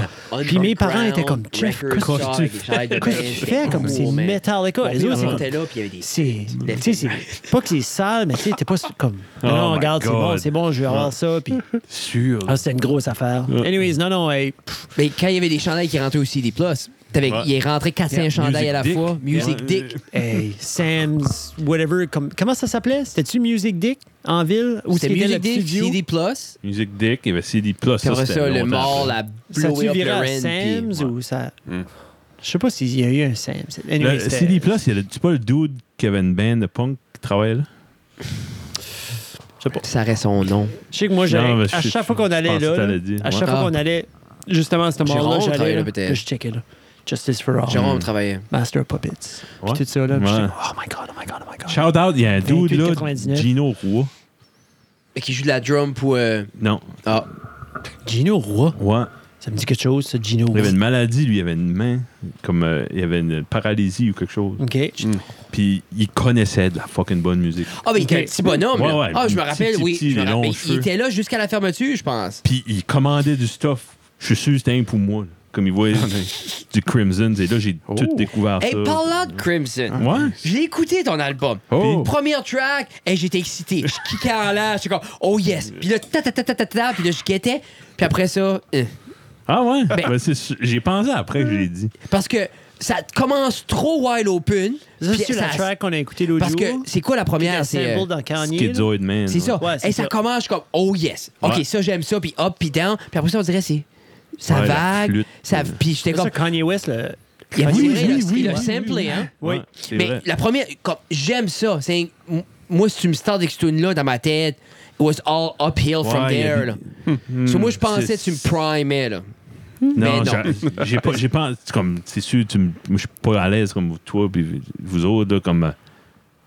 Puis mes parents étaient comme, Jeff, qu'est-ce que tu Qu'est-ce
Ben,
que tu fais comme c'est Metallica? Les autres, c'est comme-
C'était là, puis il y avait des.
c'est. Tu sais, c'est pas que c'est sale, mais tu sais, t'es pas comme.
Oh
Non, non,
my
regarde, c'est
God.
bon, c'est bon, je vais avoir ça. Puis,
Sûr.
ah, c'était une grosse affaire. Anyways, non, non, hey, pff,
Mais quand il y avait des chandails qui rentraient au CD Plus, t'avais-
Ouais.
il est rentré 400
Yeah.
chandails à la
Music
fois.
Dick. Euh,
Music
Yeah.
Dick.
hey, Sam's, whatever. comme- comment ça s'appelait? C'était-tu Music Dick en ville? Ou
C'était
c'était le
Music Dick,
studio?
CD Plus.
Music Dick, il y avait CD Plus.
Puis après
c'était
ça, le
longtemps
mort,
après.
la
Ça
blow
tu
up
viré
le
à
Ren,
Sam's
puis-
ou ça. Je sais pas s'il y a eu un Sam's.
Hmm. Le
Anyway, c'était-
CD Plus, il y a le- c'est pas le dude Kevin Ben, de punk, qui travaille là?
Ça reste son nom.
Je sais que moi,
Non, mais
j'allais.
je
À
sais-
chaque fois
je
qu'on allait
pense que
là,
t'allais
là,
dire.
à chaque
Ouais.
fois qu'on allait justement à ce moment-là,
Ah. Jérôme
j'allais.
travaillait
là,
là, peut-être.
là, Je checkais là. Justice for All.
Jérôme travaillait.
Master of Puppets. Puis
Ouais.
tout ça, là. puis
Ouais.
j'étais comme, oh my god, oh my god, oh my god.
Ah. Shout out, il y a un dude là,
28,99.
Gino Roy.
Mais qui joue de la drum pour. euh,
Non,
Ah,
Gino Roy.
ouais.
Ça me dit quelque chose, ça, Gino
Il
Roy.
avait une maladie, lui, il avait une main, comme euh, il avait une paralysie ou quelque chose.
OK.
Mm. Puis il connaissait de la fucking bonne musique.
Ah, mais il était
Ok.
un petit bonhomme.
Ouais,
là.
ouais,
ah, je me
petit,
rappelle,
petit,
oui.
petit,
je me
les longs
rappelle. Il
cheveux.
était là jusqu'à la fermeture, je pense.
Puis il commandait du stuff. Je suis sûr que c'était un pour moi. là. Comme il voyait du Crimson. Et là, j'ai tout découvert
Hey,
ça.
parle-là de Crimson.
Ah.
Ouais.
Je l'ai écouté ton album.
Oh.
Puis, Première track, hey, j'étais excité. Je kickais en l'air. J'étais comme, oh yes. Puis là, ta ta ta ta ta ta. Puis là, je guettais. Puis après ça, hein.
Ah ouais? Ben, c'est sûr- j'ai pensé après que je l'ai dit.
parce que ça commence trop wide open.
Ça,
puis
c'est la
ça-
track qu'on a écouté l'autre
Parce
jour.
que c'est quoi la
Puis la
première? C'est. euh,
sample dans Kanye. là.
Schizoid Man.
C'est ça.
Ouais, c'est
et ça,
ça.
commence, je suis comme, oh yes.
Ouais.
OK, ça, j'aime ça, puis up, puis down. Puis après ça, on dirait, c'est. Ça
Ouais, la
vague.
flûte. euh.
Ça, puis j'étais
C'est ça,
comme.
Kanye West,
Il
le.
y a
Oui,
c'est vrai, là,
oui, oui,
il a
oui,
samplé,
oui.
hein.
Ouais,
Oui.
c'est
Mais
vrai.
la première, comme, j'aime ça. C'est, m- moi, si tu me starts avec cette tune-là dans ma tête, it was all uphill from
Ouais, il y a
there.
des- Hmm.
Là. So, moi, je pensais que
c'est-
tu me primais. Là.
Non,
Mais non.
j'a- j'ai pas, j'ai pas, c'est comme, c'est sûr, tu me- moi, je suis pas à l'aise comme toi puis vous autres là, comme euh,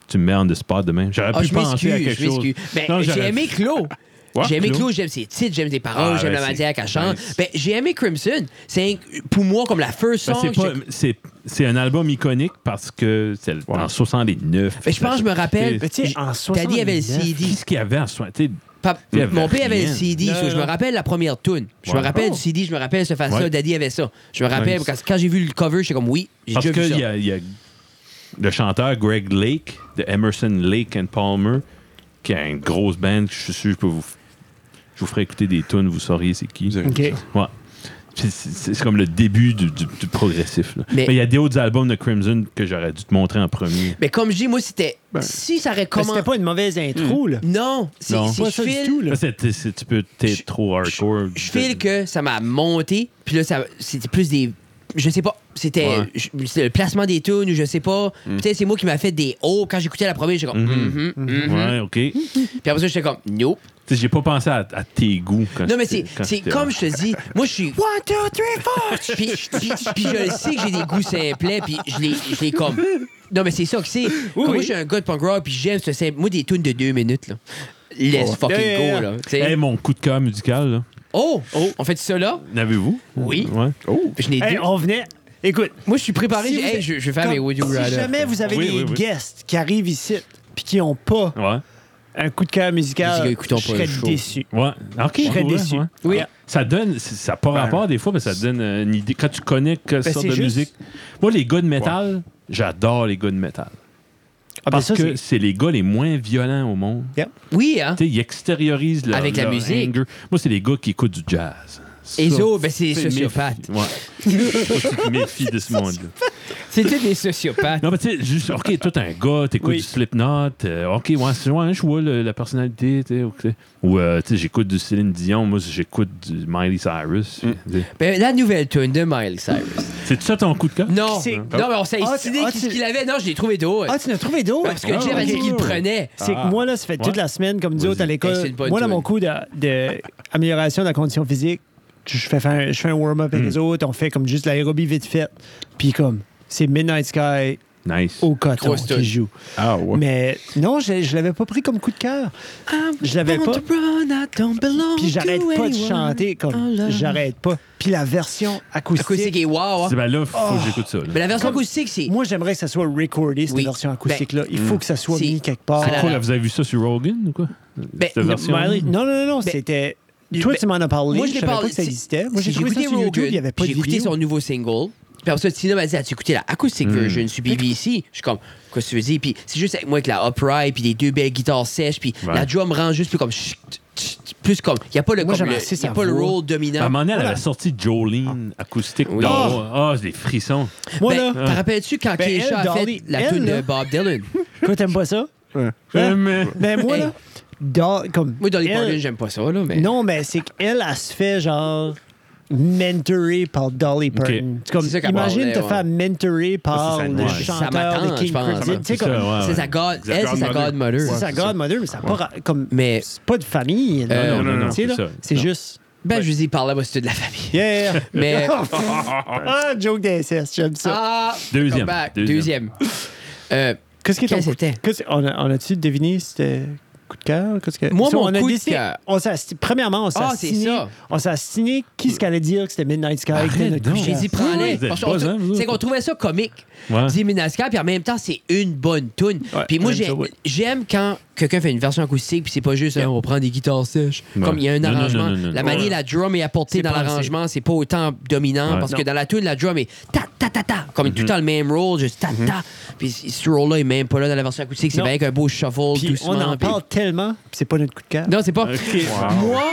tu me mets en the spot demain. J'aurais
Ah,
pu
je
penser à
m'excuse,
quelque
je
chose.
m'excuse. Ben,
Non,
j'ai
j'aurais-
aimé Clo.
Ouais,
J'ai aimé
Clo.
Clo, j'aime ses titres, j'aime ses paroles,
Ah,
j'aime
ben,
la
c'est-
manière qu'elle chante.
nice.
Ben, j'ai aimé Crimson. C'est, pour moi, comme la first
Ben,
song.
c'est, pas-
j'étais-
c'est, c'est un album iconique parce que c'est en 69.
Ben, je pense que je me rappelle.
Mais tu sais, en 60.
Daddy avait le CD.
Qu'est-ce qu'il y avait en 69?
Pap-
Il y avait
mon père
rien.
avait le CD,
Non,
so je
non.
me rappelle la première tune. Je me
Ouais.
rappelle
Oh.
du CD, je me rappelle ce face
Ouais.
Daddy avait ça. Je me rappelle
Nice.
quand, quand j'ai vu le cover, j'étais comme oui, j'ai
Parce
déjà vu ça.
qu'il y a, il y a le chanteur Greg Lake, de Emerson Lake and Palmer, qui a une grosse band. Je suis sûr que je peux vous. Je vous ferai écouter des tunes, vous sauriez c'est qui.
Vous avez-
OK.
Ouais. C'est- C'est c'est comme le début du, du- du progressif. là.
Mais-
Mais il y a des autres albums de Crimson que j'aurais dû te montrer en premier.
Mais comme je dis, moi c'était si ça aurait
Mais
commencé.
C'était pas une mauvaise intro, là.
Mm. Non, c'est
Non.
c'est-
Pas
je
ça du
file-
tout, là.
Là, c'est- c'est- tu peux être trop hardcore.
Je file que ça m'a monté, puis là ça c'était plus des je sais pas, c'était
Ouais. Mm.
je- c'était le placement des tunes ou je sais pas. Peut-être c'est moi qui m'a fait des hauts quand j'écoutais la première, j'étais comme
Mhm.
mhm, mhm.
Ouais, ok. Tu
Puis après ça j'étais comme nope.
sais, J'ai pas pensé à, à tes goûts. Quand
Non, mais c'est
j'étais- quand
c'est
j'étais-
comme je te dis, moi, je suis. 1, 2, 3, 4! Puis puis- puis je le sais que j'ai des goûts simplets, puis je les, je les comme. Non, mais c'est ça que c'est. Comme Moi, je suis un gars de punk rock, puis j'aime ce simple. Moi, des tunes de deux minutes, là. Let's fucking
Oh. Yeah, yeah,
go,
yeah.
là. Tu sais.
Hey, mon coup de cœur musical, là.
Oh, oh, on fait ça là?
N'avez-vous?
Oui.
Ouais.
Oh!
Puis Je n'ai
Hey,
deux.
on venait. Écoute.
Moi, je suis préparé.
si
j'ai-
vous-
hey, je, je vais faire
comme-
mes Woody
Si
Rider.
jamais vous avez
Oui,
des
oui, oui.
guests qui arrivent ici puis qui n'ont pas
Ouais.
un coup de cœur
Je
musical,
dis, écoutons
je
pas le
serais
show.
déçu.
Ouais. Ok.
Je serais
ouais,
déçu.
ouais.
Oui.
Ah.
Ça donne, c'est- ça n'a pas rapport des fois, mais ça donne euh, une idée. Quand tu connais quelle
Ben,
sorte
c'est
de
juste-
musique. Moi, les gars de métal, j'adore les gars de métal.
Ah, ben
Parce
ça,
que
c'est-
c'est les gars les moins violents au monde.
Oui, hein?
Tu sais, ils extériorisent leur,
Avec la
leur
musique.
anger. Moi, c'est les gars qui écoutent du jazz. Ça,
Ezo, ben, c'est des
c'est mes-
sociopathes.
Ouais. Je me méfie de ce monde-là.
C'est tous des sociopathes.
Non, mais tu sais, juste, OK, toi, t'es un gars, t'écoutes
Oui.
du Slipknot, euh, OK, ouais, c'est- ouais, je vois le- la personnalité, tu sais, ok. ou euh, tu sais, j'écoute du Céline Dion, moi, j'écoute du Miley Cyrus.
Mm.
tu sais.
Ben, la nouvelle tune de Miles Cyrus.
C'est ça ton coup de cœur?
Non, non,
C'est-
mais on s'est
Ah,
décidé
tu- ah,
qu'est-ce
tu-
qu'il avait. Non, je l'ai trouvé d'eau.
Ah, tu n'as trouvé d'autres?
Parce que Jeff a
ok.
dit qu'il le prenait.
C'est que moi, là, ça fait toute
Ouais.
la semaine, comme dit autres à l'école.
Ah. Hey, c'est une bonne
moi, là, mon
joke.
coup d'amélioration de la condition physique, je fais, faire
Hmm.
un- je fais un warm-up avec les autres, on fait comme juste l'aérobie vite fait. Puis comme, c'est Midnight Sky,
Nice.
au coton
Crois-toi.
qui joue.
Ah ouais.
Mais non, je, je l'avais pas pris comme coup de cœur. Je l'avais pas. Puis j'arrête pas de chanter comme j'arrête pas. Puis la version acoustique.
Acoustique et wow. hein.
C'est- Ben là, faut
oh.
que j'écoute ça. là.
Mais la version acoustique, c'est.
Moi, j'aimerais que ça soit recordé, cette
Oui.
version acoustique-là. Il faut que ça soit
Si.
mis quelque part.
C'est Ah,
Quoi,
là.
là, vous avez vu ça sur Rogan ou quoi?
Ben,
Cette
non,
version?
Miley- Non, non, non, non,
Ben,
c'était. Toi,
ben,
tu m'en as parlé.
Moi,
je
l'ai
savais pas
parlé-
que ça
c'est-
existait. Moi,
c'est-
j'ai trouvé ça
écouté
sur YouTube.
Rogan,
Il n'y avait pas de
J'ai écouté
vidéo. Hmm.
son nouveau single. Puis après ça, Tina m'a dit As-tu écouté la acoustic version sur BBC Je suis comme Qu'est-ce que tu veux dire Puis c'est juste avec moi avec la upright, puis les deux belles guitares sèches, puis
Ouais.
la drum rend juste plus comme. chut, chut, Plus comme. Il n'y a pas le,
Moi,
comme
j'aime
le-
assez
y a
sa
pas le
voix.
rôle
À un
dominant.
moment donné, elle avait sorti Jolene acoustique.
Oui.
dans- Ah, j'ai des frissons.
Moi,
Ben,
là,
T'en rappelles-tu quand
Ben,
Keisha
elle,
a fait
Dolly,
la
elle,
tune de
là.
Bob Dylan
quoi, t'aimes pas ça? Hein?
Euh, Mais-
Mais moi, là, dans- comme.
Moi, Dolly
elle-
Parton, j'aime pas ça, là, mais.
Non, mais c'est qu'elle, elle se fait genre mentorée par Dolly Parton. C'est Comme,
C'est ça qu'elle
imagine te
parlait, ouais.
faire mentorée par
Ça, c'est
le
sa
mère.
Sa
chanteur
matante,
de King
je pense.
Crimson. Tu sais,
C'est
comme-
ça, ouais,
C'est
ouais.
sa god, elle, c'est sa
Godmother.
godmother.
C'est sa godmother, mais ça n'a pas ra- comme.
Mais-
C'est pas de famille. là.
Euh,
Non, non, non,
Tu sais,
c'est
là,
ça.
C'est
Non.
juste.
Ben, je vous y parlais, moi, c'était de la famille.
Yeah!
Mais-
ah, joke d'inceste, j'aime ça.
Ah,
Deuxième,
come back.
deuxième.
Deuxième. Euh,
Qu'est-ce qui est ton
qu'est-ce
coup-
que c'était?
qu'est-ce- On a- on a-tu deviné c'était coup de cœur? Qu'est-ce que-
Moi,
Ça,
mon
on a
coup de
décidé-
cœur.
on s'est asti- Premièrement, on s'est
Ah, c'est
assigné.
ça.
On s'est assigné qui ce qu'allait dire que c'était Midnight Sky. qui était
Arrête
notre
donc.
coup de
J'ai
cœur.
dit, prends-les.
Vous êtes
Parce
pas
qu'on
zen, vous
trou- C'est
autres.
qu'on trouvait ça comique.
Ouais.
Dis Minascar, puis en même temps, c'est une bonne tune.
Ouais,
puis moi,
j'aime
j'ai-
ça, oui.
j'aime quand quelqu'un fait une version acoustique, puis c'est pas juste hein, on prend des guitares sèches.
Ouais.
Comme il y a un
Non, non,
arrangement.
non, non, non,
La
non.
manière
Ouais.
la drum est apportée
C'est
dans
pas assez.
l'arrangement, c'est pas autant dominant,
Ouais. Mhm.
parce
Non.
que dans la tune, la drum est ta ta ta ta, comme tout le temps le même roll, juste ta ta. Puis ce roll-là est même pas là dans la version acoustique, c'est
Non.
bien avec un beau shuffle,
Puis
doucement.
on en
puis-
parle tellement, puis c'est pas notre coup de cœur.
Non, c'est pas.
Wow.
Moi,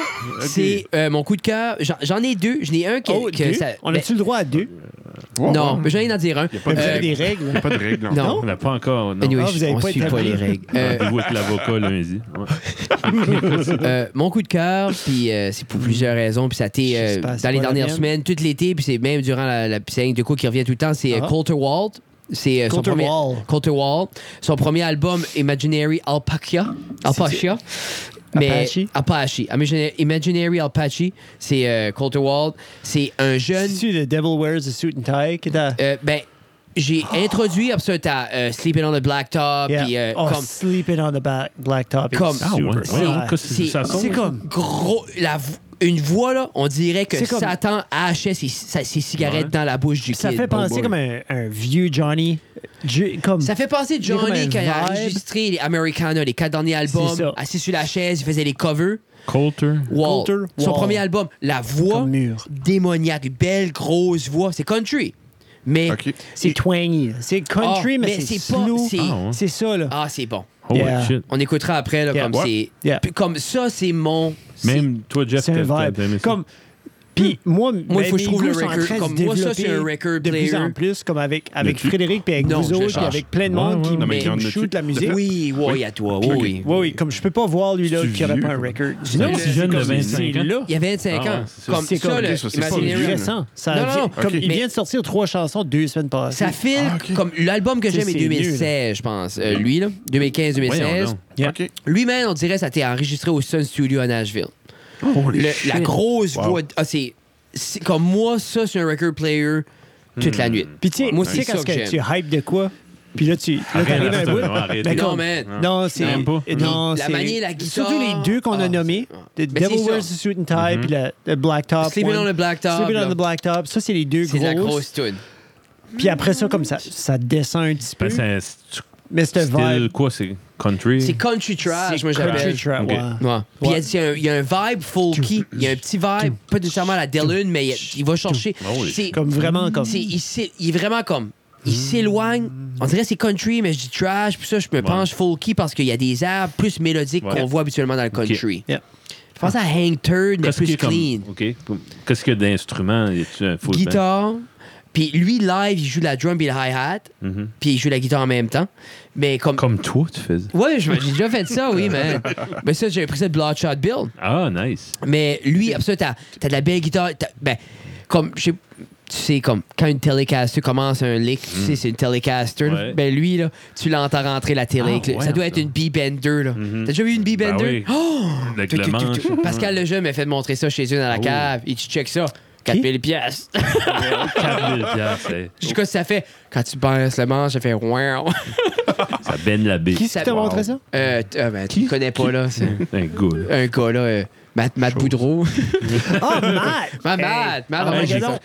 c'est euh, mon coup de cœur. J'en- J'en ai deux. J'en ai un qui.
Oh,
que
deux?
ça- Ben,
On a-tu le droit à deux?
Wow,
Non,
wow.
mais j'en ai à dire un.
pas
Vous
de-
Euh,
avez des
Y
règles?
a pas de règles. non.
non.
On n'a pas encore. Non.
Anyway,
Ah, vous avez
on
pas
suit
établi.
pas les règles. Euh,
Rendez-vous avec l'avocat lundi. Ouais.
Hein?
euh, mon coup de cœur, puis euh, c'est
Hmm.
pour plusieurs raisons, puis ça a été euh,
Je sais pas, c'est
dans les
pas la
dernières
mienne.
semaines, tout l'été, puis c'est même durant la, la c'est un de coup qui revient tout le temps, c'est euh,
Ah.
Coulterwald. C'est euh, son
Coulter
premier
Wall.
Coulterwald. Son premier album Imaginary Alpaca, Alpaca. Mais
Apache?
Apache. Imagina- Imaginary Alpache, c'est euh, Coulterwald, c'est un jeune
C'est-tu le Devil Wears a Suit and Tie? qui est à-
Euh, ben, j'ai introduit après ça, t'as euh, Sleeping on the Blacktop,
Ah! Yeah.
puis euh,
oh,
comme.
Sleeping on the back, Blacktop. it's
Comme-
Ah, ouais.
super.
Ouais, ouais, qu'est-ce que
C'est
ça sonne?
C'est comme-
Gros, la, vo- une voix, là, on dirait que
C'est comme-
Satan hachait ses, sa- ses cigarettes
Ouais.
dans la bouche du
Ça
kid.
fait penser
Boy.
comme un, un vieux Johnny. Ju- comme,
Ça fait penser
Il y a comme
Johnny
un
quand il a
vibe.
enregistré les Americana, les quatre derniers
C'est ça.
albums, assis sur la chaise, il faisait les covers.
Coulter.
Wall.
Coulter,
Son
Wall.
premier album, la voix
Comme mur.
démoniaque, une belle grosse voix, c'est country. Mais
OK.
c'est twangy. C'est
Ah,
country, mais, c'est
pas-
slow.
c'est-
Ah, ouais.
C'est ça, là.
Ah, c'est bon.
Holy
Yeah.
shit.
On écoutera après, là,
Yeah.
comme
Ouais.
c'est.
Yeah.
Puis Comme ça, c'est mon.
Même toi, Jeff,
c'est un
t'as- t'as aimé
vibe.
ça.
Comme, puis moi,
Moi, il faut que je
mes
trouve
goûts
le
sont en
record.
train de
Comme moi, ça,
développer
c'est un record
De plus
player.
en plus, comme avec, avec
tu-
Frédéric, puis avec
Non,
vous
je le
autres, puis
cherche.
avec plein de monde
Ouais, ouais.
qui
Non,
mais il y en
me
a-tu-
shoot de la musique.
Oui, oui, à toi, oui, oui.
Oui, oui, comme je peux pas voir lui là
C'est
qui aurait
vieux,
pas un
comme-
record.
C'est un petit
jeune
comme
de 25
c'est
ans.
Là,
Il y a 25
Ah
ans.
ouais, c'est ça.
comme
C'est
ça,
comme-
le
ça, c'est pas
c'est
Imaginary-
vieux.
récent. Ça
Non,
vient-
non,
comme
ok.
il
Mais-
vient de sortir trois chansons deux semaines passées.
ça file
Ah, ok.
comme l'album que
Tu sais,
j'aime est
c'est nul,
2016, je pense. Euh, lui, là, 2015-2016.
Voyons
Yeah.
OK.
Lui-même, on dirait ça a été enregistré au Sun Studio à Nashville.
Holy
Le-
shit.
la grosse
Wow.
voix. de- ah, c'est, c'est comme moi, ça, c'est un record player toute la nuit.
Puis tu sais,
Moi,
tu
c'est
sais,
ça
quand
que
que tu
j'aime.
hype de quoi, puis là, tu là,
Arrête,
t'arrives un
arrête,
bout.
non, arrête.
mais
non,
comme-
man.
Non, c'est.
Même pas.
Non,
La
c'est-
manière, la guitare.
Surtout les deux qu'on a
Ah,
nommés. The
c'est- Mais
Devil
c'est ça.
Wears a Suit and
Mm-hmm.
Tie, puis la- le Blacktop.
Sleeping
one.
on the Blacktop,
Sleeping on
là.
the Blacktop. Ça, c'est les deux
C'est la
grosses.
grosse Mm. tune.
Puis après ça, comme ça, ça descend un petit peu.
Ben, c'est un st-
Mais c'est un
style
vibe.
quoi, c'est country.
C'est country trash, moi
country
j'appelle.
trap.
Ok.
ouais.
Ouais. Puis il y a-
Ouais.
il y, a un- il y a un vibe folky, il y a un petit vibe, pas nécessairement à la Dylan, mais il, il va chercher.
Ah oui.
C'est-
Comme vraiment comme.
c'est- il, s'é- il est vraiment comme. Il s'éloigne. On dirait que c'est country, mais je dis trash. Puis ça, je me penche folky parce qu'il y a des airs plus mélodiques
Ouais.
qu'on voit habituellement dans le country.
Yeah.
Je pense à Hang Turd, mais
Qu'est-ce qu'il y
plus
a comme-
clean.
OK. Qu'est-ce qu'il y a d'instrument? Y a-tu un full band?
Guitare. Puis lui, live, il joue de la drum et le hi-hat.
Mhm.
Puis il joue de la guitare en même temps. Mais comme.
Comme toi, tu faisais.
Ouais, je- j'ai déjà fait ça, oui, mais. Mais ça, j'ai pris ça de Bloodshot Bill.
Ah, nice.
Mais lui, après ça, t'as t'as de la belle guitare. t'as- Ben, comme, je sais- tu sais, comme quand une Telecaster commence un lick, tu sais, c'est une Telecaster. là.
Mm. Ouais.
Ben, lui, là, tu l'entends rentrer la télé.
Ah, ouais,
ça doit être
ça. Mm-hmm.
une B-Bender, là. T'as déjà vu une B-Bender?
Ben oui.
Oh!
Avec
Tu-
le
tu- tu-
manche.
tu- Pascal Lejeune m'a fait montrer ça chez eux dans la
Oh.
cave. Et tu check ça. 4000 pièces.
4000 piastres, hey.
Je dis, qu'est-ce que ça fait? Quand tu baisses le manche, ça fait wow.
Ça baigne la baie.
Qui c'est qui t'a
Wow.
montré ça?
Euh, t- euh, ben, tu le connais pas, là. C'est
Un gars, là.
un gars, là. euh, Matt, Matt Boudreau.
Ah, Matt!
Ma Matt, Matt,
Ah,
Matt,
Hey, ben, j'ai-
regarde donc.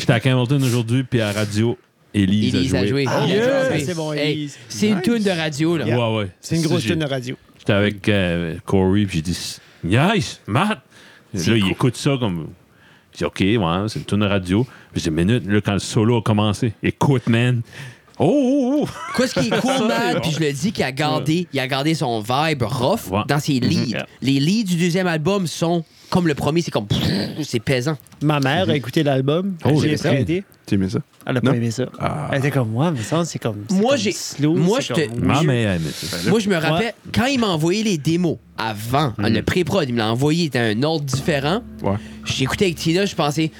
J'étais à Hamilton aujourd'hui, puis à radio, Elise,
Elise a joué.
Ah,
Il a
yes,
joué.
c'est bon,
Hey,
Elise.
C'est une
Nice.
tune de radio, là.
Ouais, ouais.
C'est une grosse
J'ai-
chaîne de radio.
J'étais avec euh, Corey, puis j'ai dit Yes, Matt! Là, il écoute ça comme. J'ai dit OK, ouais, c'est une tourne de radio. Puis j'ai dit Minute, là, quand le solo a commencé, écoute, man. Oh, oh, oh.
Quoi, ce qui est cool, Matt,
bon.
puis je le dis, qu'il a gardé, il a gardé son vibe rough
Ouais.
dans ses leads.
Yeah.
Les leads du deuxième album sont comme le premier, c'est comme pfff, c'est pesant.
Ma mère a écouté l'album.
Mm-hmm. Oh,
je l'ai
j'ai Ah. ça.
prêté.
Tu aimais ça?
Elle a pas
Non.
aimé ça. Elle était comme, ouais, mais ça, c'est comme. c'est
Moi,
comme
j'ai-
slow,
moi,
c'est
je te-
comme-
Ma mère aimait ça.
Moi, je me rappelle, quand il m'a envoyé les démos avant, le pré-prod, il me l'a envoyé dans un ordre différent.
Ouais.
J'écoutais avec Tina, je pensais,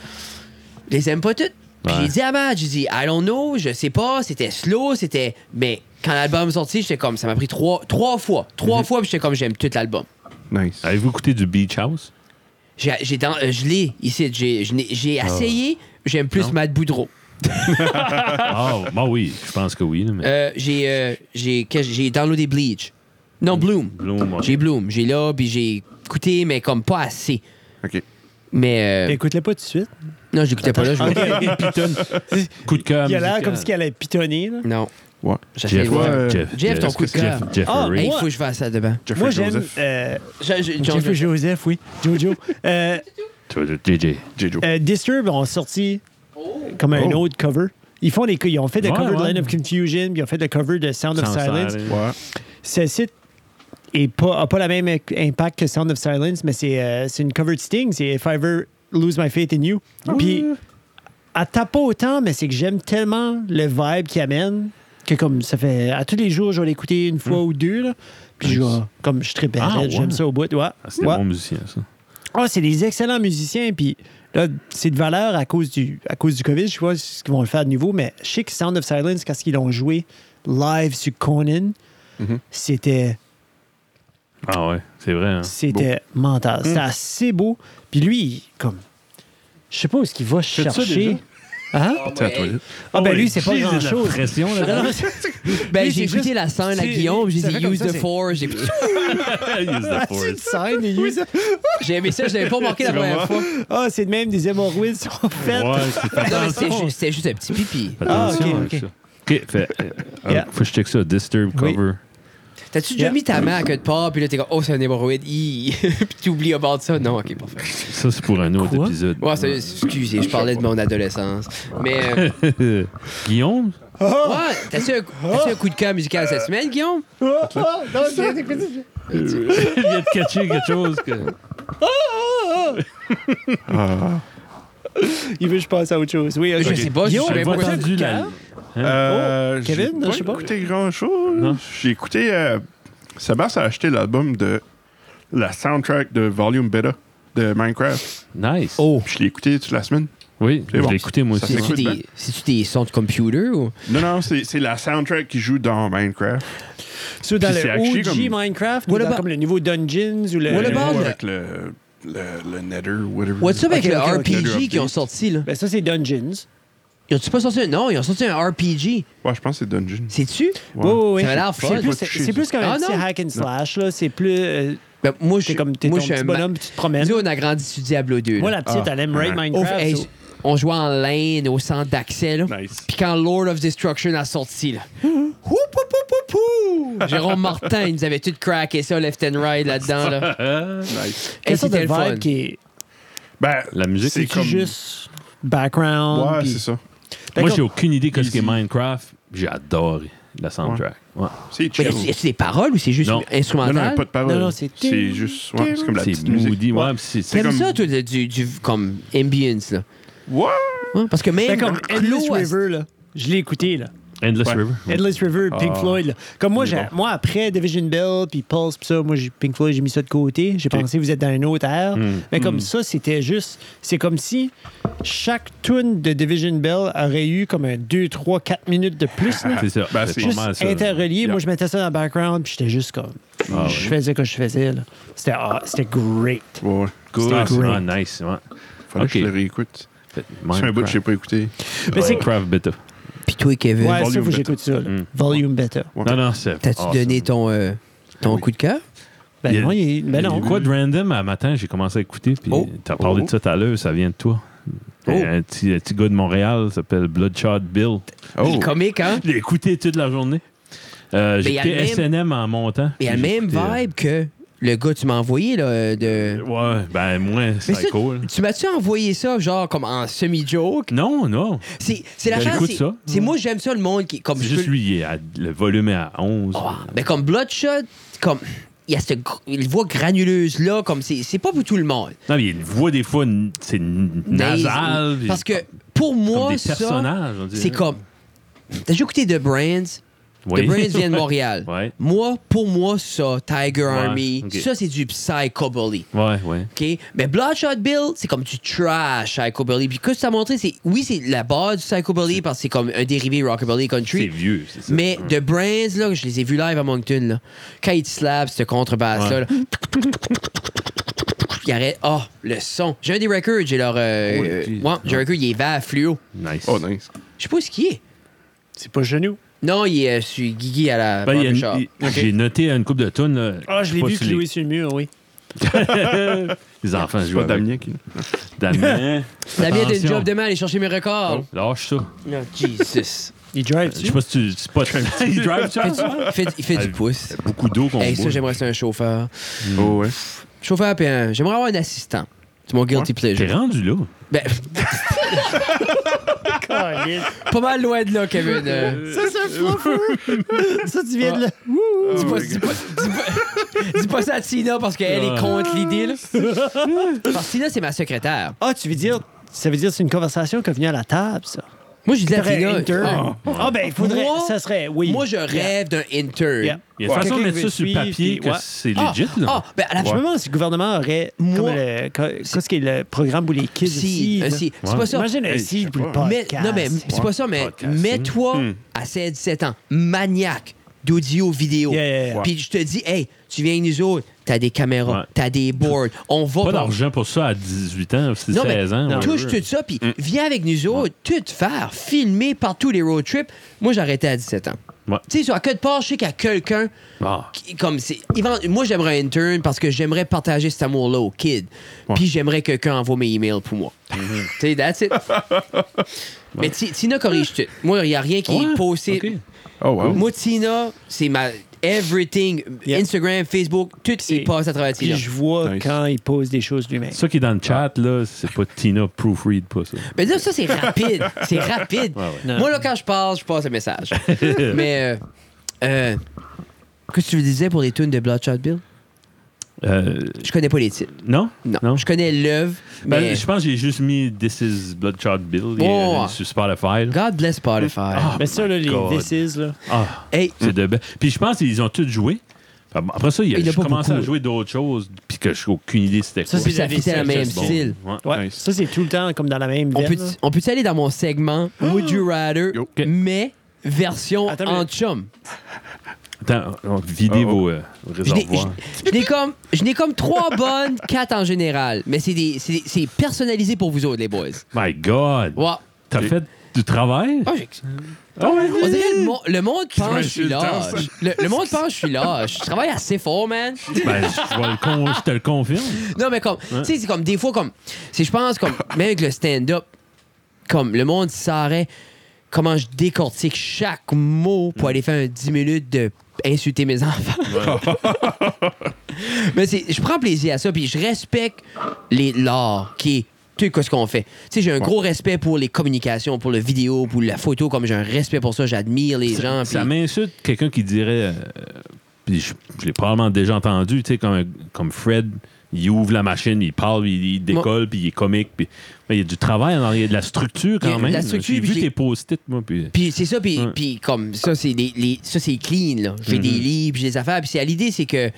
je les aime pas toutes. Puis
Ouais.
j'ai dit à Matt, j'ai dit, I don't know, je sais pas, c'était slow, c'était. Mais quand l'album est sorti, j'étais comme, ça m'a pris trois, trois fois. Trois fois, puis j'étais comme, j'aime tout l'album.
Nice.
Avez-vous écouté du Beach House?
J'ai, j'ai dans, euh, je l'ai ici, j'ai, je n'ai- j'ai essayé, j'aime plus Matt Boudreau.
Ah, bah oui, je pense que oui. là, mais...
Euh, j'ai, euh, j'ai, que- j'ai downloadé Bleach. Non, Bloom.
Bloom, ouais.
J'ai Bloom, j'ai là, puis j'ai écouté, mais comme pas assez.
OK.
Mais euh,
Écoute-le pas tout de suite.
non, j'écoutais pas là. Je...
Coup de cœur.
Il a l'air
musical.
comme si elle allait pitonner. là.
Non,
Ouais.
j'essaie
Jeff,
de-
Ouais. euh,
Jeff,
Jeff, ton coup de
Jeff,
cœur.
Jeff
Ah,
Ferry.
Hey, il
moi-
faut que je fasse ça demain.
Jeffrey
Moi, j'aime.
Joseph.
euh,
Je- je- John-
Jeffrey Joseph, oui. Jojo. Euh,
Toi, toi, JJ.
Jejo.
euh, Disturb ont sorti comme un
Oh.
autre cover. Ils, font des, ils ont fait des
Ouais,
covers de
ouais.
Line of Confusion, puis ils ont fait des covers de Sound, of
Sans
Silence.
silence.
Ouais.
Ce site n'a pas, a pas le même impact que Sound of Silence, mais c'est euh, c'est une cover de Sting. C'est If I Ever Lose My Faith in You. Puis, elle tape pas autant, mais c'est que j'aime tellement le vibe qu'il amène que comme ça fait... À tous les jours, je vais l'écouter une fois ou deux, là. Puis je vais- comme je tripe,
Ah, ouais.
j'aime ça au bout. Ouais.
Ah, C'était
Ouais.
bon musicien, ça.
Ah, c'est des excellents musiciens, puis là, c'est de valeur à cause du, à cause du COVID. Je vois ce qu'ils vont le faire de nouveau, mais je sais que Sound of Silence, quand ils l'ont joué live sur Conan,
Mhm.
c'était
Ah ouais, c'est vrai. Hein.
c'était mental.
Mm.
C'était assez beau. Puis lui, il- comme, je sais pas où est-ce qu'il va
ça déjà?
chercher. Hein?
T'es à la toilette.
Ah, ben
Oh,
lui, c'est pas
j'ai de la
grand-chose.
pression, là.
Non, non,
Ben,
Lui,
j'ai
c'est
écouté
juste-
la scène à
c'est-
Guillaume, j'ai
ça
dit
fait comme
Use
ça,
the
c'est-
Force. J'ai-
Ah,
Use the
c'est une
force.
scène, il use-
J'ai aimé ça, je l'avais pas manqué la première fois.
Ah, c'est de même, des hémorroïdes sont faites.
Ouais, c'est pas
Non, mais c'était ju- c'était juste un petit pipi.
Attention
Ah, ok,
avec
ok.
ça. OK, fait, euh, euh,
Yeah.
faut que je check ça. Disturb
Oui.
cover.
T'as-tu déjà
Yeah.
mis ta main à quelque part, puis là, t'es comme, oh, c'est un hémorroïde, hi. puis t'oublies à bord de ça? Non, ok, parfait.
Ça, c'est pour un autre
Quoi?
épisode.
Ouais, c'est- excusez, je parlais de mon adolescence. Mais, euh,
Guillaume?
ouais, t'as-tu un, t'as-tu un coup de cœur musical cette semaine, Guillaume?
Ah, ah, non, c'est-
Je viens de catcher quelque chose. Que...
Ah.
il veut que je passe à autre chose. Oui,
Je
ok.
sais pas, je
Guillaume,
savais
J'avais
pas
pourquoi
entendu
tu-
la...
Euh,
Kevin, je sais
j'ai
pas.
pas écouté grand-chose.
Non.
J'ai écouté... euh, Sébastien a acheté l'album de... La soundtrack de Volume Beta de Minecraft.
Nice.
Oh. Je l'ai écouté toute la semaine.
Oui, je
C'est bon.
l'ai écouté, moi
Ça
aussi.
C'est-tu
s'écoute bien.
des, c'est-tu des sons de computer ou?
Non, non, c'est c'est la soundtrack qui joue dans Minecraft.
Ceux dans
Puis c'est
le
actually
OG
comme-
Minecraft, ou
What
dans
about-
comme le nouveau Dungeons ou le.
What
Le
about-
nouveau
le-
Euh, Avec le, le, le Nether, whatever.
What's up avec
Ok,
le
ok, ok.
RPG qu'ils ont sorti, là?
Ben, ça, c'est Dungeons.
Ils ont-tu pas sorti un. Non, ils ont sorti un RPG.
Ouais, je pense que c'est Dungeon.
Sais-tu?
Ouais.
oui.
Ça a l'air fun.
C'est plus, c'est- c'est plus comme
Ah,
un petit
non.
hack and slash, là. C'est plus. euh,
Ben, moi, je
t'es comme. T'es
moi, je
ton
suis
petit
un ma-
bonhomme, tu te promènes.
Nous, on a grandi sur Diablo 2. là.
Moi, la petite,
Ah.
elle aime Raid
Ouais.
Au-
Minecraft.
Oh, hey,
so-
on jouait en lane au centre d'accès, là.
Nice.
Puis quand Lord of Destruction a sorti, là. Houp, houp, houp, houp, houp. Jérôme Martin, il nous avait tout craqué ça, left and right, là-dedans, là.
Nice.
Et
Quelle sorte de
c'était le fun.
vibe qui est.
Ben,
La musique,
c'est
c'est
qui
comme...
juste background.
Ouais,
puis-
c'est ça.
Fait
Moi,
comme-
j'ai aucune idée de ce qu'est
Easy.
Minecraft. J'ai adoré la soundtrack. Ouais.
C'est
Mais
chill.
est-ce est-ce des paroles ou Ben, c'est juste
Non.
Non,
instrumental?
non, pas de parole.
Non, non, c'est-
C'est juste... Ouais, c'est comme la
C'est
petite musique.
moody. Ouais, puis c'est-
T'aimes
c'est
comme-
ça, toi, le- du, du- comme ambience, là?
Ouais!
Hein? Parce que
Fait
même.
Ben, comme Endless
Clo-
River, là. Je l'ai écouté, là.
Endless
Ouais.
River.
Endless River, Pink
Ah.
Floyd. là. Comme moi,
Il est
j'ai-
bon.
moi, après Division Bell, puis Pulse, puis ça, moi, j'ai- Pink Floyd, j'ai mis ça de côté. J'ai pensé que vous êtes dans une autre ère.
Hmm.
Mais comme ça, c'était juste. C'est comme si chaque tune de Division Bell aurait eu comme un 2, 3, 4 minutes de plus. là.
C'est ça.
Ben, c'est
c'est
Juste
pas mal ça.
interrelié.
Yeah.
Moi, je mettais ça dans le background, puis j'étais juste comme.
Ah, ouais.
je faisais ce que je faisais. là. C'était ah, c'était great.
Ouais, ouais.
Good.
C'est-
Ah, nice. Ouais.
Faudrait que je
Ok.
le réécoute. C'est un bout que j'ai pas écouté.
Mais c'est-
Minecraft Beta.
Puis toi, Kevin,
Ouais, ça,
Volume
faut que
better.
j'écoute ça. là.
Mm.
Volume better.
Non, non, c'est.
t'as-tu
awesome.
donné ton, euh, ton coup de cœur?
Ben
Il y a-
non, il- ben
Il y a
non.
Quoi de random, à matin, j'ai commencé à écouter, puis
Oh.
t'as parlé
Oh.
de ça tout à l'heure, ça vient de toi. Euh,
Oh.
Un, petit, un petit gars de Montréal s'appelle Bloodshot Bill.
Oh.
Il est comique, hein?
Je l'ai écouté toute la journée. Euh,
Mais il y a le
J'écoutais
même-
SNM en montant.
Il a le
puis
même
j'écoutais, euh,
vibe que le gars que tu m'as envoyé, là, euh, de...
Ouais, ben moins
Mais ça,
psycho. là.
Tu m'as-tu envoyé ça, genre, comme en semi-joke?
Non, non.
C'est c'est la
Ben,
chance.
j'écoute
c'est-
ça.
C'est moi, j'aime ça, le monde qui... Comme
C'est
Ah, je
juste
peux-
lui, il est à- le volume est à 11.
Oh, ben, comme Bloodshot, comme... Il y a cette gr- une voix granuleuse là, comme c'est c'est pas pour tout le monde.
Non, mais il voit des fois, n- c'est n- nasal.
Mais-
puis
Parce que
comme
pour moi,
des
ça,
personnages, hein. on dirait.
c'est comme. T'as déjà écouté The Brands?
Oui.
The Brands vient de Montréal.
Ouais.
Moi, pour moi, ça, Tiger Army,
ok.
ça, c'est du psychobilly.
Ouais, ouais.
OK? Mais Bloodshot Bill, c'est comme du trash psychobilly. Puis, que ça a montré, c'est. Oui, c'est la base du psychobilly parce que c'est comme un dérivé rockabilly
C'est
country.
vieux, c'est ça.
Mais The Brands, là, je les ai vus live à Moncton, là. Quand ils te slapent, cette contrebasse-là,
Ouais.
là. Il arrête. Oh, le son. J'ai un des records, j'ai leur. euh,
Oui,
euh,
tu-
ouais, j'ai un record, il est vert fluo.
Nice.
Oh, nice.
Je sais pas où ce qu'il est.
C'est pas genou.
Non, il est euh, sur Guigui à la
Ben, il y a une-
barbershop.
il- J'ai noté une coupe de tonnes. là.
Ah, je l'ai
Pas
vu
sur les-
clouer sur le mur, oui.
Les enfants
C'est
jouent
pas
avec.
Damien qui.
Damien.
Ça vient d'une
Attention. Oh.
job demain, aller chercher mes records.
Lâche ça.
Non, Jesus.
Il
Je
drive-tu?
sais pas si tu. C'est pas. Il drive ça.
Il fait, il fait du pouce.
Beaucoup d'eau qu'on
Hey,
boit.
ça, j'aimerais ça un chauffeur.
Oh, ouais.
Chauffeur, puis un- j'aimerais avoir un assistant. C'est mon guilty
T'es
pleasure.
rendu là.
Ben,
Colin.
pas mal loin de là, Kevin. Euh,
Ça, c'est un fou. Ça, tu viens de là.
dis, pas, dis, pas, dis pas- dis pas ça à Tina parce qu'elle est
Ouais.
contre l'idée. là. Parce que Tina, c'est ma secrétaire.
Ah, tu veux dire... Ça veut dire que c'est une conversation qui est venue à la table, ça.
Moi, je dis à
Faudrait
Tina.
intern.
ah,
Ah, ben, il faudrait...
Moi-
Ça serait... Oui.
Moi, je rêve d'un intern.
Yeah.
Il y a une
Ouais.
façon de
Quelqu'un
mettre ça sur
qui veut
le
suivre,
papier
puis-
que
ouais.
c'est
Ah,
legit, là.
ah, ben, à la
Je me demande si le gouvernement aurait...
Moi-
comme le- co- Qu'est-ce qui est le programme pour les kids
Si,
aussi?
un
là?
si. C'est
Ouais.
pas ça.
Imagine un
Hey,
si
je
pour le
sais pas.
Mais,
podcast.
non, mais c'est pas ça, mais
Podcasting.
mets-toi
Hmm.
à 16-17 ans, maniaque d'audio-vidéo.
Yeah, yeah, yeah.
Puis je te dis, hey, tu viens avec nous autres, t'as des caméras,
Ouais.
t'as des boards, on va.
Pas
pour-
d'argent pour ça à 18 ans, c'est
Non, mais
16 ans. Hmm. ouais.
touche tout ça, puis viens avec nous autres, tout faire, filmer partout les road trips. Moi, j'arrêtais à 17 ans.
Ouais.
Tu sais, sur à quelque part, je sais qu'il y a quelqu'un
Ah.
qui- comme c'est évent- moi j'aimerais un intern parce que j'aimerais partager cet amour là aux kids puis j'aimerais que quelqu'un envoie mes emails pour moi
Mhm.
tu sais that's it mais Ti- Tina corrige tout moi il n'y a rien qui est
Ouais,
posté
ok.
Oh, wow.
moi Tina c'est ma everything
Yeah.
Instagram Facebook tout est
C'est-
passe à travers
Puis
Tina
je vois
Nice.
quand il pose des choses lui-même.
Ça qui est dans le chat, là, c'est pas Tina proofread pas ça.
mais là ça c'est rapide c'est rapide
ouais.
Non.
moi là quand je parle je passe un message mais euh, euh, qu'est-ce que tu disais pour les tunes de Bloodshot Bill
Euh,
je connais pas les titres
non?
non, je connais l'œuvre
Ben,
mais
Je pense que j'ai juste mis This is Bloodshot Bill il est,
Oh.
euh, sur Spotify. là.
God bless Spotify
Mais ça, là, les
Oh God.
This is, là.
Ah,
Hey,
c'est de belle. Puis je pense qu'ils ont tous joué. Après ça, il a,
Il y en a
j'ai
pas
commencé
beaucoup.
à jouer d'autres choses, puis que j'ai aucune idée c'était
Ça,
quoi.
Puis
c'est
ça
la
fitait
vie,
le
c'est
même
juste
Bon,
style.
ouais.
Ouais.
Nice.
Ça, c'est tout le temps comme dans la même
On
veine.
peut,
là.
on peut aller dans mon segment Would You Rather,
Yo.
mais version
Attends,
en
mais-
chum.
Attends, on- on- videz
Oh, oh.
vos euh,
Je n'ai-
réservoirs.
je- je n'ai comme, je n'ai comme trois bonnes, quatre en général, mais c'est des- c'est des- c'est personnalisé pour vous autres, les boys.
My God!
Ouais.
T'as fait du travail?
Ah, j'ai-
Ah ouais.
On dirait le, mon- le monde pense que je suis
le temps,
lâche. Le, le monde pense que je suis lâche. Je travaille assez fort, man.
Ben, je, vais le con- je te le confirme.
Non, mais comme, tu sais, c'est comme des fois, comme, c'est, je pense, comme, même avec le stand-up, comme, le monde saurait comment je décortique chaque mot
Mm.
pour aller faire un 10 minutes de insulter mes enfants. mais c'est, je prends plaisir à ça, puis je respecte les, l'art qui est. Tu sais, qu'est-ce qu'on fait? Tu sais, j'ai un gros respect pour les communications, pour le vidéo, pour la photo, comme j'ai un respect pour ça, j'admire les gens.
Ça
puis-
m'insulte quelqu'un qui dirait. euh, puis je, je l'ai probablement déjà entendu, tu sais, comme, comme Fred, il ouvre la machine, il parle, il, il décolle, puis il est comique. Puis, mais il y a du travail, en arrière, il y a de la structure
Il y a
quand
de
même.
la structure,
J'ai
puis
vu
j'ai-
tes post-it, moi. Puis,
Puis c'est ça, puis,
Ouais. Mhm.
puis comme ça, c'est les, les- ça c'est clean, là. J'ai des livres, j'ai des affaires. Puis c'est- l'idée, c'est que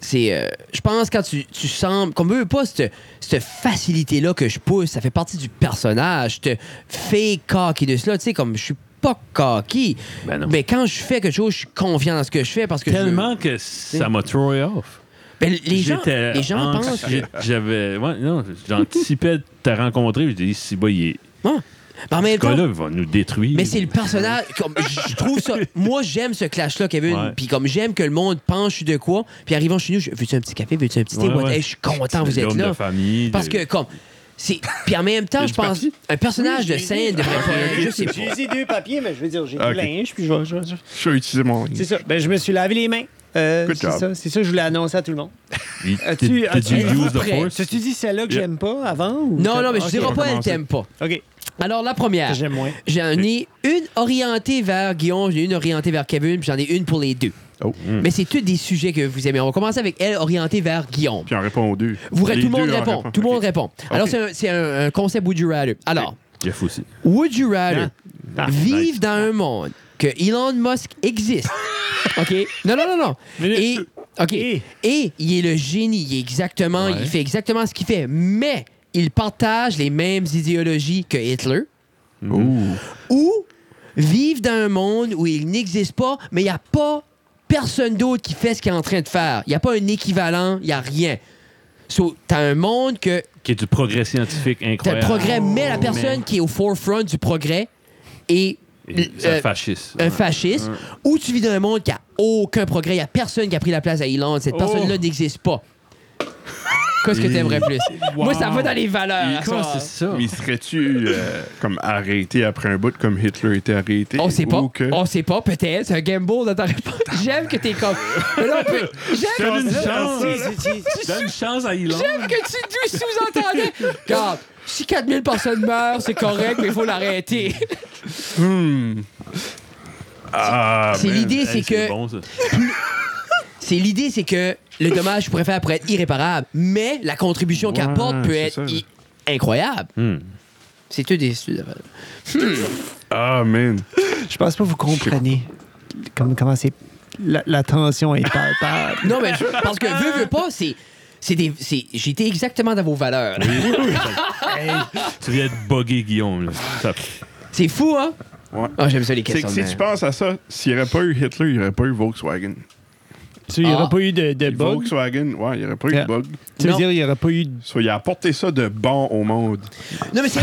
c'est. euh, je pense quand tu, tu sembles. Comme veut pas, cette, cette facilité-là que je pousse, ça fait partie du personnage. Je te fais cocky de cela, tu sais, comme je suis pas cocky.
Ben non.
mais quand je fais quelque chose, je suis confiant dans ce que je fais parce que je-
tellement que ça m'a throw off.
Ben, les gens,
J'étais
les gens
anx-
pensent.
j'ai- J'avais. ouais, non, j'anticipais de te rencontrer. Je dis, si, bah, il est.
Ouais. Mais en
Ce
même temps,
gars-là va nous détruire.
Mais c'est le personnage. Comme, je trouve ça. Moi, j'aime ce clash-là, Kevin.
Ouais.
Puis comme j'aime que le monde pense, je suis de quoi. Puis arrivant chez nous, je veux-tu un petit café, veux-tu un petit thé?
Ouais,
What-
ouais.
Hey, je suis content, vous
C'est
êtes
l'homme
là.
de famille. de-
Parce que, comme. c'est- Puis en même temps,
T'es
je
du
pense.
parti?
Un personnage de scène devrait
Ah,
pas. Je sais pas.
Euh, J'ai usé deux papiers, mais je veux dire, j'ai
Ah,
du
ok.
linge, puis je vais- je vais- je vais-
Je vais utiliser mon
C'est ça. Ben, je me suis lavé les mains. Euh,
Good
c'est
job.
ça, c'est ça que je voulais annoncer à tout le monde.
Il-
As-tu-
T'es t'es
as-tu-
du use the
Prêt.
force.
As-tu dit celle-là que
Yeah.
j'aime pas avant? Ou
Non, non, mais je
Ok.
dirais pas, elle
commencer.
t'aime pas.
OK,
Alors, la première.
que j'aime moins.
J'en ai une orientée vers Guillaume, j'en ai une orientée vers Kevin, puis j'en ai une pour les deux.
Oh.
Hmm.
Mais c'est tous des sujets que vous aimez. On va commencer avec elle orientée vers Guillaume.
Puis on répond aux deux.
Vous, tout
Les
le monde
deux, on
répond. Tout le monde
Ok.
répond. Alors,
Ok. Hein?
c'est un- c'est un, un concept Would You Rather. Alors,
Jeff aussi.
Would You Rather
Ah. Ah,
vivre
nice.
dans un monde que Elon Musk existe. OK? Non, non, non, non.
Mais là,
Et, OK.
Et-
Et il est le génie. Il, est exactement, il fait exactement ce qu'il fait. Mais il partage les mêmes idéologies que Hitler. Ou vivre dans un monde où il n'existe pas, mais il n'y a pas personne d'autre qui fait ce qu'il est en train de faire. Il n'y a pas un équivalent, il n'y a rien. So, t'as un monde que
Qui est du progrès scientifique
T'as le
incroyable.
progrès, mais la
Oh,
personne qui est au forefront du progrès est
Et C'est
euh,
un fasciste.
un fasciste, ou tu vis dans un monde qui a aucun progrès, il n'y a personne qui a pris la place à Elon, cette
Oh.
personne-là n'existe pas. Qu'est-ce que t'aimerais plus? Moi, ça va dans les valeurs. à
Quoi,
soir.
c'est ça?
Mais serais-tu euh, comme arrêté après un bout comme Hitler était arrêté?
On sait pas.
Ou que-
On sait pas, peut-être. C'est un gamble dans ta réponse. J'aime que t'es comme. Mais non, peut- J'aime
Donne une
Oh,
chance.
Si, si, si.
Donne une chance à Elon.
j'aime que tu tu sous-entendais. Regarde, si 4000 personnes meurent, c'est correct, mais il faut l'arrêter.
Hmm. Ah,
C'est
man.
l'idée,
Euh, Hey,
c'est que.
bon, ça.
C'est l'idée, c'est que le dommage pourrait faire pourrait être irréparable, mais la contribution qu'il
Ouais,
apporte peut
c'est
être
ça.
i- incroyable.
Hmm.
C'est tout des études.
Ah, man.
Je pense pas que vous comprenez comme, comment c'est. La, la tension est palpable.
Non, mais je- parce que veux, veux pas, c'est. C'est des. c'est- J'étais exactement dans vos valeurs.
Tu viens de bugger Guillaume. Là. Ça-
C'est fou, hein?
Ouais.
Ah, j'aime ça les
C'est
questions.
que
de
si tu
merde.
penses à ça, s'il n'y aurait pas eu Hitler, il n'y aurait pas eu Volkswagen.
Tu, il n'y
Ah.
aurait pas eu de, de
Et
bug.
Volkswagen, ouais, il n'y aurait pas eu
Yeah.
de bug.
Tu veux
Non.
dire, il n'y aurait pas eu de
So, il a apporté ça de bon au monde.
Non, mais c'est.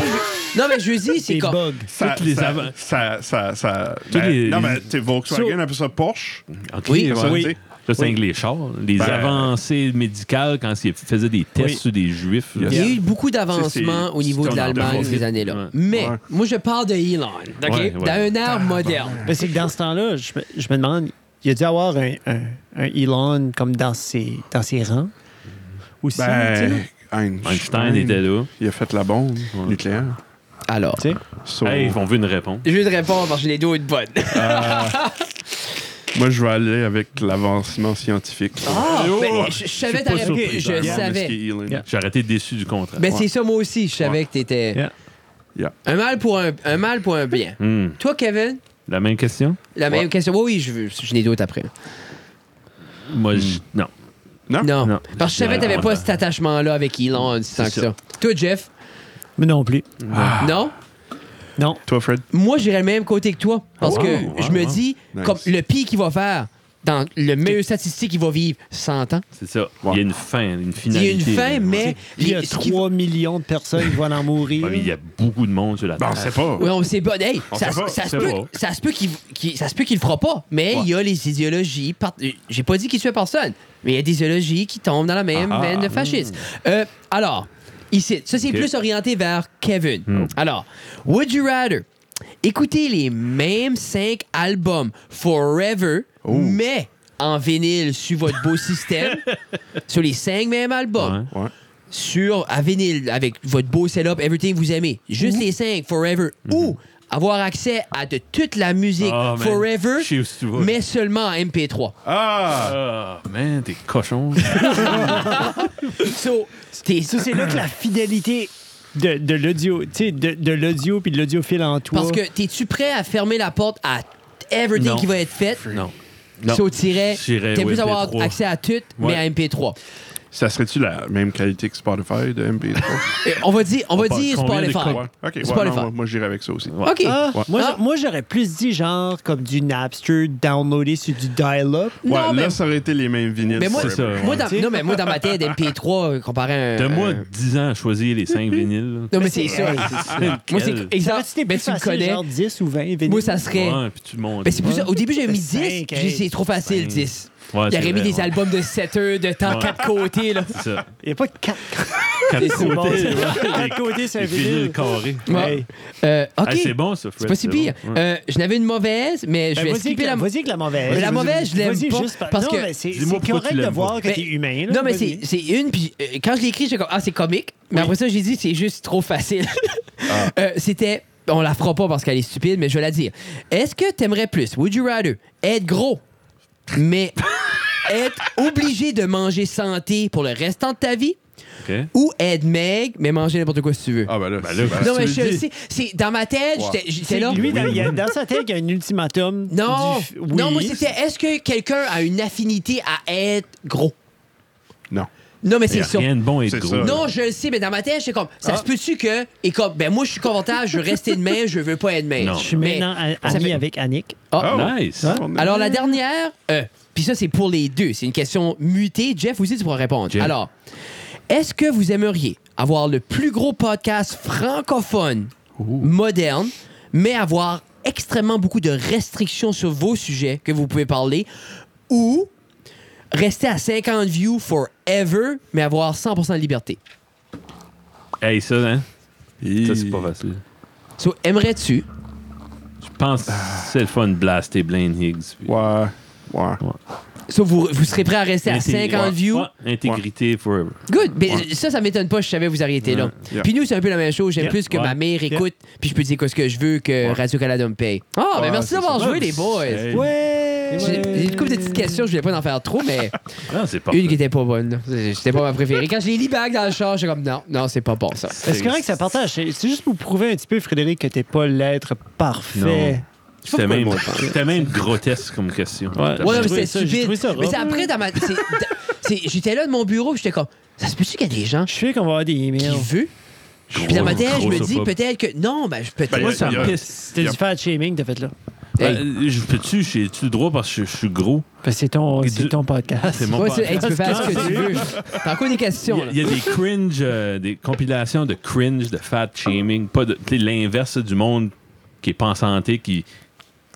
Non, mais je dis, c'est
des
comme.
bugs.
Ça,
Toutes les
ça,
avant-
ça, ça, ça-
Tous
ben,
les-
Non,
les-
mais t'es Volkswagen,
So-
appelle ça Porsche.
Ok,
Oui,
ouais.
oui.
Là, c'est avec les chars. Les
Ben-
avancées médicales quand ils faisaient des tests
Oui.
sur des juifs. là.
Il y a
Yeah.
eu beaucoup
C'est- c'est-
d'avancements au niveau
c'est
de
un
l'Allemagne
ordre de
ces
vie.
années-là.
Ouais.
Mais
Ouais.
moi, je parle de Elon, OK?
Ouais, ouais.
Dans un ère moderne.
Ben, c'est que dans ce temps-là, je, me- je me demande, il a dû avoir un, un, un Elon comme dans ses, dans ses rangs. Aussi, tu
Ben,
sais.
Einstein,
Einstein était là.
Il a fait la bombe nucléaire.
Alors.
Tu sais.
So,
Hey, on veut une réponse.
Je vais te répondre parce que les deux une bonne.
Moi, je vais aller avec l'avancement scientifique.
Ah,
Oh!
ben, je, je savais ta
suis pas
réponse.
surpris,
Je
vraiment,
savais.
Misky Elon.
Yeah.
J'ai arrêté déçu du contrat.
Ben, c'est ça, moi aussi, je savais que t'étais.
Yeah.
Yeah.
Un mal pour un, un mal pour un bien.
Hmm.
Toi, Kevin,
La même question?
la même question. Oui, oui, je, veux- je n'ai d'autres après.
Moi,
Hmm.
je... non.
Non?
Non.
Non.
Parce que je savais que t'avais pas cet attachement-là avec Elon, si tant que
C'est
ça.
ça.
Toi, Jeff,
Mais non plus.
Mm.
Ah,
non?
Non.
Toi, Fred?
Moi, j'irais le même côté que toi. Parce
Wow,
que
wow,
je me
wow.
dis,
Nice.
comme le pire qu'il va faire, dans le meilleur statistique qu'il va vivre, 100 ans.
C'est ça.
Ouais.
Il y a une fin, une
Il y a
finalité.
une fin,
là.
mais.
Il y a
les- ce qui-
3 millions de personnes qui vont en mourir.
Ouais, mais il y a beaucoup de monde sur la
Ben, on
Terre.
sait pas.
Ouais, on sait pas. Hey,
On
ça,
sait pas,
ça se
c'est
peut,
pas.
ça se peut qu'il qu'il- ça se peut qu'il le fera pas, mais il y a les idéologies. par- J'ai pas dit qu'il tuait personne, mais il y a des idéologies qui tombent dans la même
Ah,
veine de fascisme. Euh, alors, ici, ça c'est
Ok.
plus orienté vers Kevin.
Hmm.
Alors, Would You Rather écouter les mêmes cinq albums forever, mais en vinyle sur votre beau système, sur les cinq mêmes albums?
Ouais.
Ouais.
sur à vinyle avec votre beau setup, everything vous aimez, juste les cinq forever ou avoir accès à de toute la musique
Mhm. Ah, man.
forever
Je sais où tu vas.
mais seulement en MP3.
Ah!
Ah, man, t'es cochon.
So, t'es-
Ça, c'est là que la fidélité de, de l'audio, tu sais, de, de l'audio puis de l'audiophile en toi.
parce que t'es-tu prêt à fermer la porte à everything
Non.
qui va être fait
non. Non.
Sautirais,
J'irais,
t'aimes
oui,
plus avoir
MP3.
accès à tout, mais
Ouais.
à MP3.
Ça serait-tu la même qualité que Spotify de MP3?
Euh, On va dire, on va
On parle
dire
combien de
Spotify.
quoi?
Ouais. OK, ouais,
Spotify.
non, moi, moi, j'irais avec ça aussi.
OK.
Ah,
Ouais.
Moi,
Ah.
j'a- moi, j'aurais plus dit genre comme du Napster downloadé sur du dial-up.
Ouais,
non,
là,
mais,
ça aurait été les mêmes vinyles.
mais moi,
c'est ça, ouais.
moi, dans, non, mais moi, dans ma tête, MP3, comparé à un...
Donne-moi
un-
10 ans à choisir les 5 vinyles. là.
Non, mais c'est ça.
Ah.
Moi, c'est
Quel-
Ça
exact.
aurait-tu été
Ben,
plus
tu me
facile,
connais.
genre 10 ou 20 vinyles?
Moi, ça serait...
Ouais, puis tu montes.
Ben, c'est plus
Ouais.
ça. Au début, j'avais mis
Cinq,
10, puis
hey.
j'ai dit, c'est trop facile, 10.
Ouais,
Il
c'est
aurait mis
vrai,
des
ouais.
albums de 7 heures, de temps,
Ouais.
4 côtés, là.
C'est ça.
Il n'y a pas quatre
Quatre
C'est
côtés.
bon, c'est
ouais.
vrai. Quatre côtés, c'est un
Les vinyles
vinyle.
Ben,
carrés.
Ouais.
Hey.
Euh, OK.
Hey, c'est bon, ça, Fred.
C'est pas si pire.
bon. Ouais.
Euh, je n'avais une mauvaise, mais je
Ben,
vais
Vas-y que
skipper
la-
la...
vas-y que la mauvaise.
Mais la
Vas-y,
mauvaise,
vas-y.
je l'aime
Vas-y,
pas,
juste par-
parce
non,
que-
mais c'est
Dis-moi
c'est
pourquoi tu
correct de
l'aimes
voir que
Mais-
t'es humain. là.
Non, mais c'est
Vas-y.
c'est une, puis euh, quand je l'ai écrit, j'ai comme, ah, c'est comique. Mais après ça, j'ai dit, c'est juste trop facile.
Ah.
Euh, C'était, on la fera pas parce qu'elle est stupide, mais je vais la dire. Est-ce que t'aimerais plus, would you rather, être gros, mais être obligé de manger santé pour le restant de ta vie,
OK.
ou être maigre, mais manger n'importe quoi si tu veux?
Ah, ben là,
Ben
c'est-
là,
ben,
non,
tu
mais
le
je
dis.
sais, c'est dans ma tête,
Wow.
j'étais- j'étais
C'est
là.
lui, dans, il y a- dans sa tête, il y a un ultimatum.
Non,
du f- oui.
non, moi c'était est-ce que quelqu'un a une affinité à être gros?
non.
Non, mais
Il y
c'est
a
ça.
Rien de bon et de
C'est
gros.
ça.
là.
Non, je le sais, mais dans ma tête, j'étais comme, ça se peut-tu que. Et comme, ben moi, je suis confortable, je veux rester de main, je veux pas être de main.
Non.
Je suis
Mais-
maintenant a-
Ça
ami
fait-
avec Annick.
Ah,
Oh. Nice.
Ah,
Alors, la dernière, euh, puis ça, c'est pour les deux. C'est une question mutée. Jeff aussi, tu pourras répondre.
Jeff.
Alors, est-ce que vous aimeriez avoir le plus gros podcast francophone moderne, mais avoir extrêmement beaucoup de restrictions sur vos sujets que vous pouvez parler, ou rester à 50 views forever, mais avoir 100% de liberté?
Hey, ça, hein? Ça, c'est
Et-
pas facile.
So, aimerais-tu
Je pense que c'est le fun de blaster Blaine Higgs. puis-
Ouais. Ouais.
Ça, vous, vous serez prêt à rester à
Intégr-
50
ouais,
views?
ouais, Intégrité forever.
Good. Mais
Ouais.
ça, ça m'étonne pas. Je savais que vous auriez été là.
Yeah.
Puis nous, c'est un peu la même chose. J'aime
Yeah.
plus que
Ouais.
ma mère
Yeah.
écoute, puis je peux dire quoi ce que je veux que
Ouais.
Radio-Canada me paye. Ah, ben
Ouais,
merci
c'est
d'avoir
ça.
joué, les boys.
Hey.
Ouais!
J'ai j'ai une couple de petites questions. Je voulais pas en faire trop, mais
Non, Ah, c'est pas
une qui était pas bonne. là. C'est- C'était pas ma préférée. Quand j'ai lis back dans le char, j'ai comme non, non, c'est pas bon ça.
C'est correct, ça partage. C'est c'est juste pour prouver un petit peu, Frédéric, que t'es pas l'être parfait.
C'était
pourquoi
même,
moi,
c'était même grotesque comme question. T'as-
Ouais, non, mais
trouvé
c'est
ça- j'ai
stupide.
trouvé ça
Mais
rough.
c'est après dans ma. c'est- c'est- J'étais là de mon bureau, puis j'étais comme ça se peut-tu qu'il y a des gens
Je sais qu'on va avoir des
qui
emails.
veulent? Puis dans ma tête, je me dis
Grossophobe.
peut-être que non, ben je- peut-être.
Ben,
Moi,
y a-
ça
y a-
me pisse.
C'était
Yep.
du fat shaming, t'as fait là.
Hey.
Euh, je peux-tu, j'ai-tu le droit parce que je, je suis gros?
Parce que c'est ton,
Du-
c'est ton podcast.
C'est mon
Ouais,
père.
c'est- hey, tu peux faire ce que tu veux. T'as encore des
Il y
questions,
a-
là.
il y, a des cringe, euh, des compilations de cringe, de fat shaming, pas de t'sais, l'inverse du monde qui est pas en santé, qui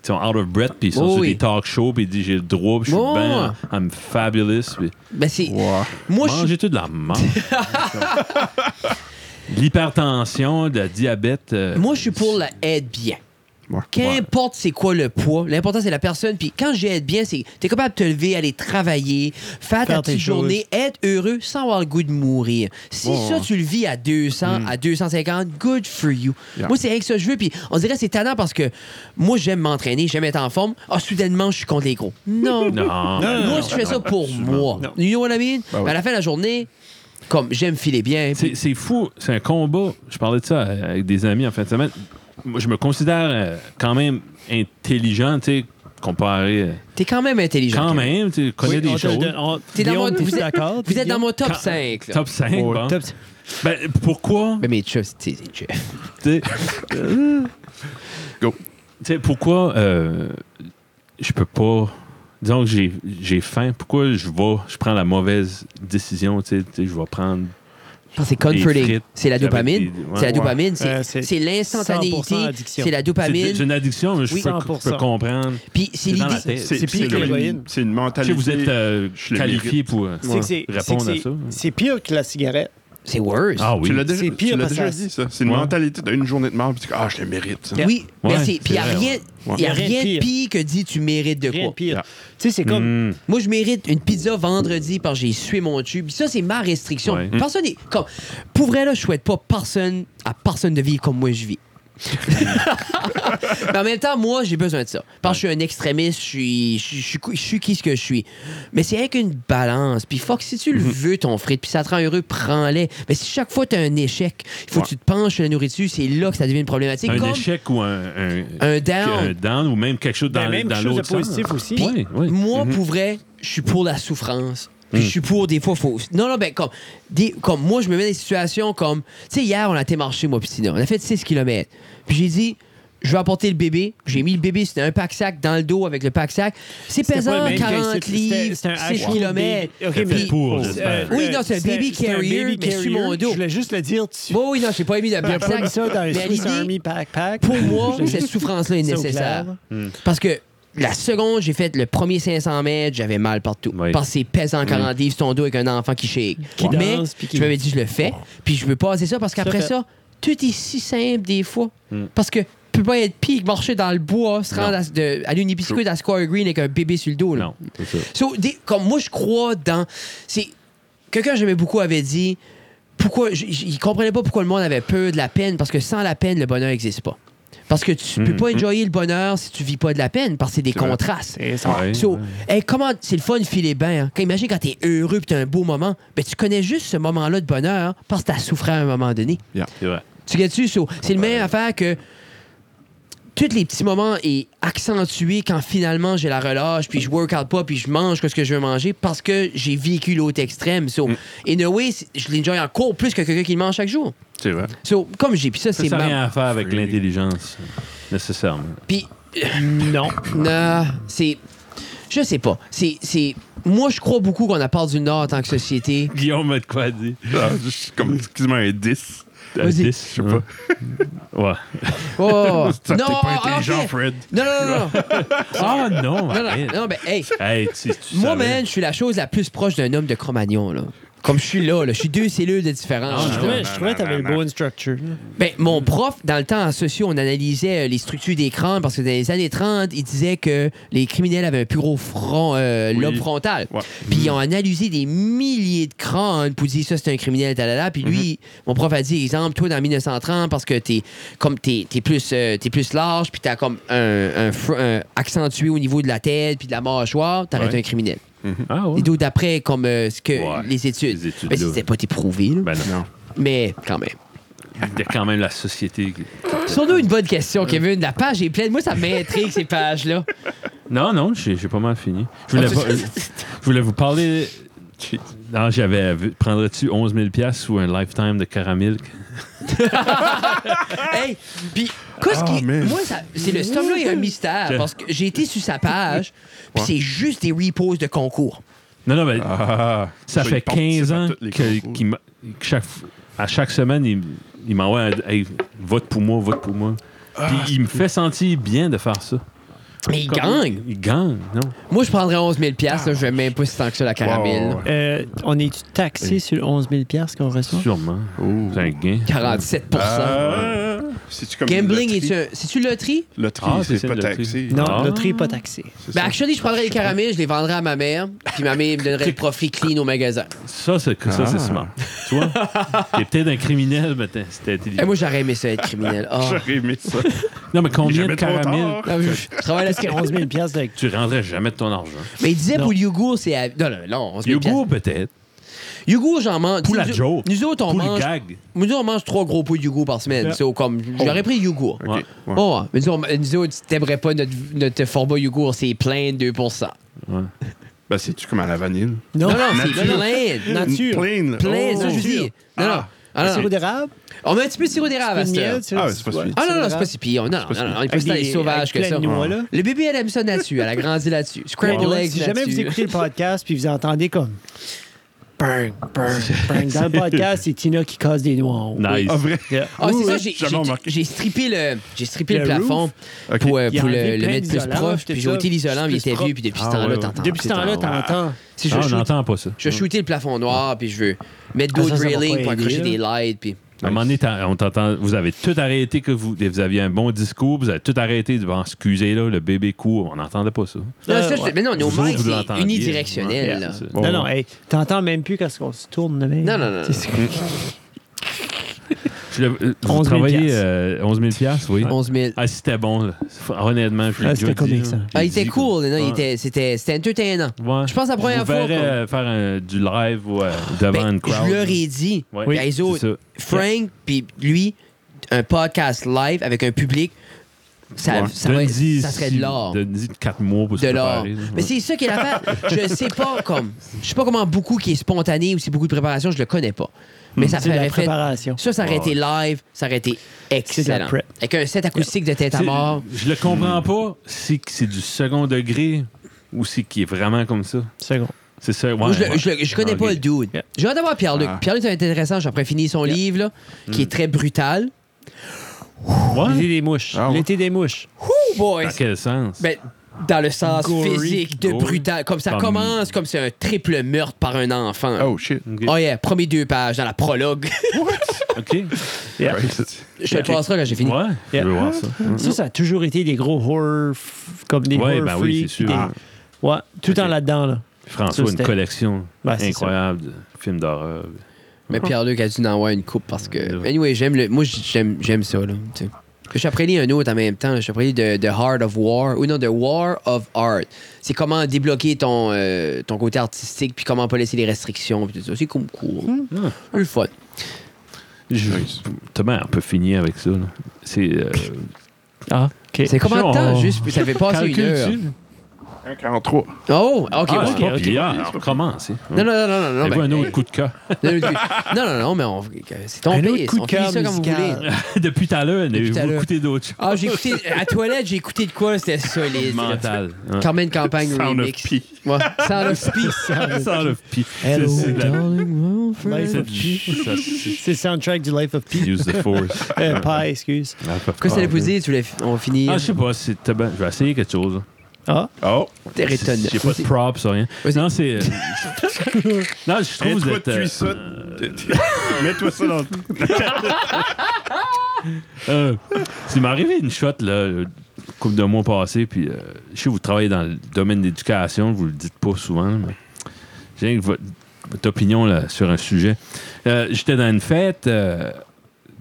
qui sont out of breath, puis ils sont
Oh
sur
oui.
des talk shows, puis ils disent j'ai le droit, puis je suis
Ouais.
ben, I'm fabulous. Puis,
Ben, c'est.
Ouais.
Moi, je suis.
Mangez tout de la merde. L'hypertension, de la diabète. euh,
Moi, je suis pour la être bien.
Ouais.
Qu'importe c'est quoi le poids, l'important c'est la personne. Puis quand j'ai être bien, c'est t'es capable de te lever, aller travailler, faire, ta
Faire tes
petite
choses.
journée, être heureux sans avoir le goût de mourir. Si
Ouais,
ça
ouais.
tu le vis à 200,
Mm.
à 250, good for you.
Yeah.
Moi c'est rien que ça que je veux. Puis on dirait que c'est tannant parce que moi j'aime m'entraîner, j'aime être en forme. Ah soudainement je suis contre les gros. Non.
Non. Bah
moi je fais ça pour moi. You know what I mean?
Ben ouais.
Mais à la fin de la journée, comme j'aime filer bien.
C'est, c'est fou, c'est un combat. Je parlais de ça euh, avec des amis en fin de semaine. Moi, je me considère euh, quand même intelligent, tu sais, comparé. euh,
T'es quand même intelligent.
quand
Kev.
même, tu sais, connais
Oui,
des
on te le
choses.
donne. On-
T'es dans
Guillaume,
mon-
t'es-tu
vous êtes-
d'accord?
Vous êtes dans mon top
Quand-
5. là.
Top 5.
Ouais,
bon.
Top-
Ben, pourquoi,
Mais mais Jeff, c'est c'est Jeff.
tu sais,
Go.
tu sais, pourquoi euh, je peux pas. Disons que j'ai, j'ai faim. Pourquoi je vais, je prends la mauvaise décision, tu sais, tu sais, je vais prendre.
Ah, C'est
Des
comforting.
frites
C'est la
avec
dopamine.
des- ouais,
c'est la
ouais.
dopamine. c'est-
Euh, c'est
c'est l'instantanéité.
100% addiction.
C'est la
C'est,
dopamine.
c'est une addiction, mais je
Oui,
peux,
100%.
peux comprendre.
Puis c'est
C'est dans la
l'idée.
tête.
C'est
C'est pire
c'est
que
une-
l'héroïne.
C'est une
Tu sais,
mentalité.
vous êtes euh,
je le
qualifié
mérite.
pour euh,
C'est que c'est- c'est que
répondre à
c'est-
ça.
C'est pire que la cigarette.
C'est worse.
Ah oui.
Tu l'as déjà,
C'est pire
tu l'as
parce
déjà
que-
dit, ça. C'est une
Ouais.
mentalité d'une journée de mort, puis tu dis, ah, je le mérite. ça.
Oui,
Ouais,
merci.
c'est
Puis il n'y a
vrai,
rien,
ouais.
y a rien
Ouais.
de
Rien de
pire que dit tu mérites de
Rien
quoi.
de pire.
Yeah.
Tu sais, c'est comme.
Mm.
Moi, je mérite une pizza vendredi parce que j'ai sué mon tube. Puis ça, c'est ma restriction.
Ouais.
Personne n'est. Comme, pour vrai, là, je souhaite pas personne à personne de vivre comme moi je vis. Mais en même temps, moi, j'ai besoin de ça. Parce que je suis un extrémiste, je suis, je, suis- je suis cou- je suis qui ce que je suis. Mais c'est avec une balance. Puis fuck, si
Mhm.
tu le veux, ton frit, puis ça te rend heureux, prends-les. Mais si chaque fois tu as un échec, il faut que tu te penches sur la nourriture, c'est là que ça devient une problématique.
Un
Comme
échec ou un, un,
un down.
un down ou même quelque chose dans,
Ben, même
dans
quelque chose
l'autre
de positif
sens.
aussi.
Oui, oui.
Moi, pour vrai, je suis pour la souffrance. Puis
Mm.
je suis pour des fois faut Non non ben comme des comme moi je me mets dans des situations comme tu sais hier on a été marcher moi puis Tina, on a fait 6 km. Puis j'ai dit je vais apporter le bébé. J'ai mis le bébé, c'était un pack-sac dans le dos avec le pack-sac. C'est
C'était pas
pesant,
le même
40
c'était-
livres,
c'était un
6
H1B.
km.
Ok,
C'était
mais-
pour,
euh,
j'espère.
Oui, non, c'est un
c'était-
baby
c'était un
carrier, mais sur mon
carrier.
dos.
Je voulais juste le dire. Tu
Oui, oui, non, j'ai pas mis de
n'as pas
pack-sac.
mis ça dans un
Mais à
Swiss
l'idée,
Army backpack.
Pour moi,
Je-
cette souffrance-là est
Ça au
nécessaire.
clair.
Parce que la seconde, j'ai fait le premier 500 mètres, j'avais mal partout.
Oui.
Parce que c'est pesant 40 livres, ton dos avec un enfant qui shake.
Mm. Qui
Mais
danse, puis qui-
je m'avais dit, je le fais, puis je veux passer ça parce qu'après
fait. Mm.
ça, tout est si simple des fois. Parce que tu peux pas être pire que marcher dans le bois, se rendre à, de- à l'unipiscuit à Square Green avec un bébé sur le dos. là.
Non, c'est ça.
So, des- comme moi, je crois dans. C'est quelqu'un que j'aimais beaucoup avait dit pourquoi j- j- il comprenait pas pourquoi le monde avait peur de la peine parce que sans la peine, le bonheur n'existe pas. Parce que tu peux pas enjoyer le bonheur si tu vis pas de la peine parce que c'est des
vrai.
contrastes.
C'est Eh ça.
Ouais.
So, hey, comment c'est le fun de filer bien. hein. Quand, imagine quand t'es heureux pis t'as un beau moment, ben tu connais juste ce moment-là de bonheur hein, parce que t'as souffert à un moment donné.
C'est vrai.
Tu gagnes dessus, so, c'est le même affaire que tous les petits moments est accentué quand finalement j'ai la relâche, puis je workout pas, puis je mange que ce que je veux manger parce que j'ai vécu l'autre extrême. So, in a way, c'est- je l'enjoy encore plus que quelqu'un qui le mange chaque jour.
C'est vrai.
So, comme j'ai, puis ça,
Ça
c'est
n'a
ma-
rien à faire avec
Free.
l'intelligence, nécessairement.
Puis,
Non.
non, c'est. Je sais pas. C'est. c'est- Moi, je crois beaucoup qu'on a part du Nord en tant que société.
Guillaume a de quoi dire.
Ah, je suis comme excuse-moi un 10.
À
Vas-y.
10,
Je sais pas.
hein? Ouais.
Oh!
Ça, T'es
non,
pas
ah,
intelligent,
ok.
Fred.
Non, non, non, non.
Ah non,
non, non,
man.
non, ben, hey,
Hey, tu, tu
Moi,
savais.
man, je suis la chose la plus proche d'un homme de Cro-Magnon, là. Comme je suis là, là. Je suis deux cellules de différence.
Je
Ah,
là.
trouvais- je trouvais que t'avais le
non, non.
bonne structure.
Ben, mon prof, dans le temps en sociaux, on analysait euh, les structures des crânes parce que dans les années 30, il disait que les criminels avaient un plus gros front, euh,
Oui.
lobe frontal.
Ouais.
Puis ils ont analysé des milliers de crânes pour dire ça, c'est un criminel, talala. Puis
Mhm.
lui, mon prof a dit, exemple, toi, dans 1930, parce que t'es comme t'es t'es plus, euh, t'es plus large, puis t'as comme un, un fr- un accentué au niveau de la tête, puis de la mâchoire, t'arrêtes
Ouais.
un criminel.
Ah ouais.
Et d'autres d'après, comme euh, ce que
Ouais,
les études.
les études,
mais
là.
c'était pas éprouvé, là.
Ben non.
mais quand même.
C'était quand même la société. qui-
Sur-nous une bonne question, Kevin. La page est pleine. Moi, ça m'intrigue, ces pages-là.
Non, non, j'ai j'ai pas mal fini. Je
Ah,
voulais, pas- euh, je voulais vous parler. Non, j'avais. vu- Prendrais-tu 11 000 piastres ou un lifetime de caramilk?
hey, puis, qu'est-ce
Ah,
qui.
mais-
Moi, ça... c'est le story-là est un mystère
Je-
parce que j'ai été sur sa page, puis c'est juste des repos de concours.
Non, non, mais
Ah,
ça
il
fait
participe
15
à
ans
toutes les
que,
concours.
qu'il m'a- que chaque, à chaque semaine, il, il m'envoie un hey, vote pour moi, vote pour moi.
Ah,
Puis il me fait sentir bien de faire ça.
Mais il
Comme-
gagne.
Il gagne, non?
Ah.
Moi, je prendrais 11 000 là, Je vais même pas si tant que ça la caramel.
Wow.
Euh, on est-tu taxé sur le 11 000 qu'on reçoit?
Sûrement.
Oh.
C'est un gain.
47
Ah, c'est-tu comme
Gambling,
une
est-tu
loterie?
un... c'est-tu une loterie?
Loterie,
Euh, Ah, c'est
c'est
ça,
pas
une loterie.
taxé.
Non,
Ah.
le tri est pas taxé.
c'est
Ben,
ça.
actually, je prendrais les caramels, je les vendrais à ma mère, puis ma mère me donnerait le profit clean au magasin.
Ça, c'est ça, c'est
Ah.
smart. Tu vois? T'es peut-être un criminel, mais t'es- c'était
Et
Eh,
intelligent.
moi, j'aurais aimé ça être criminel. Ah.
J'aurais aimé ça.
Non, mais combien de
Jamais trop
caramels
tard.
Ah, je- je travaille
Est-ce
là-dessus.
que 11 000 de...
tu rendrais jamais de ton argent?
Mais il disait
Non.
pour le yogourt, c'est. à- Non, non, non, on se met
Yogourt, peut-être.
pièce. Yogourt, j'en mange.
Pour la
Nous-
joke.
Nous autres, on
Pour le
mange.
gag.
Nous autres, on mange trois gros pots de yogourt par semaine.
Yeah.
So, comme, j'aurais
Oh.
pris le yogourt.
Ouais.
Ok, ouais.
Oh, mais nous autres, nous autres, tu t'aimerais pas notre, notre format yogourt, c'est plein de 2%.
Ben, c'est-tu comme à la vanille?
Non,
Non, non, c'est
nature.
plein. Non,
Nature.
Plain, là.
Plein,
Oh,
ça, je
nature.
dis. Non, non. Ah, non,
Sirop
non.
d'érable?
On met un petit peu de sirop d'érable à
Peu de
cette heure.
miel, tu sais,
Ah, c'est pas
ouais.
suite.
Ah non, non,
Sirop
c'est pas si pire. Non, non, non, non, on est pas
Avec
si dans les
des-
sauvages
avec
que
plein
ça.
de noix, là.
Le bébé, elle aime ça là-dessus. Elle a grandi là-dessus. Scramble
Ouais,
eggs
si jamais vous
là-dessus.
écoutez le podcast puis vous entendez comme bang, bang, bang. Dans le podcast, c'est Tina qui casse des noix en haut.
Nice.
Ah, vrai?
Ah, c'est
Oui,
ça,
oui,
j'ai-
j'avais
j'ai-
remarqué.
j'ai strippé le, j'ai strippé le,
Le
plafond
Ok.
pour, euh,
Il a
pour le,
enlevé
le
plein
mettre plus
d'isolants,
proche,
c'était
puis j'ai
ça,
ôté l'isolant, il
plus
était
propre.
vieux, puis depuis
Ah,
ce temps-là,
ouais,
t'entends.
Depuis ce temps-là,
t'entends.
t'entends.
Si je
Ah, on
shoot-
n'entend pas ça.
je vais shooter le plafond noir, puis je veux mettre
Ah,
d'autres
ça, ça va
railings
pas
pour
aider,
accrocher
là.
des lights, puis...
À un moment donné, t'en- on t'entend, vous avez tout arrêté, que vous, vous aviez un bon discours, vous avez tout arrêté devant, excusez là, le bébé court, on n'entendait pas ça.
Non,
Euh,
ça, je-
ouais.
mais non, nos
Vous
mics,
autres, vous
c'est
l'entendiez.
unidirectionnel.
Ouais,
là.
c'est ça.
Non, non, hey, t'entends même plus quand on se tourne. le même.
Non, non, non,
C'est ça.
Je le- euh, vous
11 000
travaillez euh, 11 000 piastres, oui.
11 000.
Ah, c'était bon, là. F- honnêtement. je
Ah,
l'ai
c'était
déjà
comique,
dit,
ça.
là.
Ah, il
J'ai
était
dit,
cool, non, il
Ouais.
était- c'était c'était entertainant.
Ouais.
Je pense la première
vous
fois,
verrez,
quoi.
euh, faire un- du live ouais, devant
Ben,
une crowd.
je leur ai dit,
Ouais.
puis les
c'est
autres,
ça.
Frank, puis lui, un podcast live avec un public, Ça,
Ouais.
ça va être-
Donne-y
ça serait
six-
de l'or.
Donne-y quatre mois pour se
de l'or.
préparer, là.
Mais c'est ça qui est l'affaire. je sais pas comme je sais pas comment beaucoup qui est spontané ou c'est beaucoup de préparation, je le connais pas. Mais ça
C'est de la
ferait fait-
préparation.
ça ça aurait été live, ça aurait été excellent.
prep.
Avec un set acoustique de tête à
C'est-
mort.
Je le comprends pas si que c'est du second degré ou si qui est vraiment comme ça.
Second.
C'est ça.
Moi,
ouais,
je, le-
ouais.
je le- je connais pas
Ok.
le dude.
Yeah.
J'ai hâte d'avoir Pierre-Luc.
Ah.
Pierre-Luc, ça va être intéressant. J'ai après fini son livre, là, qui est très brutal.
L'été
Ouais.
des mouches.
Ah ouais.
L'été des mouches.
Oh boy!
Dans quel sens?
Ben, dans le sens
Gory.
physique de
Gory.
brutal. Comme ça
Comme-
commence comme c'est un triple meurtre par un enfant.
Oh shit.
OK.
Oh yeah, premier deux pages dans la prologue.
OK. Yeah.
Christ.
je te le passerai quand j'ai fini.
Ouais, je
Yeah.
veux voir ça.
Ça, ça a toujours été des gros horror, f- comme des
Ouais,
horror
ben
freaks.
oui, c'est sûr.
des-
Ah.
Ouais, tout en
Ok.
là-dedans, là. Ça,
François, une
c'était-
collection
Ben, c'est
incroyable de films d'horreur.
Mais Pierre-Luc a dû en avoir une coupe parce que.
Ouais.
Anyway, j'aime le. Moi, j'aime, j'aime ça, là. tu sais. Que j'ai appris un autre en même temps. J'ai appris de, de Heart of War. Ou non, de War of Art. C'est comment débloquer ton, euh, ton côté artistique, puis comment pas laisser les restrictions, puis tout ça. C'est comme cool.
Hmm.
Ah.
C'est le fun.
Je... Thomas, on peut finir avec ça. là. C'est. euh,
Ah, OK.
C'est combien de temps,
on-
juste? Ça fait passer une heure.
Calcule-tu?
1,43.
Oh, OK.
Ah,
ouais.
c'est pas
ok.
pire. On commence. hein.
Non, non, non, non, non. non,
Avez-vous
ben,
un autre coup de cas?
non, non, non, non, non, mais on- c'est ton
Un autre
pays.
coup de
On finit
cœur
ça comme vous
musical.
voulez.
Depuis tout à l'heure,
Depuis tout à
vous
l'heure.
écoutez d'autres choses.
Ah, j'ai écouté... À la toilette, j'ai écouté de quoi? C'était solide.
Mental.
Carmen Campagne
Sound of
remix.
Pee.
Ouais, Sound of Pee.
Ouais. Ça enlève pis.
Hello,
C'est- c'est de la-
Darling,
Life
c'est
of Pi.
de- ça, c'est-
C'est le soundtrack du Life of Pi.
Use the force.
Euh, Pi, excuse.
Quoi, ça allait vous dire? Tu voulais f- on finit.
Ah, je sais pas. c'est- t'as ben- Je vais essayer quelque chose. là.
Ah,
Oh.
T'es
C'est-
étonnant.
J'ai pas de props ou rien.
Vas-y.
Non, c'est. euh, non, je trouve que vous
Mets-toi
êtes. euh,
dessus ça. Mets-toi ça dans le.
Euh, il m'est arrivé une shot, là, une couple de mois passés, puis euh, je sais que vous travaillez dans le domaine de l'éducation, vous le dites pas souvent, mais j'ai rien que votre, votre opinion là, sur un sujet. Euh, J'étais dans une fête euh,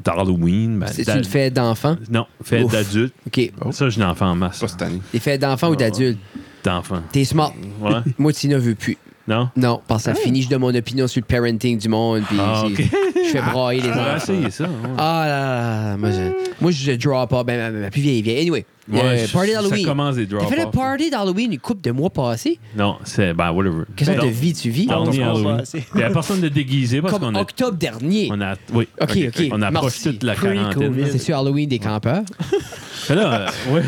d'Halloween. ben,
C'est
d'a-
une fête d'enfant?
Non, fête
Ouf.
d'adultes.
OK.
Ça, je n'en fais en masse.
Pas cette année.
Des fêtes d'enfant
Ah,
ou d'adulte?
D'enfants.
T'es smart.
Ouais?
Moi, tu n'en veux plus.
non?
Non, parce que ça finit, je donne mon opinion sur le parenting du monde, puis
Ah,
c'est-
OK. Ah,
je fais brailler les
On va
enfants.
essayer ça. ouais.
Ah là là, là, moi je, moi, je draw pas, ben, ma, ma plus vieille vieille. Anyway,
Ouais,
euh,
je-
party
Ça
d'Halloween.
commence des
T'as
drop
fait le party d'Halloween une couple de mois passés?
Non, c'est. Ben, whatever.
Quelle sorte
Non,
de vie tu vis?
non,
On
on est
se
Halloween.
passe pas assez.
Il y a personne de déguisé parce
Comme
qu'on a
octobre dernier.
On a, oui.
Ok, ok.
On approche
Merci.
toute la
Pre-COVID.
quarantaine.
C'est sur Halloween des campeurs.
Fait là, euh,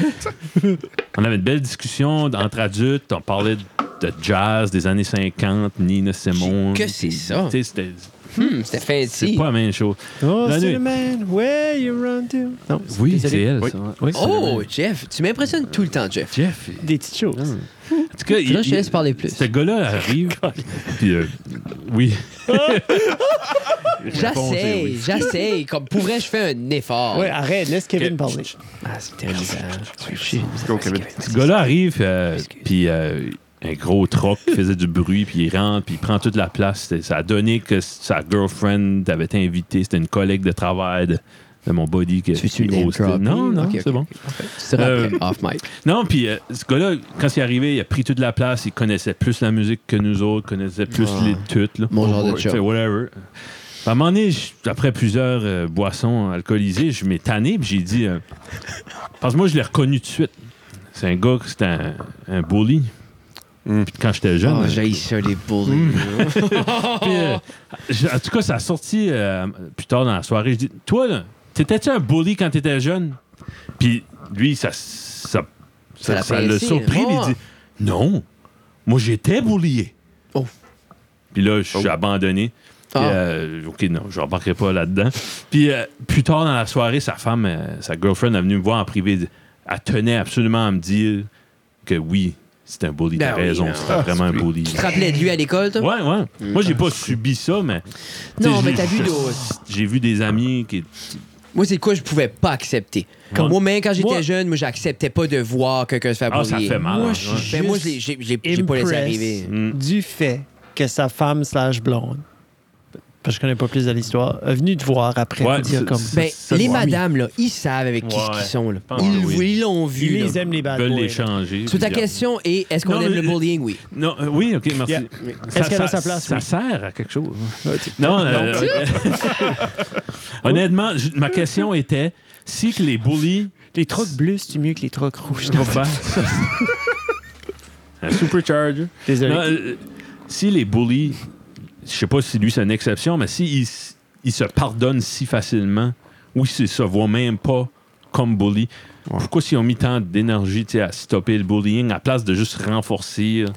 ouais. On avait une belle discussion entre adultes. On parlait de jazz des années 50, Nina Simone.
Que c'est ça?
Tu sais, c'était-
Hum, c'était
C'est
fancy.
pas la même chose.
oh,
La
c'est
nuit.
le man, where you run to. Non,
Oui,
désolé.
c'est elle.
Oui.
ça, ouais. Oui, c'est
Oh,
la même.
Jeff, tu m'impressionnes tout le temps, Jeff.
Jeff. il-
Des petites choses.
En tout cas, il-
Là, je te
il-
laisse parler plus.
ce gars-là arrive. puis, euh, oui.
J'essaye, j'essaye. Comme pourrais je fais un effort.
Ouais, arrête, laisse Kevin
Ok.
parler.
Ah, c'est terrible.
Go, Kevin.
Ce gars-là arrive, euh, puis euh, un gros troc qui faisait du bruit, puis il rentre, puis il prend toute la place. C'était- Ça a donné que sa girlfriend avait été invitée. C'était une collègue de travail de, de mon body. Que,
Tu veux-tu
qui
name
hostait.
drop?
Non, non,
Ok, ok,
c'est bon.
Tu seras
Euh,
après, off mic.
Non, puis euh, ce gars-là, quand il est arrivé, il a pris toute la place. Il connaissait plus la musique que nous autres, connaissait plus
Ah.
les tuts. là.
Mon genre de
Ouais,
chum.
fait whatever. À un moment donné, je- après plusieurs euh, boissons alcoolisées, je m'ai tanné, puis j'ai dit... euh, parce que moi, je l'ai reconnu tout de suite. C'est un gars, c'était un, un bully.
Mm.
Puis quand j'étais jeune...
Oh,
euh,
j'ai ça, les bullies.
Hmm. puis, euh, je- en tout cas, ça a sorti euh, plus tard dans la soirée. Je dis, toi, là, t'étais-tu un bully quand t'étais jeune? Puis lui, ça ça,
Ça l'a
ça, ça l'a
pincé,
surpris. puis
ouais.
Il dit, non, moi, j'étais bullyé.
Oh.
Puis là, je suis
Oh.
abandonné. Puis,
Ah.
euh, OK, non, je n'embarquerai pas là-dedans. Puis euh, plus tard dans la soirée, sa femme, euh, sa girlfriend, est venue me voir en privé. Elle tenait absolument à me dire que oui, c'était un bully.
Ben
T'as
oui,
raison,
ben
c'était vraiment un bully.
Tu te rappelais de lui à l'école, toi?
Ouais, ouais. Moi, j'ai pas subi ça, mais.
Non,
Tu sais,
mais t'as
j'ai-
vu d'autres.
J'ai vu des amis qui.
Moi, c'est quoi je pouvais pas accepter. Comme
Ouais.
moi-même, quand j'étais
Moi-
jeune, moi, j'acceptais pas de voir quelqu'un se faire
Ah,
bullier.
ça fait mal.
Moi,
hein,
je
ouais.
suis
Ben, moi, je l'ai-
juste
j'ai j'ai- j'ai pas laissé
impressed
arriver. Mm.
Du fait que sa femme slash blonde, parce que je connais pas plus de l'histoire, est venue te voir après
Ouais,
te dire
c'est-
comme...
c'est-
Ben,
ça
les
doit-
madames, là, ils savent avec qui
Ouais.
ils sont. Là.
Pense
Ils
que oui.
ils l'ont
Ils
vu. là.
les aiment, les
Ils
bad
veulent
boys.
les
là.
changer.
Sous ta
puis, euh,
question est est-ce qu'on
Non,
aime le
mais-
bullying? Oui.
Non, euh, oui, OK, merci.
Yeah.
Ça-
Est-ce qu'elle a
ça-
sa place,
Ça
oui?
sert à quelque chose. Non, euh, honnêtement, je- ma question était si que les bullies
Les trucs bleus, c'est mieux que les trucs rouges.
Un supercharger.
Désolé.
Non, euh, si les bullies, je sais pas si lui c'est une exception, mais s'il s- il se pardonne si facilement ou s'il se voit même pas comme bully, pourquoi s'ils ont mis tant d'énergie tu sais, à stopper le bullying à place de juste renforcer euh,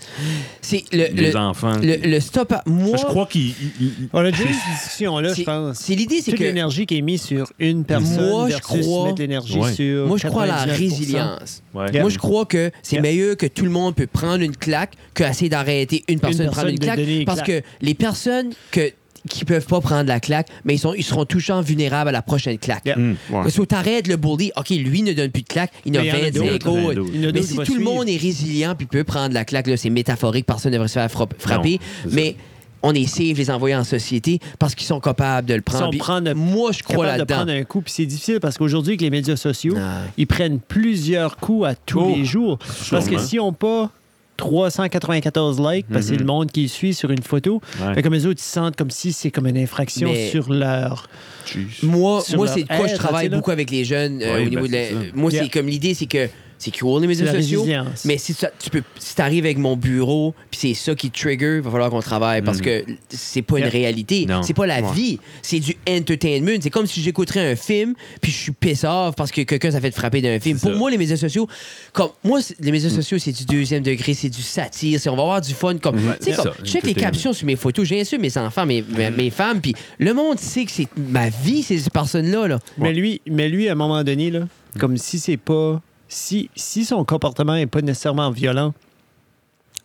C'est le,
les
le,
enfants?
le, le stop à moi.
je crois qu'il. il- il-
On a déjà eu cette discussion-là, je
c'est-
pense.
C'est l'idée, c'est
Toute
que
l'énergie qui est mise sur une personne
Moi, je
versus
crois-
mettre l'énergie
Ouais.
sur
moi, je crois à la
99%.
résilience.
ouais.
Yeah.
Moi, je crois que c'est
Yeah.
meilleur que tout le monde peut prendre une claque que essayer d'arrêter une personne de prendre
personne
une
de
claque.
donner une
parce
claque.
que les personnes que, qui peuvent pas prendre la claque, mais ils, sont, ils seront touchants vulnérables à la prochaine claque.
Yeah.
Mm.
Ouais.
Parce que t'arrêtes le bully, OK, lui ne donne plus de claque, il en a
Mais il y en a
25
d'autres, il y en a
autres.
d'autres.
Il y en
Mais
a d'autres
si
qui vont
tout le
suivre.
monde est résilient puis peut prendre la claque, là, c'est métaphorique, personne ne devrait se faire frapp- frapper.
c'est ça.
mais on est safe les envoyer en société parce qu'ils sont capables de le prendre.
sont
Puis
prendre-
moi, je crois
capable de
là-dedans.
prendre un coup. Puis c'est difficile parce qu'aujourd'hui, avec les médias sociaux,
Ah.
ils prennent plusieurs coups à tous
Oh, hein.
les jours. Parce que
sûrement.
s'ils n'ont pas 394 likes, parce que c'est le monde qui les suit sur une photo,
Mm-hmm. Ouais.
fait comme les autres, ils se sentent comme si c'est comme une infraction
Mais-
sur leur...
Jeez.
Moi,
sur
moi
leur
c'est de quoi je
aide,
travaille
tu sais, là.
beaucoup avec les jeunes euh,
Oui,
au niveau
ben,
de la-
c'est ça.
Moi,
Yeah.
c'est comme l'idée, c'est que c'est cool les médias
C'est la
sociaux.
résilience.
Mais si ça- tu peux, si t'arrives avec mon bureau, puis c'est ça qui trigger, va falloir qu'on travaille parce que c'est pas une
Yeah.
réalité,
Non.
c'est pas la
Ouais.
vie, c'est du entertainment. C'est comme si j'écouterais un film puis je suis piss off parce que quelqu'un s'est fait frapper d'un film.
C'est
Pour
ça.
moi, les médias sociaux, comme moi, c'est- les médias sociaux, c'est du deuxième degré, c'est du satire, c'est on va avoir du fun comme. Tu sais,
C'est
comme,
ça,
je check les
entertainment.
captions sur mes photos. J'insulte mes enfants, mes, mes, mes femmes, puis le monde sait que c'est ma vie, ces personnes-là. Là.
Mais, lui, mais lui, à un moment donné, là,
Mm.
comme si c'est pas... Si, si son comportement est pas nécessairement violent,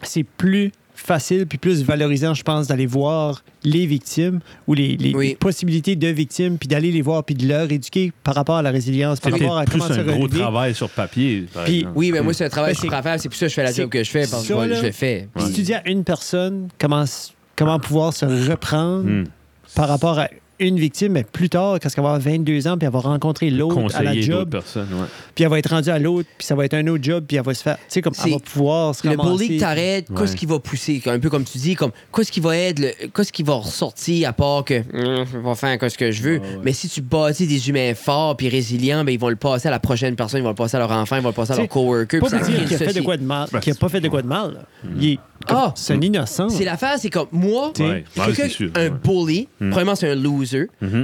c'est plus facile puis plus valorisant, je pense, d'aller voir les victimes ou les, les
Oui.
possibilités de victimes, puis d'aller les voir, puis de leur éduquer par rapport à la résilience,
C'est
par rapport à
peut-être plus
comment se
un gros
relever.
travail sur papier. par
Puis-
exemple.
Oui, mais moi, c'est un travail
Ben,
que je
c'est-
suis prêt à faire. C'est pour ça que je fais la
c'est-
job que je fais, parce que
ça,
moi,
là,
je le fais.
Si
Puis-
tu dis à une personne comment, s- comment pouvoir se reprendre
Mm.
par rapport à une victime, mais plus tard, quand elle va avoir 22 ans, puis elle va rencontrer l'autre à la
Hum. Conseiller d'autres
job,
personnes. ouais.
puis elle va être rendue à l'autre, puis ça va être un autre job, puis elle va se faire... Tu sais, comme
C'est-
elle va pouvoir se
le
ramasser.
bully que t'arrêtes,
Ouais.
qu'est-ce qui va pousser? Un peu comme tu dis, comme qu'est-ce qui va être, le- qu'est-ce qui va ressortir à part que Hum, je vais faire ce que je veux. Mais si tu bâtis des humains forts puis résilients, ben, ils vont le passer à la prochaine personne, ils vont le passer à leur enfant, ils vont le passer à leur
T'sais,
coworker.
Pas
puis ça
pour
crée
dire
une
qu'il a fait de
société.
quoi de mal.
Ben,
Qu'il a pas fait de quoi de mal. là. Il est... comme-
Ah!
C'est un innocent.
C'est l'affaire, c'est comme moi,
Ouais, ouais,
quelqu'un-
c'est sûr,
un
ouais. Mhm.
bully, premièrement, c'est un loser.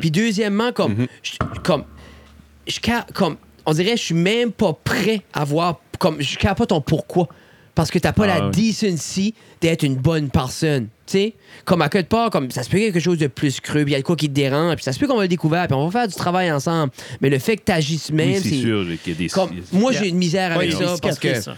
Puis deuxièmement, comme, je- comme, je ca- comme, on dirait, je suis même pas prêt à voir, comme, je capte pas ton pourquoi. Parce que t'as pas
Ah
la
oui.
decency d'être une bonne personne. Tu sais, comme à quelque part, comme ça se peut quelque chose de plus creux, puis il y a de quoi qui te dérange, puis ça se peut qu'on va le découvert, puis on va faire du travail ensemble. Mais le fait que t'agisses même,
Oui, c'est
c'est.
sûr qu'il y a des.
Comme, moi, j'ai une misère
Ouais,
avec
il
ça
est
parce que.
cicatrice, ça.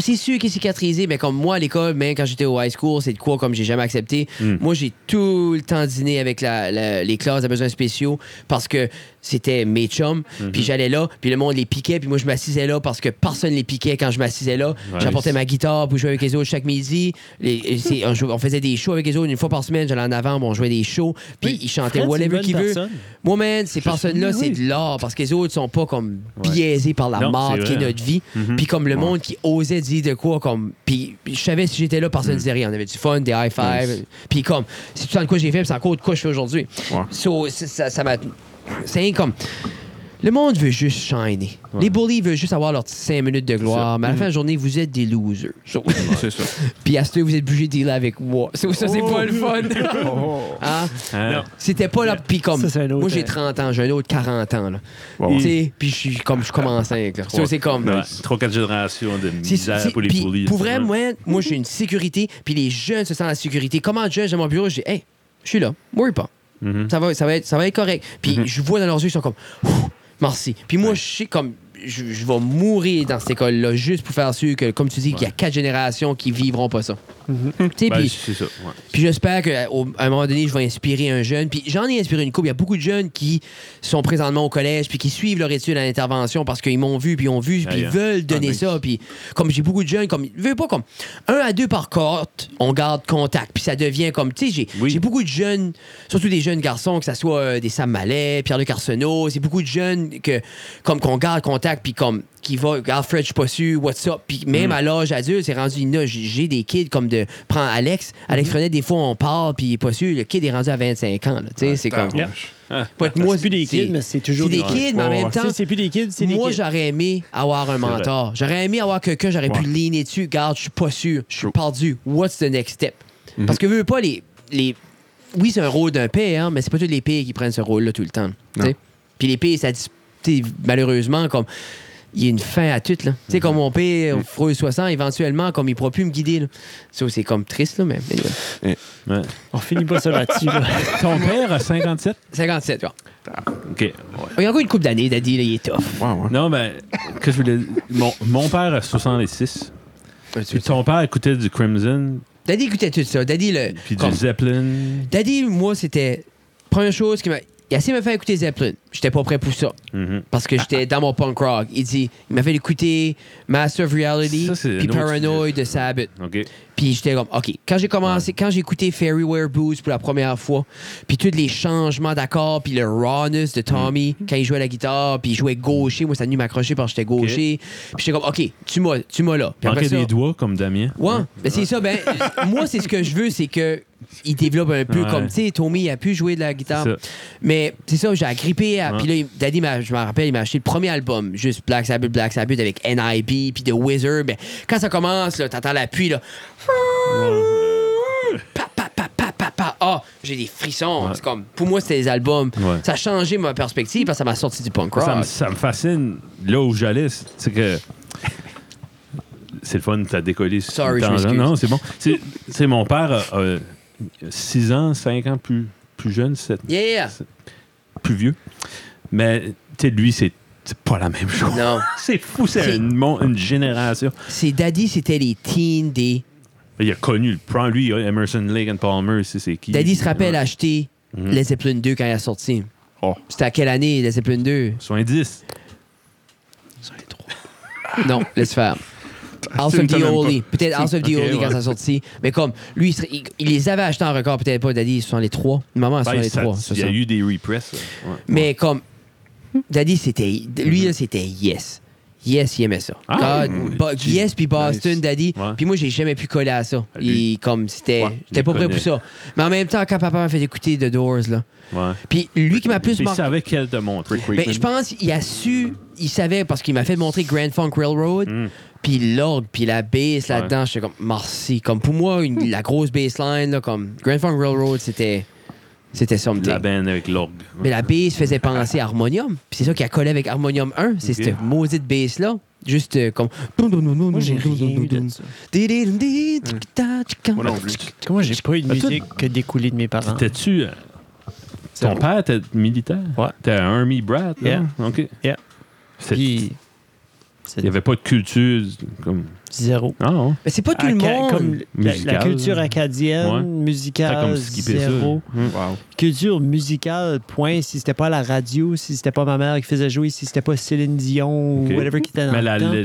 C'est sûr qu'il est cicatrisé, mais comme moi à l'école, même quand j'étais au high school, c'est de quoi comme j'ai jamais accepté.
Hmm.
Moi, j'ai tout le temps dîné avec la- la- les classes à besoins spéciaux parce que c'était mes chums.
Mhm.
Puis j'allais là, puis le monde les piquait, puis moi je m'assisais là parce que personne les piquait quand je m'assisais là.
Ouais.
J'apportais ma guitare pour jouer avec les autres chaque midi. Les- et c'est- on, jouait- on faisait des shows avec les autres une fois par semaine. J'allais en avant, on jouait des shows, puis
Oui,
ils chantaient
Fred, c'est une
whatever
bonne
qu'ils veulent.
personne.
Moi, man, ces personnes-là,
Oui,
c'est
oui.
de l'art parce que les autres sont pas comme biaisés par la
Non,
mort
c'est
qui est
vrai.
notre vie.
Mm-hmm.
Puis comme le monde qui osait dire de quoi, comme. Puis puis je savais si j'étais là,
Mm.
personne ne disait rien. On avait du fun, des high five. Puis comme, c'est tout ça de quoi j'ai fait, puis c'est encore de quoi je fais aujourd'hui.
Ouais.
So, c'est- ça ça m'a. C'est comme. Le monde veut juste shiner. Les bullies veulent juste avoir leurs 5 minutes de gloire. Mais à la fin
Mm.
de la journée, vous êtes des losers. So-
C'est ça.
Puis à ce stade, vous êtes obligé de dealer avec moi. So, ça, c'est
Oh.
pas le fun.
Oh.
Hein? C'était pas là. Puis comme,
Ça, c'est un autre,
moi j'ai
euh,
30 ans, j'ai un autre 40 ans. Là.
Ouais.
Tu sais, Puis je suis comme, je commence à là. So, c'est comme.
Trois, quatre générations de
C'est-
misère
c'est-
pour les
puis,
bullies.
Pour vrai,
Ouais.
moi, moi j'ai une sécurité, puis les jeunes se sentent la sécurité. Comment de jeunes, j'ai mon bureau, je dis, hey, je suis là, worry pas.
Mm-hmm.
ça, va, ça, va être, ça va être correct. Puis je vois dans leurs yeux, ils sont comme, Ouh, merci. Puis moi, je sais comme, je, je vais mourir dans cette école-là juste pour faire sûr que, comme tu dis, qu'il y a quatre générations qui vivront pas ça. Tu sais,
Ben,
puis-
c'est ça. ouais.
puis j'espère qu'à un moment donné, je vais inspirer un jeune. Puis j'en ai inspiré une couple. Il y a beaucoup de jeunes qui sont présentement au collège puis qui suivent leur étude à l'intervention parce qu'ils m'ont vu, puis ils ont vu, puis
Ah,
ils
yeah.
veulent donner
Ah, nice.
ça. Puis comme j'ai beaucoup de jeunes, comme veux pas comme un à deux par cohorte, on garde contact. Puis ça devient comme, tu sais, j'ai
Oui.
j'ai beaucoup de jeunes, surtout des jeunes garçons, que ce soit euh, des Sam Mallet, Pierre-Luc Arsenault, c'est beaucoup de jeunes que comme qu'on garde contact contact, puis comme, qui va, Alfred, je suis pas sûr, what's up. Puis
Mm.
même à l'âge adulte, c'est rendu, là, j'ai j'ai des kids comme de, prends Alex.
Mm-hmm.
Alex Frenet, des fois, on parle, puis il est pas sûr, le kid est rendu à 25 ans, là, tu sais, c'est comme.
Tabarnouche.
Pas que moi,
C'est plus des kids, mais c'est toujours
c'est des
des
kids, mais en
Ouais,
même
ouais.
temps.
C'est- C'est plus des kids, c'est des
Moi,
kids.
j'aurais aimé avoir un
vrai.
mentor. J'aurais aimé avoir quelqu'un, j'aurais pu
Ouais.
leaner dessus. Garde, je suis pas sûr, je suis
True.
perdu. What's the next step? Parce que veux veux pas les. les... Oui, c'est un rôle d'un père, hein, mais c'est pas tous les pères qui prennent ce rôle-là tout le temps. tu sais. Puis les pères, ça dis- tu sais, malheureusement, comme. Il y a une fin à tout, là. Tu sais, comme mon père, au Freud 60, éventuellement, comme il pourra plus me guider, là. Ça, c'est comme triste, là, mais... anyway.
Ouais.
On finit pas ça là-dessus. là.
Ton père a 57?
57, ouais.
OK. ouais.
Il y a encore une couple d'années, Daddy, là, il est tough.
Ouais, ouais.
Non, ben, que je voulais... Mon, mon père a 66. Puis ton père écoutait du Crimson,
Daddy écoutait tout ça. Daddy, le...
puis
comme-
du Zeppelin.
Daddy, moi, c'était. Première chose qui m'a. Il a essayé de me faire écouter Zeppelin. J'étais pas prêt pour ça.
Mhm.
Parce que j'étais dans mon punk rock. Il dit. Il m'a fait écouter Master of Reality.
Ça, c'est
Puis
un autre
Paranoid
sujet.
de Sabbath.
OK.
Puis j'étais comme, OK. Quand j'ai commencé, quand j'ai écouté Fairywear Blues pour la première fois, puis tous les changements d'accords, puis le rawness de Tommy
Mhm.
quand il jouait à la guitare, puis il jouait gaucher. Moi, ça a dû m'accrocher parce que j'étais gaucher. Puis j'étais comme, OK, tu m'as, tu m'as là. Puis après
Manquait
ça-
des doigts, comme Damien.
Ouais, ben c'est ça. Ben, moi, c'est ce que je veux, c'est que il développe un peu
Ouais.
comme, tu sais, Tommy il a pu jouer de la guitare.
C'est ça.
Mais c'est ça, j'ai agrippé. à-
Ouais.
Puis là, il- Daddy, m'a- je me rappelle, il m'a acheté le premier album, juste Black Sabbath, Black Sabbath avec NIB, puis The Wizard. Ben, quand ça commence, là, t'entends l'appui, là. Pa, pa, pa, pa, pa, pa. Ah, j'ai des frissons.
Ouais.
C'est comme, pour moi, c'était des albums.
Ouais.
Ça a changé ma perspective parce que ça m'a sorti du punk rock.
Ça me, ça me fascine là où j'allais. C'est c'est que. C'est le fun, t'as décollé. sur
Sorry,
le
je
tangent.
m'excuse.
Non, c'est bon. C'est- C'est mon père, 6 ans, 5 ans plus, plus jeune, sept-
Yeah!
plus vieux. Mais, tu sais, lui, c'est c'est pas la même chose.
Non.
C'est fou,
C'est-
c'est une, mon- une génération.
C'est Daddy, c'était les teens des
Il a connu le prend, lui, Emerson Lake and Palmer, c'est c'est qui.
Daddy se rappelle
Ouais.
acheter
Mhm.
Les Zeppelin 2 quand il a sorti.
Oh.
C'était à quelle année, Les Zeppelin 2
70.
Non, laisse faire. House
Tu
of
me
the
donnes
Holy. Peut-être House of the
Ok,
Holy quand
ouais.
ça a sorti. Mais comme, lui, il, serait- il- il les avait achetés en record, peut-être pas, Daddy, ce sont les trois. Maman, ce sont
Ben,
les
ça-
trois. c'est
il y a
ça.
eu des repress. ouais.
Mais comme, Daddy, c'était. Lui, là, c'était yes. Yes, il aimait ça.
Ah,
God,
oui.
Bo- yes, puis Boston,
Nice.
Daddy.
Ouais.
Puis moi, j'ai jamais pu coller à ça.
Lui.
Il, comme, c'était.
Ouais,
J'étais
il
pas prêt
connaît.
pour ça. Mais en même temps, quand papa m'a fait écouter The Doors, là.
Ouais.
Puis lui qui m'a plus
Il
marqué.
savait qu'elle te montrer.
Quick,
Ben,
quick.
je pense qu'il a su, il savait parce qu'il m'a fait montrer Grand Funk Railroad,
Hmm.
Mm.
puis l'orgue, puis la bass là-dedans. J'étais comme, merci. Comme pour moi,
Hmm.
une- la grosse bassline, là, comme Grand Funk Railroad, c'était. C'était something.
La bande avec l'orgue.
Mais la bass faisait penser à Harmonium. Puis c'est ça qui a collé avec Harmonium 1. C'est
Ok.
cette maudite bass-là. Juste euh, comme.
Moi, j'ai rien eu de ça.
Moi non plus.
Comment j'ai pas eu de
Ah, toi-
musique que découlée de mes parents?
T'étais-tu. euh, Ton père était militaire?
Ouais.
T'es un Army brat? là?
Yeah.
OK.
Yeah.
C'est-
Puis, c'est
Il n'y avait pas de culture. Comme...
zéro.
Ah, non.
Mais c'est pas tout le
Aca-
monde.
Comme la- la,
Musical.
culture acadienne,
Ouais. T'as
musicale,
comme skippé ça.
zéro.
Hum.
Wow.
Culture musicale, point. Si c'était pas la radio, si c'était pas ma mère qui faisait jouer, si c'était pas Céline Dion
Ok.
ou whatever qui était dans
Mais
le
la,
temps.
la-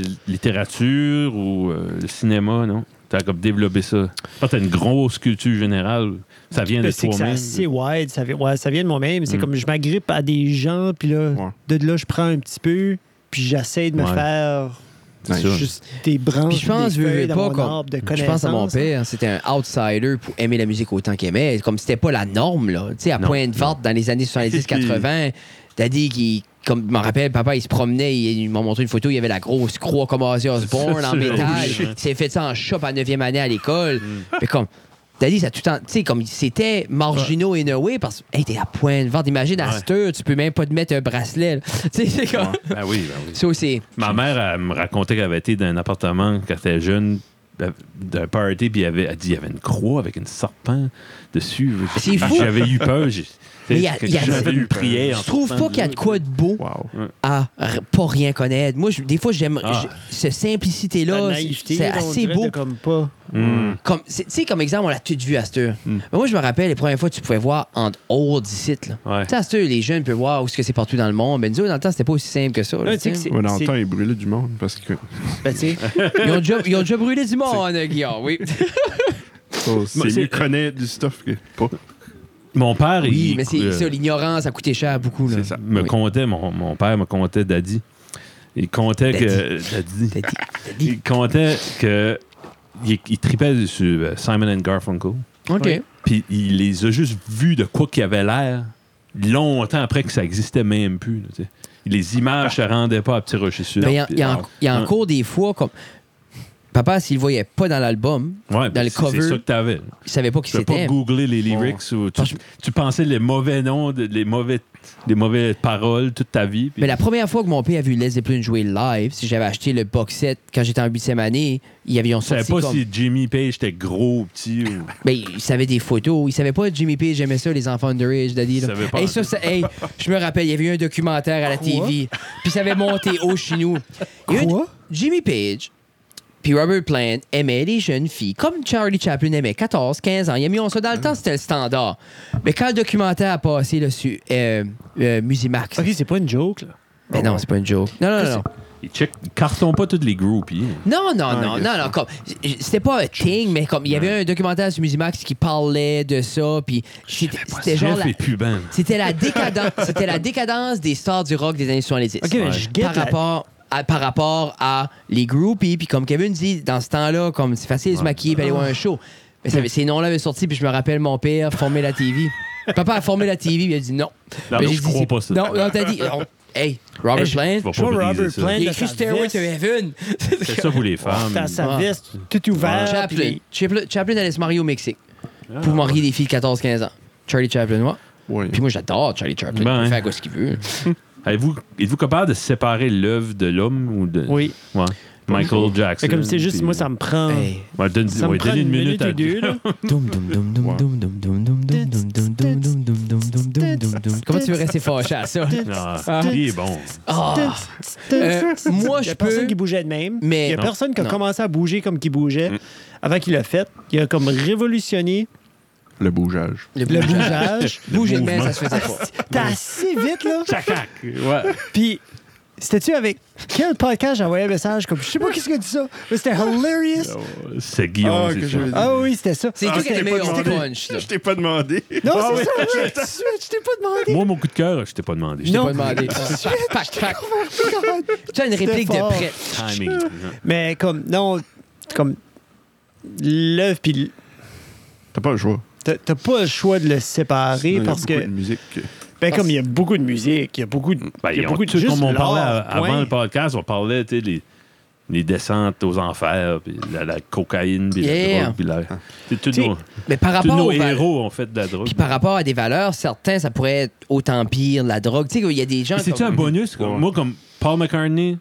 littérature ou euh, le cinéma, non? T'as comme développé ça. Ah, t'as une grosse culture générale. Ça vient de
Mais c'est que c'est
toi-même.
assez wide. Ça vient, ouais, ça vient de moi-même. C'est
Mm.
comme je m'agrippe à des gens, puis là,
Ouais.
de là, je prends un petit peu, puis j'essaie de me
Ouais.
faire
C'est
Nice.
sûr.
juste des branches,
Puis je pense,
des
veux, veux
feuilles dans
pas,
mon
comme-
arbre de
Je pense à mon
connaissances.
père, hein, c'était un outsider pour aimer la musique autant qu'il aimait. Comme c'était pas la norme, là. Tu sais, à
Non.
point de vente dans les années 70-80, t'as dit qu'il. Comme je me rappelle, papa, il se promenait, il, il m'a montré une photo, il y avait la grosse croix comme Ozzy Osbourne
Ça,
en
c'est
métal.
obligé.
Il s'est fait ça en shop à 9e année à l'école.
Mm.
Mais comme, t'as dit, ça tout le temps. Tu sais, comme c'était marginaux et Noé, parce que, hey, t'es à point de vente. Imagine, à
Ouais.
cette heure, tu peux même pas te mettre un bracelet. là. Tu sais, c'est comme.
Ben oui, ben oui.
Ça aussi.
Ma mère, elle me racontait qu'elle avait été dans un appartement quand elle était jeune, euh, d'un party, puis elle, avait, elle dit il y avait une croix avec un serpent dessus.
C'est fou.
J'avais eu peur. j'ai-
Mais il y a- il y a-
J'avais une prière. en
Je trouve
sortant
pas qu'il y a de quoi de beau
Wow.
à r- pas rien connaître. Moi, je- des fois, j'aime
Ah.
je- cette simplicité-là.
La
c'est-
naïveté,
C'est
là, on
assez
dirait
beau.
de Comme pas.
Mm.
Comme, c'est- tu sais, comme exemple, on l'a tout vu à cette heure. Mais moi, je me rappelle, les premières fois, tu pouvais voir en haut d'ici. là.
Ouais.
Tu sais, à cette heure, les jeunes peuvent voir où ce que c'est partout dans le monde. Mais nous autres, dans le temps, c'était pas aussi simple que ça. là,
Non, tu sais que
tu sais.
c'est-
Ouais, dans le
c'est-
temps, il brûlait du monde parce que.
ben, tu sais,
ils, ont déjà, ils ont déjà brûlé du monde, hein, Guillaume, oui.
Oh, c'est
c'est-
mieux connaître du stuff que pas.
Mon père,
oui,
il
mais c'est
euh,
ça, l'ignorance a coûté cher à beaucoup. là.
C'est ça.
me
Oui.
contait, mon, mon père me contait Daddy. Il comptait
T'as
que. t'as dit.
T'as dit- t'as dit.
Il comptait que. Il, il tripait sur euh, Simon and Garfunkel.
OK.
Oui.
Puis il les a juste vus de quoi qu'il avait l'air longtemps après que ça existait même plus. là, tu sais. les images ne se rendaient pas à Petit Rocher sur.
Mais Ben, il y a- il y a en- il y a encore des fois comme. Papa, s'il voyait pas dans l'album, dans le cover,
ben, C'est ça que t'avais.
il savait pas qui
Tu peux pas
c'était.
googler les lyrics ou tu, tu pensais les mauvais noms, de- les mauvais, les mauvais paroles toute ta vie. puis-
Mais la première fois que mon père a vu Les Zeppelin jouer live, si j'avais acheté le box set quand j'étais en huitième année, ils avaient
Je savais
sorti
pas
comme...
si Jimmy Page était gros ou petit. Ou...
Ben, il savait des photos. Il savait pas Jimmy Page aimait ça, les enfants underage, Daddy. Là.
Il savait pas.
Hey, ça, ça- hey, je me rappelle, il y avait eu un documentaire à la TV. Puis ça avait monté haut chez nous. Il y a eu
Quoi?
une- Jimmy Page puis Robert Plant aimaient les jeunes filles, comme Charlie Chaplin aimait 14, 15 ans. Ils mis ça dans le temps, c'était le standard. Mais quand le documentaire a passé là, sur euh, euh, Musimax,
Ok, Ah, c'est pas une joke, là.
ben non, c'est pas une joke. Non, non, non. non.
Ils check, ils cartons pas toutes les groupies.
Non, non,
Ah,
non,
ok,
non,
ça.
non, comme, c'était pas un thing, mais comme, il y avait un documentaire sur Musimax qui parlait de ça, puis c'était c'était genre la,
Jeff est pubant.
c'était la décadence, c'était la décadence des stars du rock des années 70.
Ok, mais je guette
par
la-
rapport à, par rapport à les groupies, puis comme Kevin dit, dans ce temps-là, comme c'est facile de se maquiller et aller voir un show. Mais ça, ces noms-là avaient sorti, puis je me rappelle mon père former la TV. Papa a formé la TV, puis il a dit non.
Non,
Mais
non,
j'ai
je
dit,
crois
c'est-
pas ça.
Non, non, t'as dit, on- hey, Robert
Hey, je-
Plant,
Tu vas
Je vois
pas
Robert
briser ça.
Plant.
il
dans
a écrit
sa
Stairway to
veste. Ah.
Heaven.
C'est ça pour les femmes.
T'as sa
Ouais.
veste tout ouverte.
Ah, Chaplin.
puis-
Chaplin. Chaplin allait se marier au Mexique
Ah,
pour marier des filles de 14-15 ans. Charlie Chaplin, moi.
Oui.
Puis moi, j'adore Charlie Chaplin.
Ben,
il
hein.
fait quoi ce qu'il veut.
Avez-vous, êtes-vous capable de séparer l'œuvre de l'homme ou de.
Oui.
Ouais. Michael Jackson.
C'est comme c'est juste,
puis-
moi, ça me prend.
Hey.
Ouais, donne,
Ça
ouais,
me prend
donne
une minute,
à
ou deux, là.
Dum, dum, dum, dum,
Ouais.
dum, dum, dum, dum, dum, dum, dum, dum, dum, dum, dum, dum, dum, dum, dum. Comment tu veux rester fâché à ça?
Ah,
Ah.
il est bon.
Ah! Euh, moi,
Il y
je
a personne
peux...
qui bougeait de même.
Mais-
il y a
Non.
personne qui a
Non.
commencé à bouger comme qu'il bougeait avant qu'il l'a fait. Il a comme révolutionné
Le bougeage.
le bougeage.
Bouger de main, ça
mouvement.
se faisait pas.
T'as assez vite, là.
Chacac. Ouais.
Puis, c'était-tu avec quel podcast j'envoyais un message comme je sais pas qu'est-ce que tu dis ça, mais c'était hilarious.
C'est Guillaume.
Ah,
c'est
que
ça.
je-
Ah oui, c'était ça.
C'est
Ah,
tout
je
qui a
t'ai
le
pas
meilleur
demandé.
punch, là.
Je t'ai pas demandé.
Non, c'est ça, Ah, ouais, tout de suite, je t'ai pas demandé.
Moi, mon coup de cœur, je t'ai pas demandé.
Je t'ai
Non.
pas demandé. Ah, Pac, pac. Tu as une réplique de
fort.
près.
Timing.
Mais comme, non, comme l'œuvre, puis l-
T'as pas le choix.
t'as t'as pas le choix de le séparer
Il y a
parce
beaucoup
que,
de musique.
ben comme il y a beaucoup de musique, il y a beaucoup de.
Ben,
il y
ils
a
ont
beaucoup de
tout,
juste
comme on parlait à-
l'art,
avant
point.
le podcast, on parlait tu sais, les, les descentes aux enfers, puis la, la cocaïne, puis
Yeah.
la drogue, puis la... C'est tous
Ah. Tu sais,
nos,
Mais par
tous
rapport
nos
au val-
héros ont fait de la drogue.
Puis par rapport à des valeurs, certains, ça pourrait être autant pire, la drogue. Tu sais, il y a des gens...
Mais C'est-tu un
comme-
bonus? quoi?
Ouais.
Moi, comme Paul McCartney,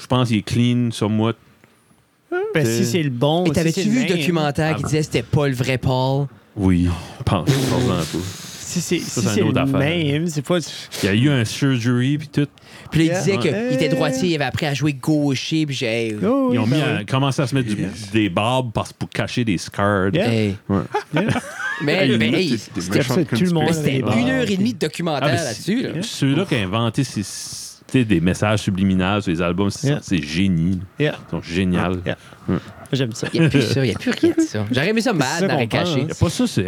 je pense qu'il est clean, somewhat.
Ben, si c'est le bon.
Et
si
t'avais-tu
c'est
vu
main,
le documentaire
Ah
qui
bon.
disait c'était pas le vrai Paul?
Oui, je pense. je pense un peu.
Si c'est si
c'est une
c'est
autre
le
affaire.
même, c'est pas.
Il y a eu un surgery, puis tout.
Puis là,
Yeah.
il disait qu'il
Ouais.
était droitier, il avait appris à jouer gaucher, puis j'ai... hey,
Oh, oui,
Ils ont
ben
mis
oui.
à- commencé à se mettre du- des barbes parce, pour cacher des scars.
Yeah.
hey.
Ouais.
Mais, mais, hey,
C'était absolument tout le monde.
mais c'était
Ah,
une heure et
ok.
demie de documentaire
Ah, mais
là-dessus. là.
c'est- Ceux-là qui ont inventé ces- ces- tu sais, des messages subliminaux sur les albums, c'est
Yeah.
c'est génie.
Yeah.
Ils sont géniaux.
Yeah.
Hmm.
J'aime ça.
Il n'y a plus ça, il n'y a plus rien de ça. J'aurais aimé ça
ça
mal dans
qu'on
le caché.
Y a pas ça, c'est.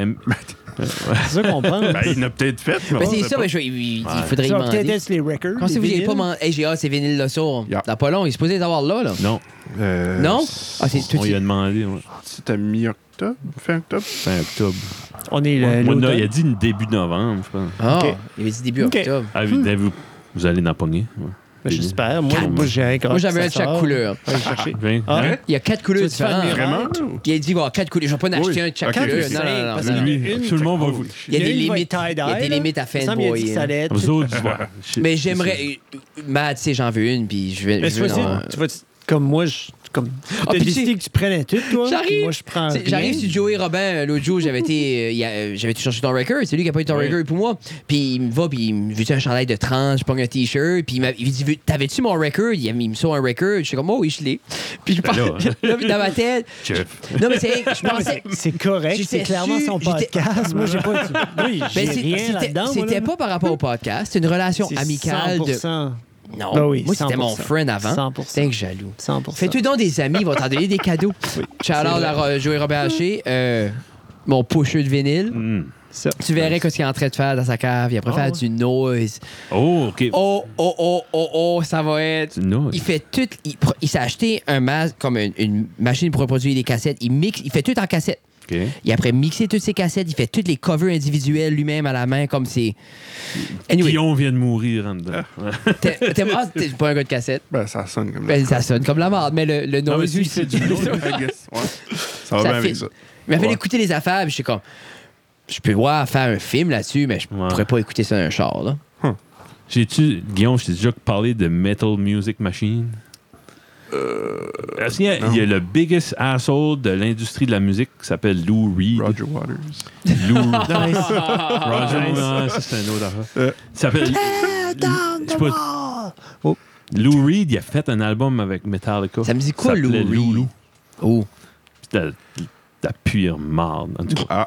C'est ça qu'on pense.
Ben, il en a peut-être fait, mais
Ben,
on
c'est
sait
ça,
pas.
ben, je- il, il
Ouais.
faudrait y
Ça va peut-être
demander.
être les records.
Comment si
les
vous n'avez
vinyles.
pas mangé... Hey, j'ai hâte, c'est vinyle le sourd.
Yeah.
Dans pas long, il est supposé les avoir là, là.
Non,
Euh,
Non? Ah, c'est tout
on
de
lui a
suite.
demandé ouais,
C'était mi-octobre, fin octobre.
fin octobre.
On est
Moi,
le.
non,
l'automne.
il a dit une début novembre, je pense.
Ah,
Ok.
il avait dit début
Ok.
octobre.
Ah, vous, vous, vous allez n'en pogner. ouais.
Ben, J'espère. Moi, moi j'ai un
Moi, j'avais un de chaque couleur.
Je vais le chercher.
Bien.
Ah,
Hein?
Il y a quatre couleurs
Tu veux te faire
différentes.
virer?
Vraiment?
Il a dit, il va y avoir quatre couleurs. Je vais pas en acheter
Oui.
un de chaque
Ok,
couleur.
c'est
Non, non, non,
parce
non,
qu'il y en a
non.
Lui,
une-
tout le monde va
Oh,
vous. Ah,
shit.
Il y a
Il y
des
a une
limites.
va
Il
être
y a des
tie-dye,
limites à
Il me semble qu'il a dit
fanboy.
que ça
hein.
allait être-
Vous autres, je vois. Shit,
Mais
c'est ça.
j'aimerais. euh, Matt, tu sais, j'en veux une, puis je vais.
Mais
je
tu
vais
vois,
dans-
tu vois, tu- comme moi, je. Comme, t'as
Ah, puis
décidé
tu-
que tu prenais tout, toi. puis
J'arrive.
Moi, je prends.
Tu sais,
rien.
J'arrive sur Joey Robin euh, l'autre jour, j'avais été, euh, il y a- euh, j'avais tout cherché ton record, c'est lui qui a pas eu ton
Ouais.
record pour moi. Puis il me va, puis il me veut un chandail de trans, je pogne un t-shirt, puis il m'a- il me dit Veux- T'avais-tu mon record Il me il me sort un record, je suis comme Oh oui, je l'ai. Puis je parle
Ben là,
là, dans ma tête.
Jeff.
Non, mais c'est je pensais.
C'est correct,
J'étais
c'est clairement son
su- j'étais-
podcast. Moi, j'ai pas. Oui, j'ai
Ben, c'est-
rien
c'était
là-dedans. moi,
c'était
là.
pas par rapport au podcast, c'est une relation
C'est
amicale de.
100%.
Non,
Ben oui,
moi c'était
100%.
mon friend avant.
100%.
C'était que jaloux.
100%.
Fais-tu donc des amis, ils vont t'en donner des cadeaux. Ciao,
c'est
alors, Joey Robert Haché, euh, mon pocheux de vinyle.
Hmm.
Ça.
Tu verrais qu'est-ce qu'il est en train de faire dans sa cave. Il a préféré
Ah, ouais.
du noise.
Oh, OK.
Oh, oh, oh, oh, oh, ça va être.
No.
Il fait tout. Il, pr- il s'est acheté un masque comme une, une machine pour reproduire des cassettes. Il mixe, il fait tout en cassette.
OK.
Et après mixer toutes ses cassettes, il fait toutes les covers individuels lui-même à la main, comme c'est. Anyway,
Guillaume vient de mourir en dedans.
t'es t'es- ah, t'es pas un gars de cassette.
Ben, ça sonne comme
Ben, ça sonne comme la merde, mais le, le
Non, mais
noise
s'il
aussi.
fait du noise,
I guess, ouais. Ça va
Ça
bien avec
fit.
ça.
Il m'a fait
Ouais.
écouter les affaires, puis je suis comme. Je peux voir faire un film là-dessus, mais je
Ouais.
pourrais pas écouter ça dans un char, là.
J'ai-tu, Guillaume, je t'ai déjà parlé de Metal Music Machine?
Euh,
Parce qu'il y a- il y a le biggest asshole de l'industrie de la musique qui s'appelle Lou Reed.
Roger Waters.
Lou Roger, non, ça, c'est un autre affaire.
Euh.
Il s'appelle. Je sais pas.
Oh.
Lou Reed, il a fait un album avec Metallica.
Ça me dit quoi,
Ça
Lou
s'appelait
Reed?
Loulou.
Oh.
C'était de la pure marde. En tout cas.
Ah,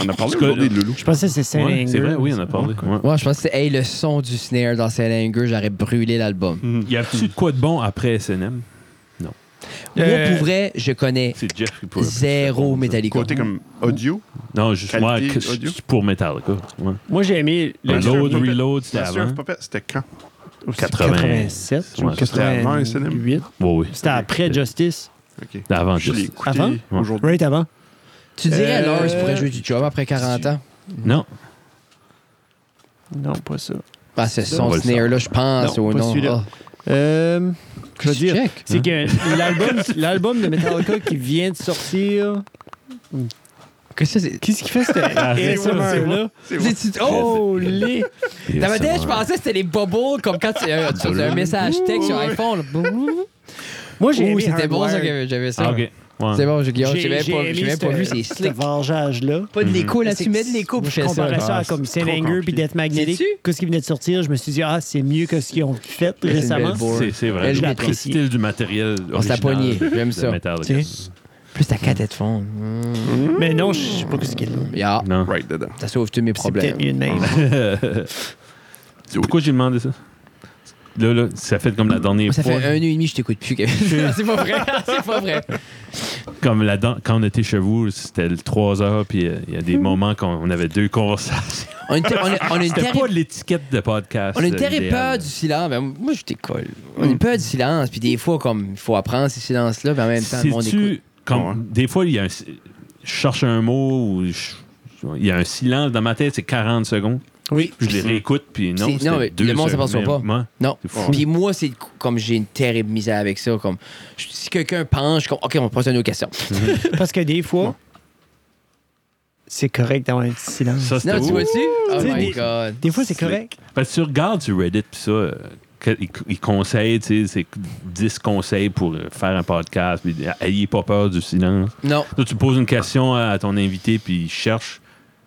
on a parlé
En tout cas,
aujourd'hui de Loulou.
Je pensais que c'est Saint
Ouais, c'est vrai, oui, on a parlé. ouais.
Moi, je pense que c'est hey, le son du snare dans Saint Anger, j'aurais brûlé l'album.
Y a-tu de quoi de bon après SNM?
Moi,
Euh,
pour vrai, je connais
C'est Jeff qui pourrait.
zéro Metallica.
Côté comme audio.
Non, juste
Qualité
moi, que-
audio?
c'est pour Metallica. Ouais.
Moi, j'ai aimé le
Ben,
Master
Load,
of Puppets-
Reload, c'était
Master of
avant.
Puppets, c'était quand?
ou c'est
80.
87 ou
Ouais, c'était
avant,
88.
Ouais, oui.
C'était après Justice.
OK.
Avant
Je l'ai
Justice.
écouté
Avant?
aujourd'hui.
Right avant.
Tu dirais
Euh,
alors, je pourrais jouer du job après 40 ans?
Non.
Non, pas ça.
Ah, ce son
On va le
snare-là, je pense,
Non,
au
pas
nom.
celui-là.
Ah,
Euh, je veux
tu
dire,
check?
c'est que l'album, l'album de Metallica qui vient de sortir.
Qu'est-ce que c'est?
Qu'est-ce qu'il fait, c'était
Ah, c'est moi, c'est
ASMR, là?
C'est vrai.
C'est- Oh!
Holy!
Dans ma tête, je pensais que c'était les bubbles, comme quand tu euh, tu faisais un message texte sur iPhone. là.
Moi, j'ai
Ouh,
aimé
c'était bon, ça,
Hardwired.
que j'avais ça.
Ah, OK. Ouais.
C'est bon, je- Guillaume,
J'ai-
j'ai même
j'ai
pas,
aimé
j'ai même pas
ce-
vu, c'est
Ce
slick.
vargeage-là.
Pas de l'écho là-dessus,
C'est-
mets de l'écho
Moi,
pour
je
faire ça.
comparais ça à
Ah,
comme
c'est
Saint
trop
Anger puis
compliqué.
Death Magnetic.
Sais-tu?
Qu'est-ce qui venait de sortir, je me suis dit, ah, c'est mieux que ce qu'ils ont fait
une
récemment.
belle board.
C'est- C'est vrai.
Elle, je
Le
l'apprécie.
style du matériel
On s'est
original
pogné, j'aime
de
ça.
Metallica.
Si.
Plus ta quatre headphones. Mm.
Mais non, je sais pas ce qu'il y a.
Yeah,
Non.
Right dedans.
ça sauve tous mes
C'est
problèmes.
peut-être mieux de même.
C'est Pourquoi j'ai demandé ça? Là, là, ça fait comme la dernière
Ça
fois.
fait un an et demi, je t'écoute plus. Kevin. c'est pas vrai, c'est pas vrai. euh,
Comme la dan- quand on était chez vous, c'était le 3 heures, puis euh, il y a
Hmm.
des moments qu'on on avait deux conversations.
On a une ter- on a- on a une
C'était
terrible
pas l'étiquette de podcast.
On a une
euh,
terrible peur
idéale.
du silence. Ben, moi, je t'école. On a une peur du silence. Puis des fois, comme, il faut apprendre ces silences-là, mais en même temps, le monde écoute.
Sais-tu, comme,
Ouais.
des fois, il y a un, je cherche un mot ou je- il y a un silence dans ma tête, c'est 40 secondes.
Oui.
Je les réécoute, puis non.
Hmm. C'est-
c'était
non, mais
deux
le monde
secondes.
s'aperçoit pas.
Moi,
Non.
C'est fou.
Puis moi, c'est comme j'ai une terrible misère avec ça. Comme, je- si quelqu'un pense, je suis comme, OK, on va passer à une autre question.
Parce que des fois, c'est correct d'avoir un petit silence.
Ça, c'était
Non, tu
beau.
vois-tu? Oh
Tu sais,
my
des-
God.
des fois, c'est correct.
Parce que tu regardes sur Reddit, puis ça, euh, que- ils ils conseillent, tu sais, c'est 10 conseils pour euh, faire un podcast, puis euh, ayez pas peur du silence.
Non.
Là, tu poses une question à, à ton invité, puis il cherche,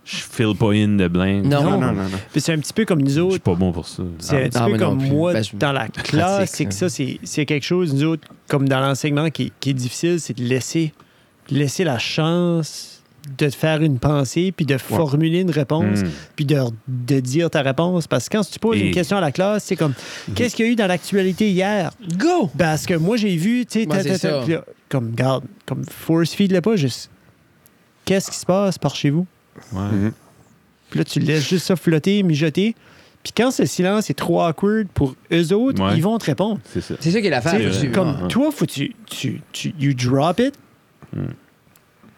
je fill pas in de blank.
Ah Non.
Non, non, non. non.
Puis c'est un petit peu comme nous
Je
autres.
suis pas bon pour ça.
C'est un
Ah,
petit
mais
peu
non
comme
plus.
moi
Ben, je- hein.
dans la classe, c'est que ça, c'est c'est quelque chose, nous autres, comme dans l'enseignement qui, qui est difficile, c'est de laisser, laisser la chance de te faire une pensée, puis de formuler une réponse,
Hmm.
Mm.
puis de, de dire ta réponse. Parce que quand tu poses
Et-
une question à la classe, c'est comme,
Mhm.
qu'est-ce qu'il y a eu dans l'actualité hier?
Go!
Parce que moi, j'ai vu, tu sais,
Ouais,
ta-
c'est
ta- ta-
ça.
puis là, comme, garde, comme force feed-le pas, juste, qu'est-ce qui se passe par chez vous?
Ouais.
Puis là, tu laisses juste ça flotter, mijoter. Puis quand ce silence est trop awkward pour eux autres,
Ouais.
ils vont te répondre.
C'est ça.
C'est ça qui est l'affaire.
Tu sais,
là-dessus.
comme
ouais. Hmm.
toi, faut que tu, tu, tu- you drop it.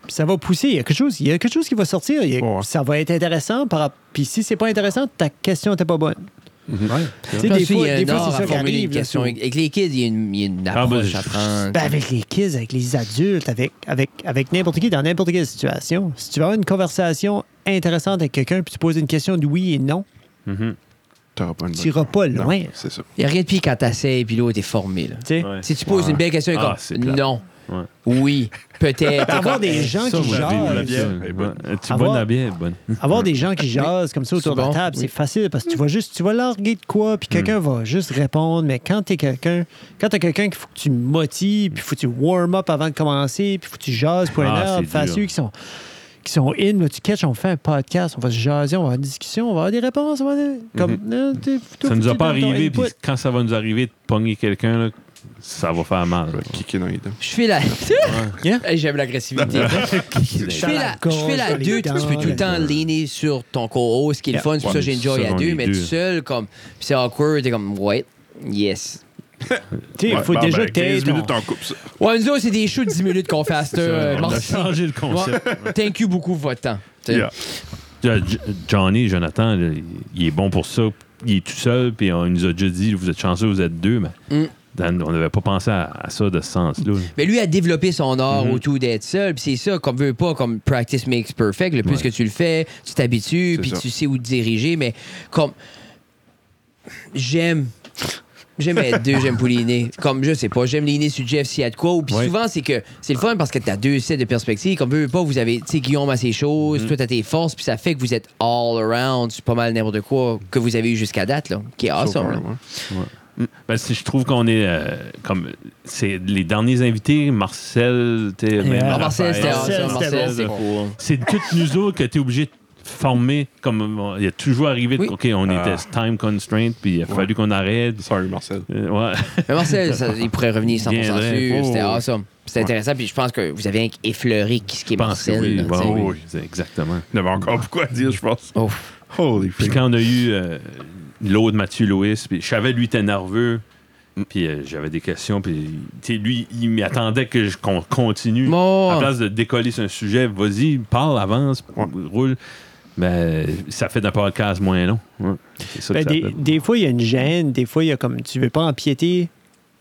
Puis Ça va pousser. Il y a quelque chose, il y a quelque chose qui va sortir. Il y a-
Ouais.
Ça va être intéressant. Par... rap- Puis si c'est pas intéressant, ta question n'était pas bonne.
Mhm.
Tu sais,
Je pense
des
qu'il
fois,
y a
des
un
fois,
art
c'est
à
ça qui
formuler
arrive.
une
là,
question.
c'est- bah,
Avec les kids, il y a une, il y a une
Ah, ben,
approche
je-
à prendre.
Ben, avec les kids, avec les adultes, avec, avec, avec n'importe qui, dans n'importe quelle situation. Si tu veux avoir une conversation intéressante avec quelqu'un, puis tu poses une question de oui et non,
Mhm.
T'auras pas une bonne-
tu iras pas
Non,
loin.
C'est ça.
Il n'y a rien de pire quand t'essayes, puis l'autre est formé. Là.
tu sais.
Ouais.
Si tu poses une belle question, il est
Ah,
comme,
c'est plate.
non.
Ouais.
Oui, peut-être. T'es
Avoir
comme,
des
eh,
gens
Ça,
qui
moi, j'ai
jasent.
vu la
jasent.
bière.
Ouais.
Ouais. Es-tu
Avoir-
bonne la bière? Bonne.
Avoir des gens qui jasent comme ça autour de
Souvent,
la table,
oui.
c'est facile parce que tu vas juste, tu vas larguer de quoi, puis quelqu'un
Hmm.
va juste répondre. Mais quand t'es quelqu'un, quand t'as quelqu'un qu'il faut que tu motives, puis faut que tu warm up avant de commencer, puis faut que tu jases pour une
Ah,
heure,
c'est
face
dur.
ceux qui sont qui sont in, là, tu catches, on fait un podcast, on va se jaser, on va avoir une discussion, on va avoir des réponses, on va avoir des- comme, euh, t'es-
Hmm. Ça
t'es-
nous a
t'es
pas
dans ton
arrivé, puis
input.
quand ça va nous arriver de pogner quelqu'un, là, ça va faire mal.
Je vais te kicker dans les dents.
Je fais la.
Yeah.
Hey, J'aime l'agressivité. Je fais la, je fais la
Dans les
deux, tu peux tout le temps leaner sur ton co-host, ce qui est le
Yeah.
fun, c'est pour
Ouais,
ça que j'ai
mais
une joy
ça,
à
on
deux,
est
mais
deux.
tout seul, comme, pis c'est awkward, t'es comme, ouais, yes.
Tu sais, il
Ouais,
faut
bon,
déjà
ben,
que t'aies
15
ton-
minutes en coupe ça.
Ouais, nous autres, c'est des shows de 10 minutes qu'on fait à cette heure. euh,
on a
merci.
changé le concept.
Ouais, Thank you beaucoup pour votre temps. T'sais.
Yeah.
Jo- Jo- Johnny, Jonathan, là, il est bon pour ça. Il est tout seul, puis on nous a déjà dit, vous êtes chanceux, vous êtes deux, mais
Mm.
Dan, on n'avait pas pensé à, à ça de ce sens-là.
Mais lui a développé son art autour d'être seul. Puis c'est ça, comme veut pas, comme practice makes perfect. Le plus
Ouais.
que tu le fais, tu t'habitues,
C'est
puis
ça.
tu sais où te diriger. Mais comme. J'aime. J'aime être deux, j'aime pouliner. Comme, je sais pas, j'aime l'iner sur Jeff s'il y a de quoi. Puis
Ouais.
souvent, c'est que c'est le fun parce que t'as deux sets de perspectives. Comme veut veut pas, vous avez, tu sais, Guillaume a ses choses, toi t'as tes forces, puis ça fait que vous êtes all around sur pas mal n'importe quoi que vous avez eu jusqu'à date, là. Qui est
Ça,
awesome,
quand
là.
même, ouais.
Ben, si je trouve qu'on est euh, comme c'est les derniers invités, Marcel, t'es même
Ah,
Eh, Marcel, c'était
Raphaël.
awesome.
Marcel, c'était
C'est toutes nous autres que t'es obligé de former. Comme on- il a toujours arrivé, de-
Oui.
ok, on
Ah.
était time constraint, puis il a fallu qu'on arrête.
Sorry, Marcel.
Euh, ouais.
Mais Marcel, ça- il pourrait revenir 100%
Bien vrai.
sûr.
Oh,
C'était
ouais.
awesome. C'était intéressant. Puis je pense que vous avez effleuré qui- ce qui est
Je pense que
Marcel.
oui,
là, tu
ouais,
sais.
oui,
oui.
c'est exactement.
Il y avait encore beaucoup à dire, je pense.
Oh.
Holy
Puis
fuck.
quand on a eu euh, l'eau de Mathieu Louis, puis je savais lui était nerveux. Puis euh, j'avais des questions, puis tu sais, lui, il m'attendait que je- qu'on continue.
Bon.
À place de décoller sur un sujet, vas-y, parle, avance,
Ouais.
roule. Mais ça fait d'un podcast moins long. Ouais. C'est ça que
Ben,
ça
des,
fait.
des fois, il y a une gêne. Des fois, il y a comme, tu veux pas empiéter.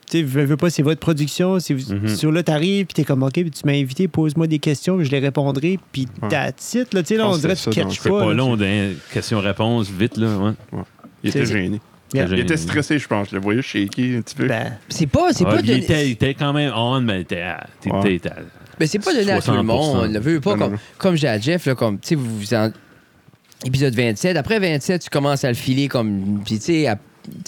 Tu sais, veux, veux pas, c'est votre production. Si vous-
Mhm.
Sur là, t'arrives, puis t'es comme, OK, puis tu m'as invité, pose-moi des questions, puis je les répondrai, puis
Ouais.
that's it. Là, tu sais, là,
pense
on
que
dirait que
c'est
tu
ça, dans-
catches
C'est
pas.
pas
là.
long d'un question-réponse, vite, là. ouais.
Il était
C'est-
gêné.
C'est
Yeah.
gênant.
Il était stressé, je pense. Je le voyais shaky un petit peu.
Ben,
C'est pas, c'est
Ouais,
pas
Ah, il, était, il
donné,
était quand même on, mais il était à- t'es-
Ouais.
t'es- t'es à-
mais c'est pas donné à tout le monde.
60%.
Ne veut pas
Non, non,
comme,
non.
comme j'ai à Jeff, là, comme tu sais, vous vous en- épisode 27. Après 27, tu commences à le filer comme, puis tu sais, ap-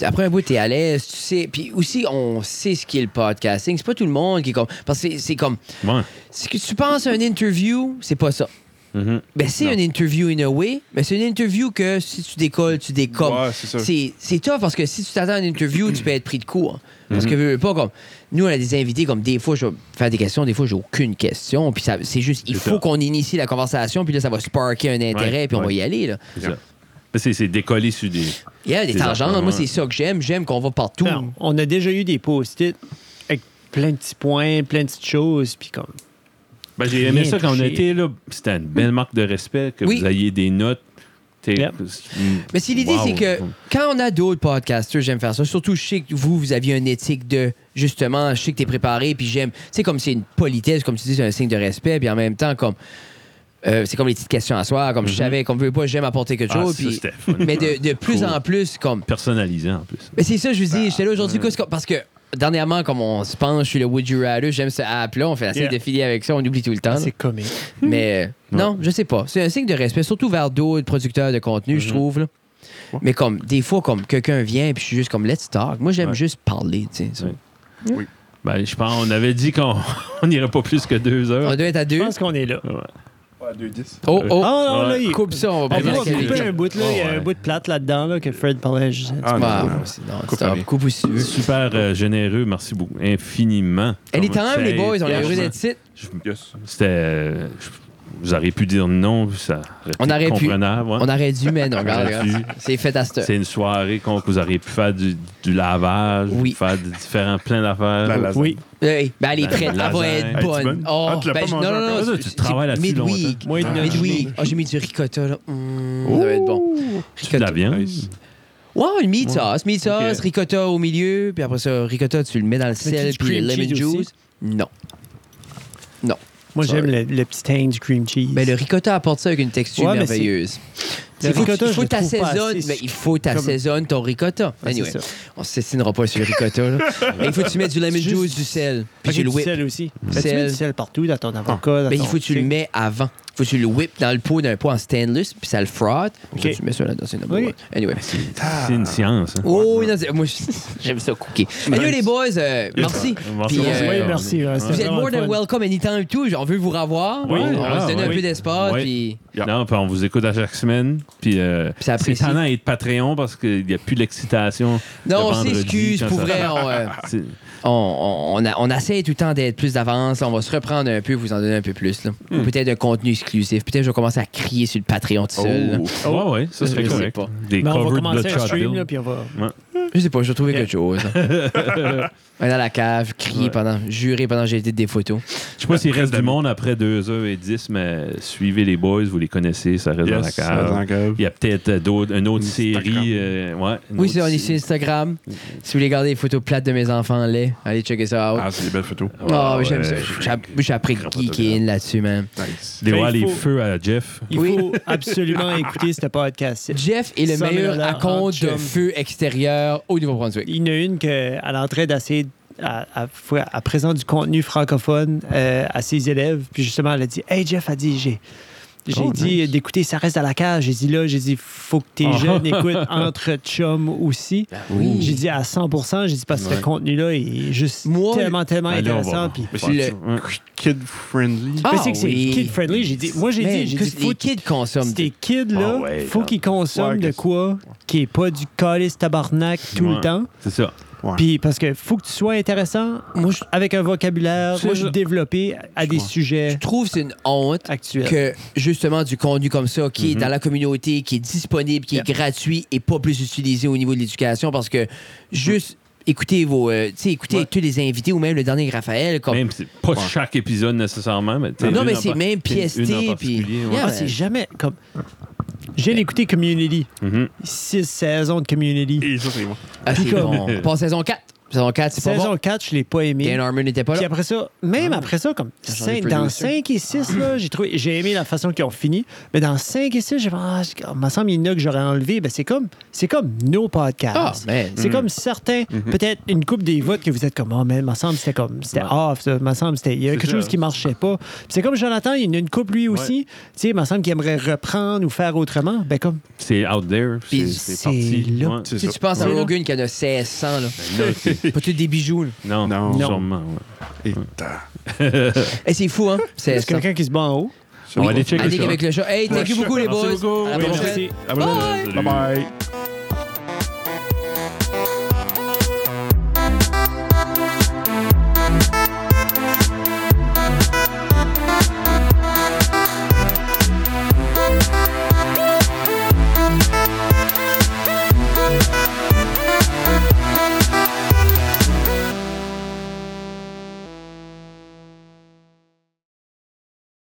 après un bout, t'es à l'aise, tu sais. Puis aussi, on sait ce qu'est le podcasting. C'est pas tout le monde qui est comme, parce que c'est- c'est comme,
Ouais.
si que tu penses à une interview, c'est pas ça.
Mhm.
Mm-hmm.
Ben, c'est une interview in a way, mais c'est une interview que si tu décolles, tu décolles.
Ouais, c'est ça.
c'est c'est tough parce que si tu t'attends à une interview, tu peux être pris de court. Parce
Mhm.
que veux, veux pas comme. Nous, on a des invités comme des fois, je vais faire des questions, des fois, j'ai aucune question. Puis ça- c'est juste, il
C'est
faut
ça.
qu'on initie la conversation, puis là, ça va sparker un intérêt,
Ouais,
puis on va
ouais.
y aller. Là.
C'est ça. Mais c'est- C'est décollé sur des.
Il y a des
Des
tangentes.
affaires,
Moi,
ouais.
c'est ça que j'aime. J'aime qu'on va partout.
non, on a déjà eu des post-it avec plein de petits points, plein de petites choses, puis comme.
Ben, j'ai aimé
Rien
ça quand on
touché.
était là. C'était une belle marque de respect que
Oui.
vous ayez des notes. T'es-
Yep.
Mm.
Mais si l'idée,
Wow.
c'est que quand on a d'autres podcasters, j'aime faire ça. Surtout, je sais que vous, vous aviez une éthique de justement, je sais que t'es préparé, puis j'aime. Tu sais, comme c'est une politesse, comme tu dis, c'est un signe de respect, puis en même temps, comme. euh, c'est comme les petites questions à soir, comme je savais, comme veut pas, j'aime apporter quelque
Mhm. Ah,
chose.
ça,
puis-
c'était fun.
mais de, de plus
Cool. Bah,
en plus, comme.
Personnalisé en plus.
Mais c'est ça, je vous dis, j'étais là aujourd'hui qu'est-ce qu'on- parce que dernièrement, comme on se penche sur le Would You Rather, j'aime ce app-là, on fait assez
Yeah.
de filer avec ça, on oublie tout le temps. là.
C'est comique.
Mais euh,
Ouais.
non, je sais pas. C'est un signe de respect, surtout vers d'autres producteurs de contenu, je trouve. là.
Ouais.
Mais comme, des fois, comme quelqu'un vient, puis je suis juste comme, let's talk. Moi, j'aime
Ouais.
juste parler, tu sais. ça.
Ouais.
Oui.
Ben, je pense, on avait dit qu'on on n'irait pas plus que deux
On
heures.
doit être à
Je
deux.
pense qu'on est là.
Ouais, 2-10.
Oh, oh,
Ah, non, là,
Ouais.
il-
coupe ça, on va
On
prendre
va
la
couper
qualité.
un bout, là. Il y a
Ouais.
un bout de plate là-dedans, là, que Fred parlait. Je-
Ah, non,
Ah,
non, non.
non, c'est- non,
Coupe
stop.
avec.
Coupe aussi.
Super euh, généreux, merci beaucoup, infiniment.
Elle est
Comme-
temps, les
c'est-
boys, on est heureux
franchement,
d'être ici.
Yes.
C'était. euh, je- vous auriez pu dire non, puis ça aurait
On
été
aurait pu.
comprenable, ouais.
On aurait dû, mais non, regarde,
aurait
regarde, c'est fait à cette heure.
C'est une soirée qu'on vous auriez pu faire du, du lavage,
Oui.
faire de différents, plein d'affaires.
La lasagne.
Oui.
Hey, ben, elle est
Ben,
prête, elle va
lasagne.
être
tu
bonne.
bonne?
Oh,
Ah, tu l'as
ben,
pas
je- non,
mangé
non,
encore?
non,
Ça,
c'est-
tu
c'est
travailles là-dessus
midweek.
Moins de
Ah.
neuf.
Midweek. Ah, j'ai mis du ricotta, là. Mmh, ça va être bon.
Tu de la viande?
Nice.
Ouais, une meat sauce. Meat sauce,
Ok.
ricotta au milieu, puis après ça, ricotta, tu le mets dans le
mets-tu
sel,
du
puis le
cream
lemon
cheese
juice.
aussi?
Non.
Moi,
Sorry.
j'aime le, le petit teint du cream cheese.
Mais Ben, le ricotta apporte ça avec une texture
Ouais, mais c'est-
merveilleuse.
Le
Il faut,
ricotta,
il faut
je le trouve pas
t'assaisonner,
assez
mais il faut t'assaisonner ton ricotta.
Ouais, c'est
anyway,
ça.
on s'estinera pas sur le ricotta. là. Mais il faut que tu mettes du lemon
Juste-
juice, du sel, puis
Fait
tu
que
le
du
whip.
sel aussi. Ah. Fait que Tu
Sel.
mets du sel partout dans ton avocat. dans
Mais il
ton-
faut que tu le mets avant. Il faut que tu le whip dans le pot d'un pot en stainless, puis ça le frotte. Puis
Ok.
ça, tu mets ça là-dedans, c'est number
Ok.
one. Anyway.
C'est
Ah.
une science. hein.
Oh, oui, non, c'est- moi, j'aime ça cooker. Anyway, les boys, euh, merci.
Merci.
Puis,
Oui,
euh,
merci. ouais, c'était
Vous êtes
vraiment
more
le
than
fun.
welcome anytime et tout. On veut vous revoir.
Oui.
On va
Ah,
se donner un
oui.
peu d'espace.
Oui.
Puis
Yeah.
Non, puis on vous écoute à chaque semaine. Puis euh,
Puis ça
c'est
apprécie.
tannant d'être Patreon parce qu'il n'y a plus l'excitation.
Non, on
le vendredi
s'excuse
quand
pour
ça-
vrai. on, euh,
C'est-
on, on, on a- on essaie tout le temps d'être plus d'avance. On va se reprendre un peu, vous en donner un peu plus. là.
Hmm.
Ou peut-être un contenu exclusif. Peut-être je vais commencer à crier sur le Patreon
Oh.
tout seul. là.
Ouais, ouais, ça serait
Je sais
correct.
pas.
Des
Mais on va
covers de
commencer à
Bloodshot
stream,
Bill.
là, puis on va.
Je sais pas, je vais trouver quelque chose. Aller dans la cave, crier pendant, jurer pendant que j'ai été des photos.
Je sais pas s'il reste du monde après 2h10, mais suivez les boys, vous les connaissez, ça
Oh,
reste dans la
Yes, ça
cave.
s'en cave.
Il y a peut-être euh, d'autres- une autre
Une
série.
Instagram.
euh, ouais, une
Oui,
autre
c'est on est
série.
sur Instagram. Si vous voulez garder les photos plates de mes enfants, les, allez checker ça out.
Ah, c'est des belles photos.
Ouais,
Ah, oui, j'aime
ouais.
ça. J'ai- J'ai appris
Grand
geeking là-dessus, man.
Nice.
Des
Fait,
ouais,
il
les
faut-
feux à Jeff.
Il
Oui.
faut absolument écouter ce podcast.
Jeff est le
Ça,
meilleur
mais là,
à compte
en
de
chum.
feu extérieur au Nouveau-Brunswick.
Il y en a une qu'elle l'entrée d'essayer à, à, à présent du contenu francophone euh, à ses élèves. Puis justement, elle a dit Hey Jeff, a dit j'ai. J'ai
Oh,
dit
nice.
d'écouter, ça reste à la cage. J'ai dit là, j'ai dit, faut que tes
Ah.
jeunes écoutent entre chums aussi.
oui.
J'ai dit à 100 j'ai dit parce que ce
Ouais.
contenu-là est juste
Moi,
tellement, tellement
Ah, là, on va-
intéressant. Puis,
on va
Le-
faire ça. Ouais.
Kid-friendly.
Ah,
Mais c'est que c'est
oui.
kid-friendly, j'ai dit. Moi, j'ai
Man,
dit, j'ai
que
dit, faut
les kids consomment.
C'est des kids, là,
Ah ouais,
faut
là.
qu'ils consomment
Ouais,
de
qu'est-ce-
quoi qui est pas du calice tabarnak tout
Ouais.
le temps.
C'est ça.
Ouais.
Puis parce que faut que tu sois intéressant, moi, je- avec un vocabulaire,
C'est
moi, je
ça.
suis développé à des sujets
Je trouve que c'est une honte
actuels.
que justement du contenu comme ça qui est dans la communauté, qui est disponible, qui est
Yeah.
gratuit et pas plus utilisé au niveau de l'éducation parce que juste écoutez vos euh, tu sais écoutez
Ouais.
tous les invités ou même le dernier Raphaël comme
Même si c'est pas chaque épisode nécessairement, mais t'as
Non,
une
mais
en
c'est
par-
même
t'as une en
PST, puis-
particulier, ouais.
Yeah.
Ah, c'est jamais comme. J'ai écouté Community,
Mhm.
six saisons de Community.
Et ça, c'est bon.
ah, c'est
puis comme-
bon. Pas saison 4. Saison 4, c'est pas
Saison
bon.
4, je l'ai pas aimé.
Dan Harmon n'était pas
Puis
là.
après ça,
Ah.
même après ça, comme
Ça change
cinq-
les Ah.
dans
productions.
5 et 6, là, j'ai trouvé, j'ai aimé la façon qu'ils ont fini. Mais dans 5 et 6, j'ai fait, ah, c'est- il me semble qu'il y en a que j'aurais enlevé. Ben, c'est comme, c'est comme
Ah,
nos
Mm-hmm.
podcasts.
man.
c'est comme certains, peut-être une coupe des votes que vous êtes comme, oh, mais il me semble que c'était comme, c'était off, ça, il me semble que c'était, il y a
C'est
quelque
ça.
chose qui marchait pas. Puis c'est comme Jonathan, il y en a une coupe lui aussi, tu sais, il me semble qu'il aimerait reprendre ou faire autrement. Ben, comme,
C'est out there.
Puis
C'est c'est
c'est
parti.
là.
Ouais.
C'est
Si
ça.
tu penses à
Ouais.
Rogan qui en a 1600 là.
Là, c'est-
pas tous des bijoux. là.
Non,
Non.
sûrement. ouais.
Et t'as-
Eh, c'est fou hein.
est-ce
1600.
quelqu'un qui se bat en haut?
On va aller checker
Annick
ça.
avec le chat. Hey, thank you beaucoup les boys.
Merci beaucoup.
À la
Oui,
prochaine.
merci.
Bye-bye.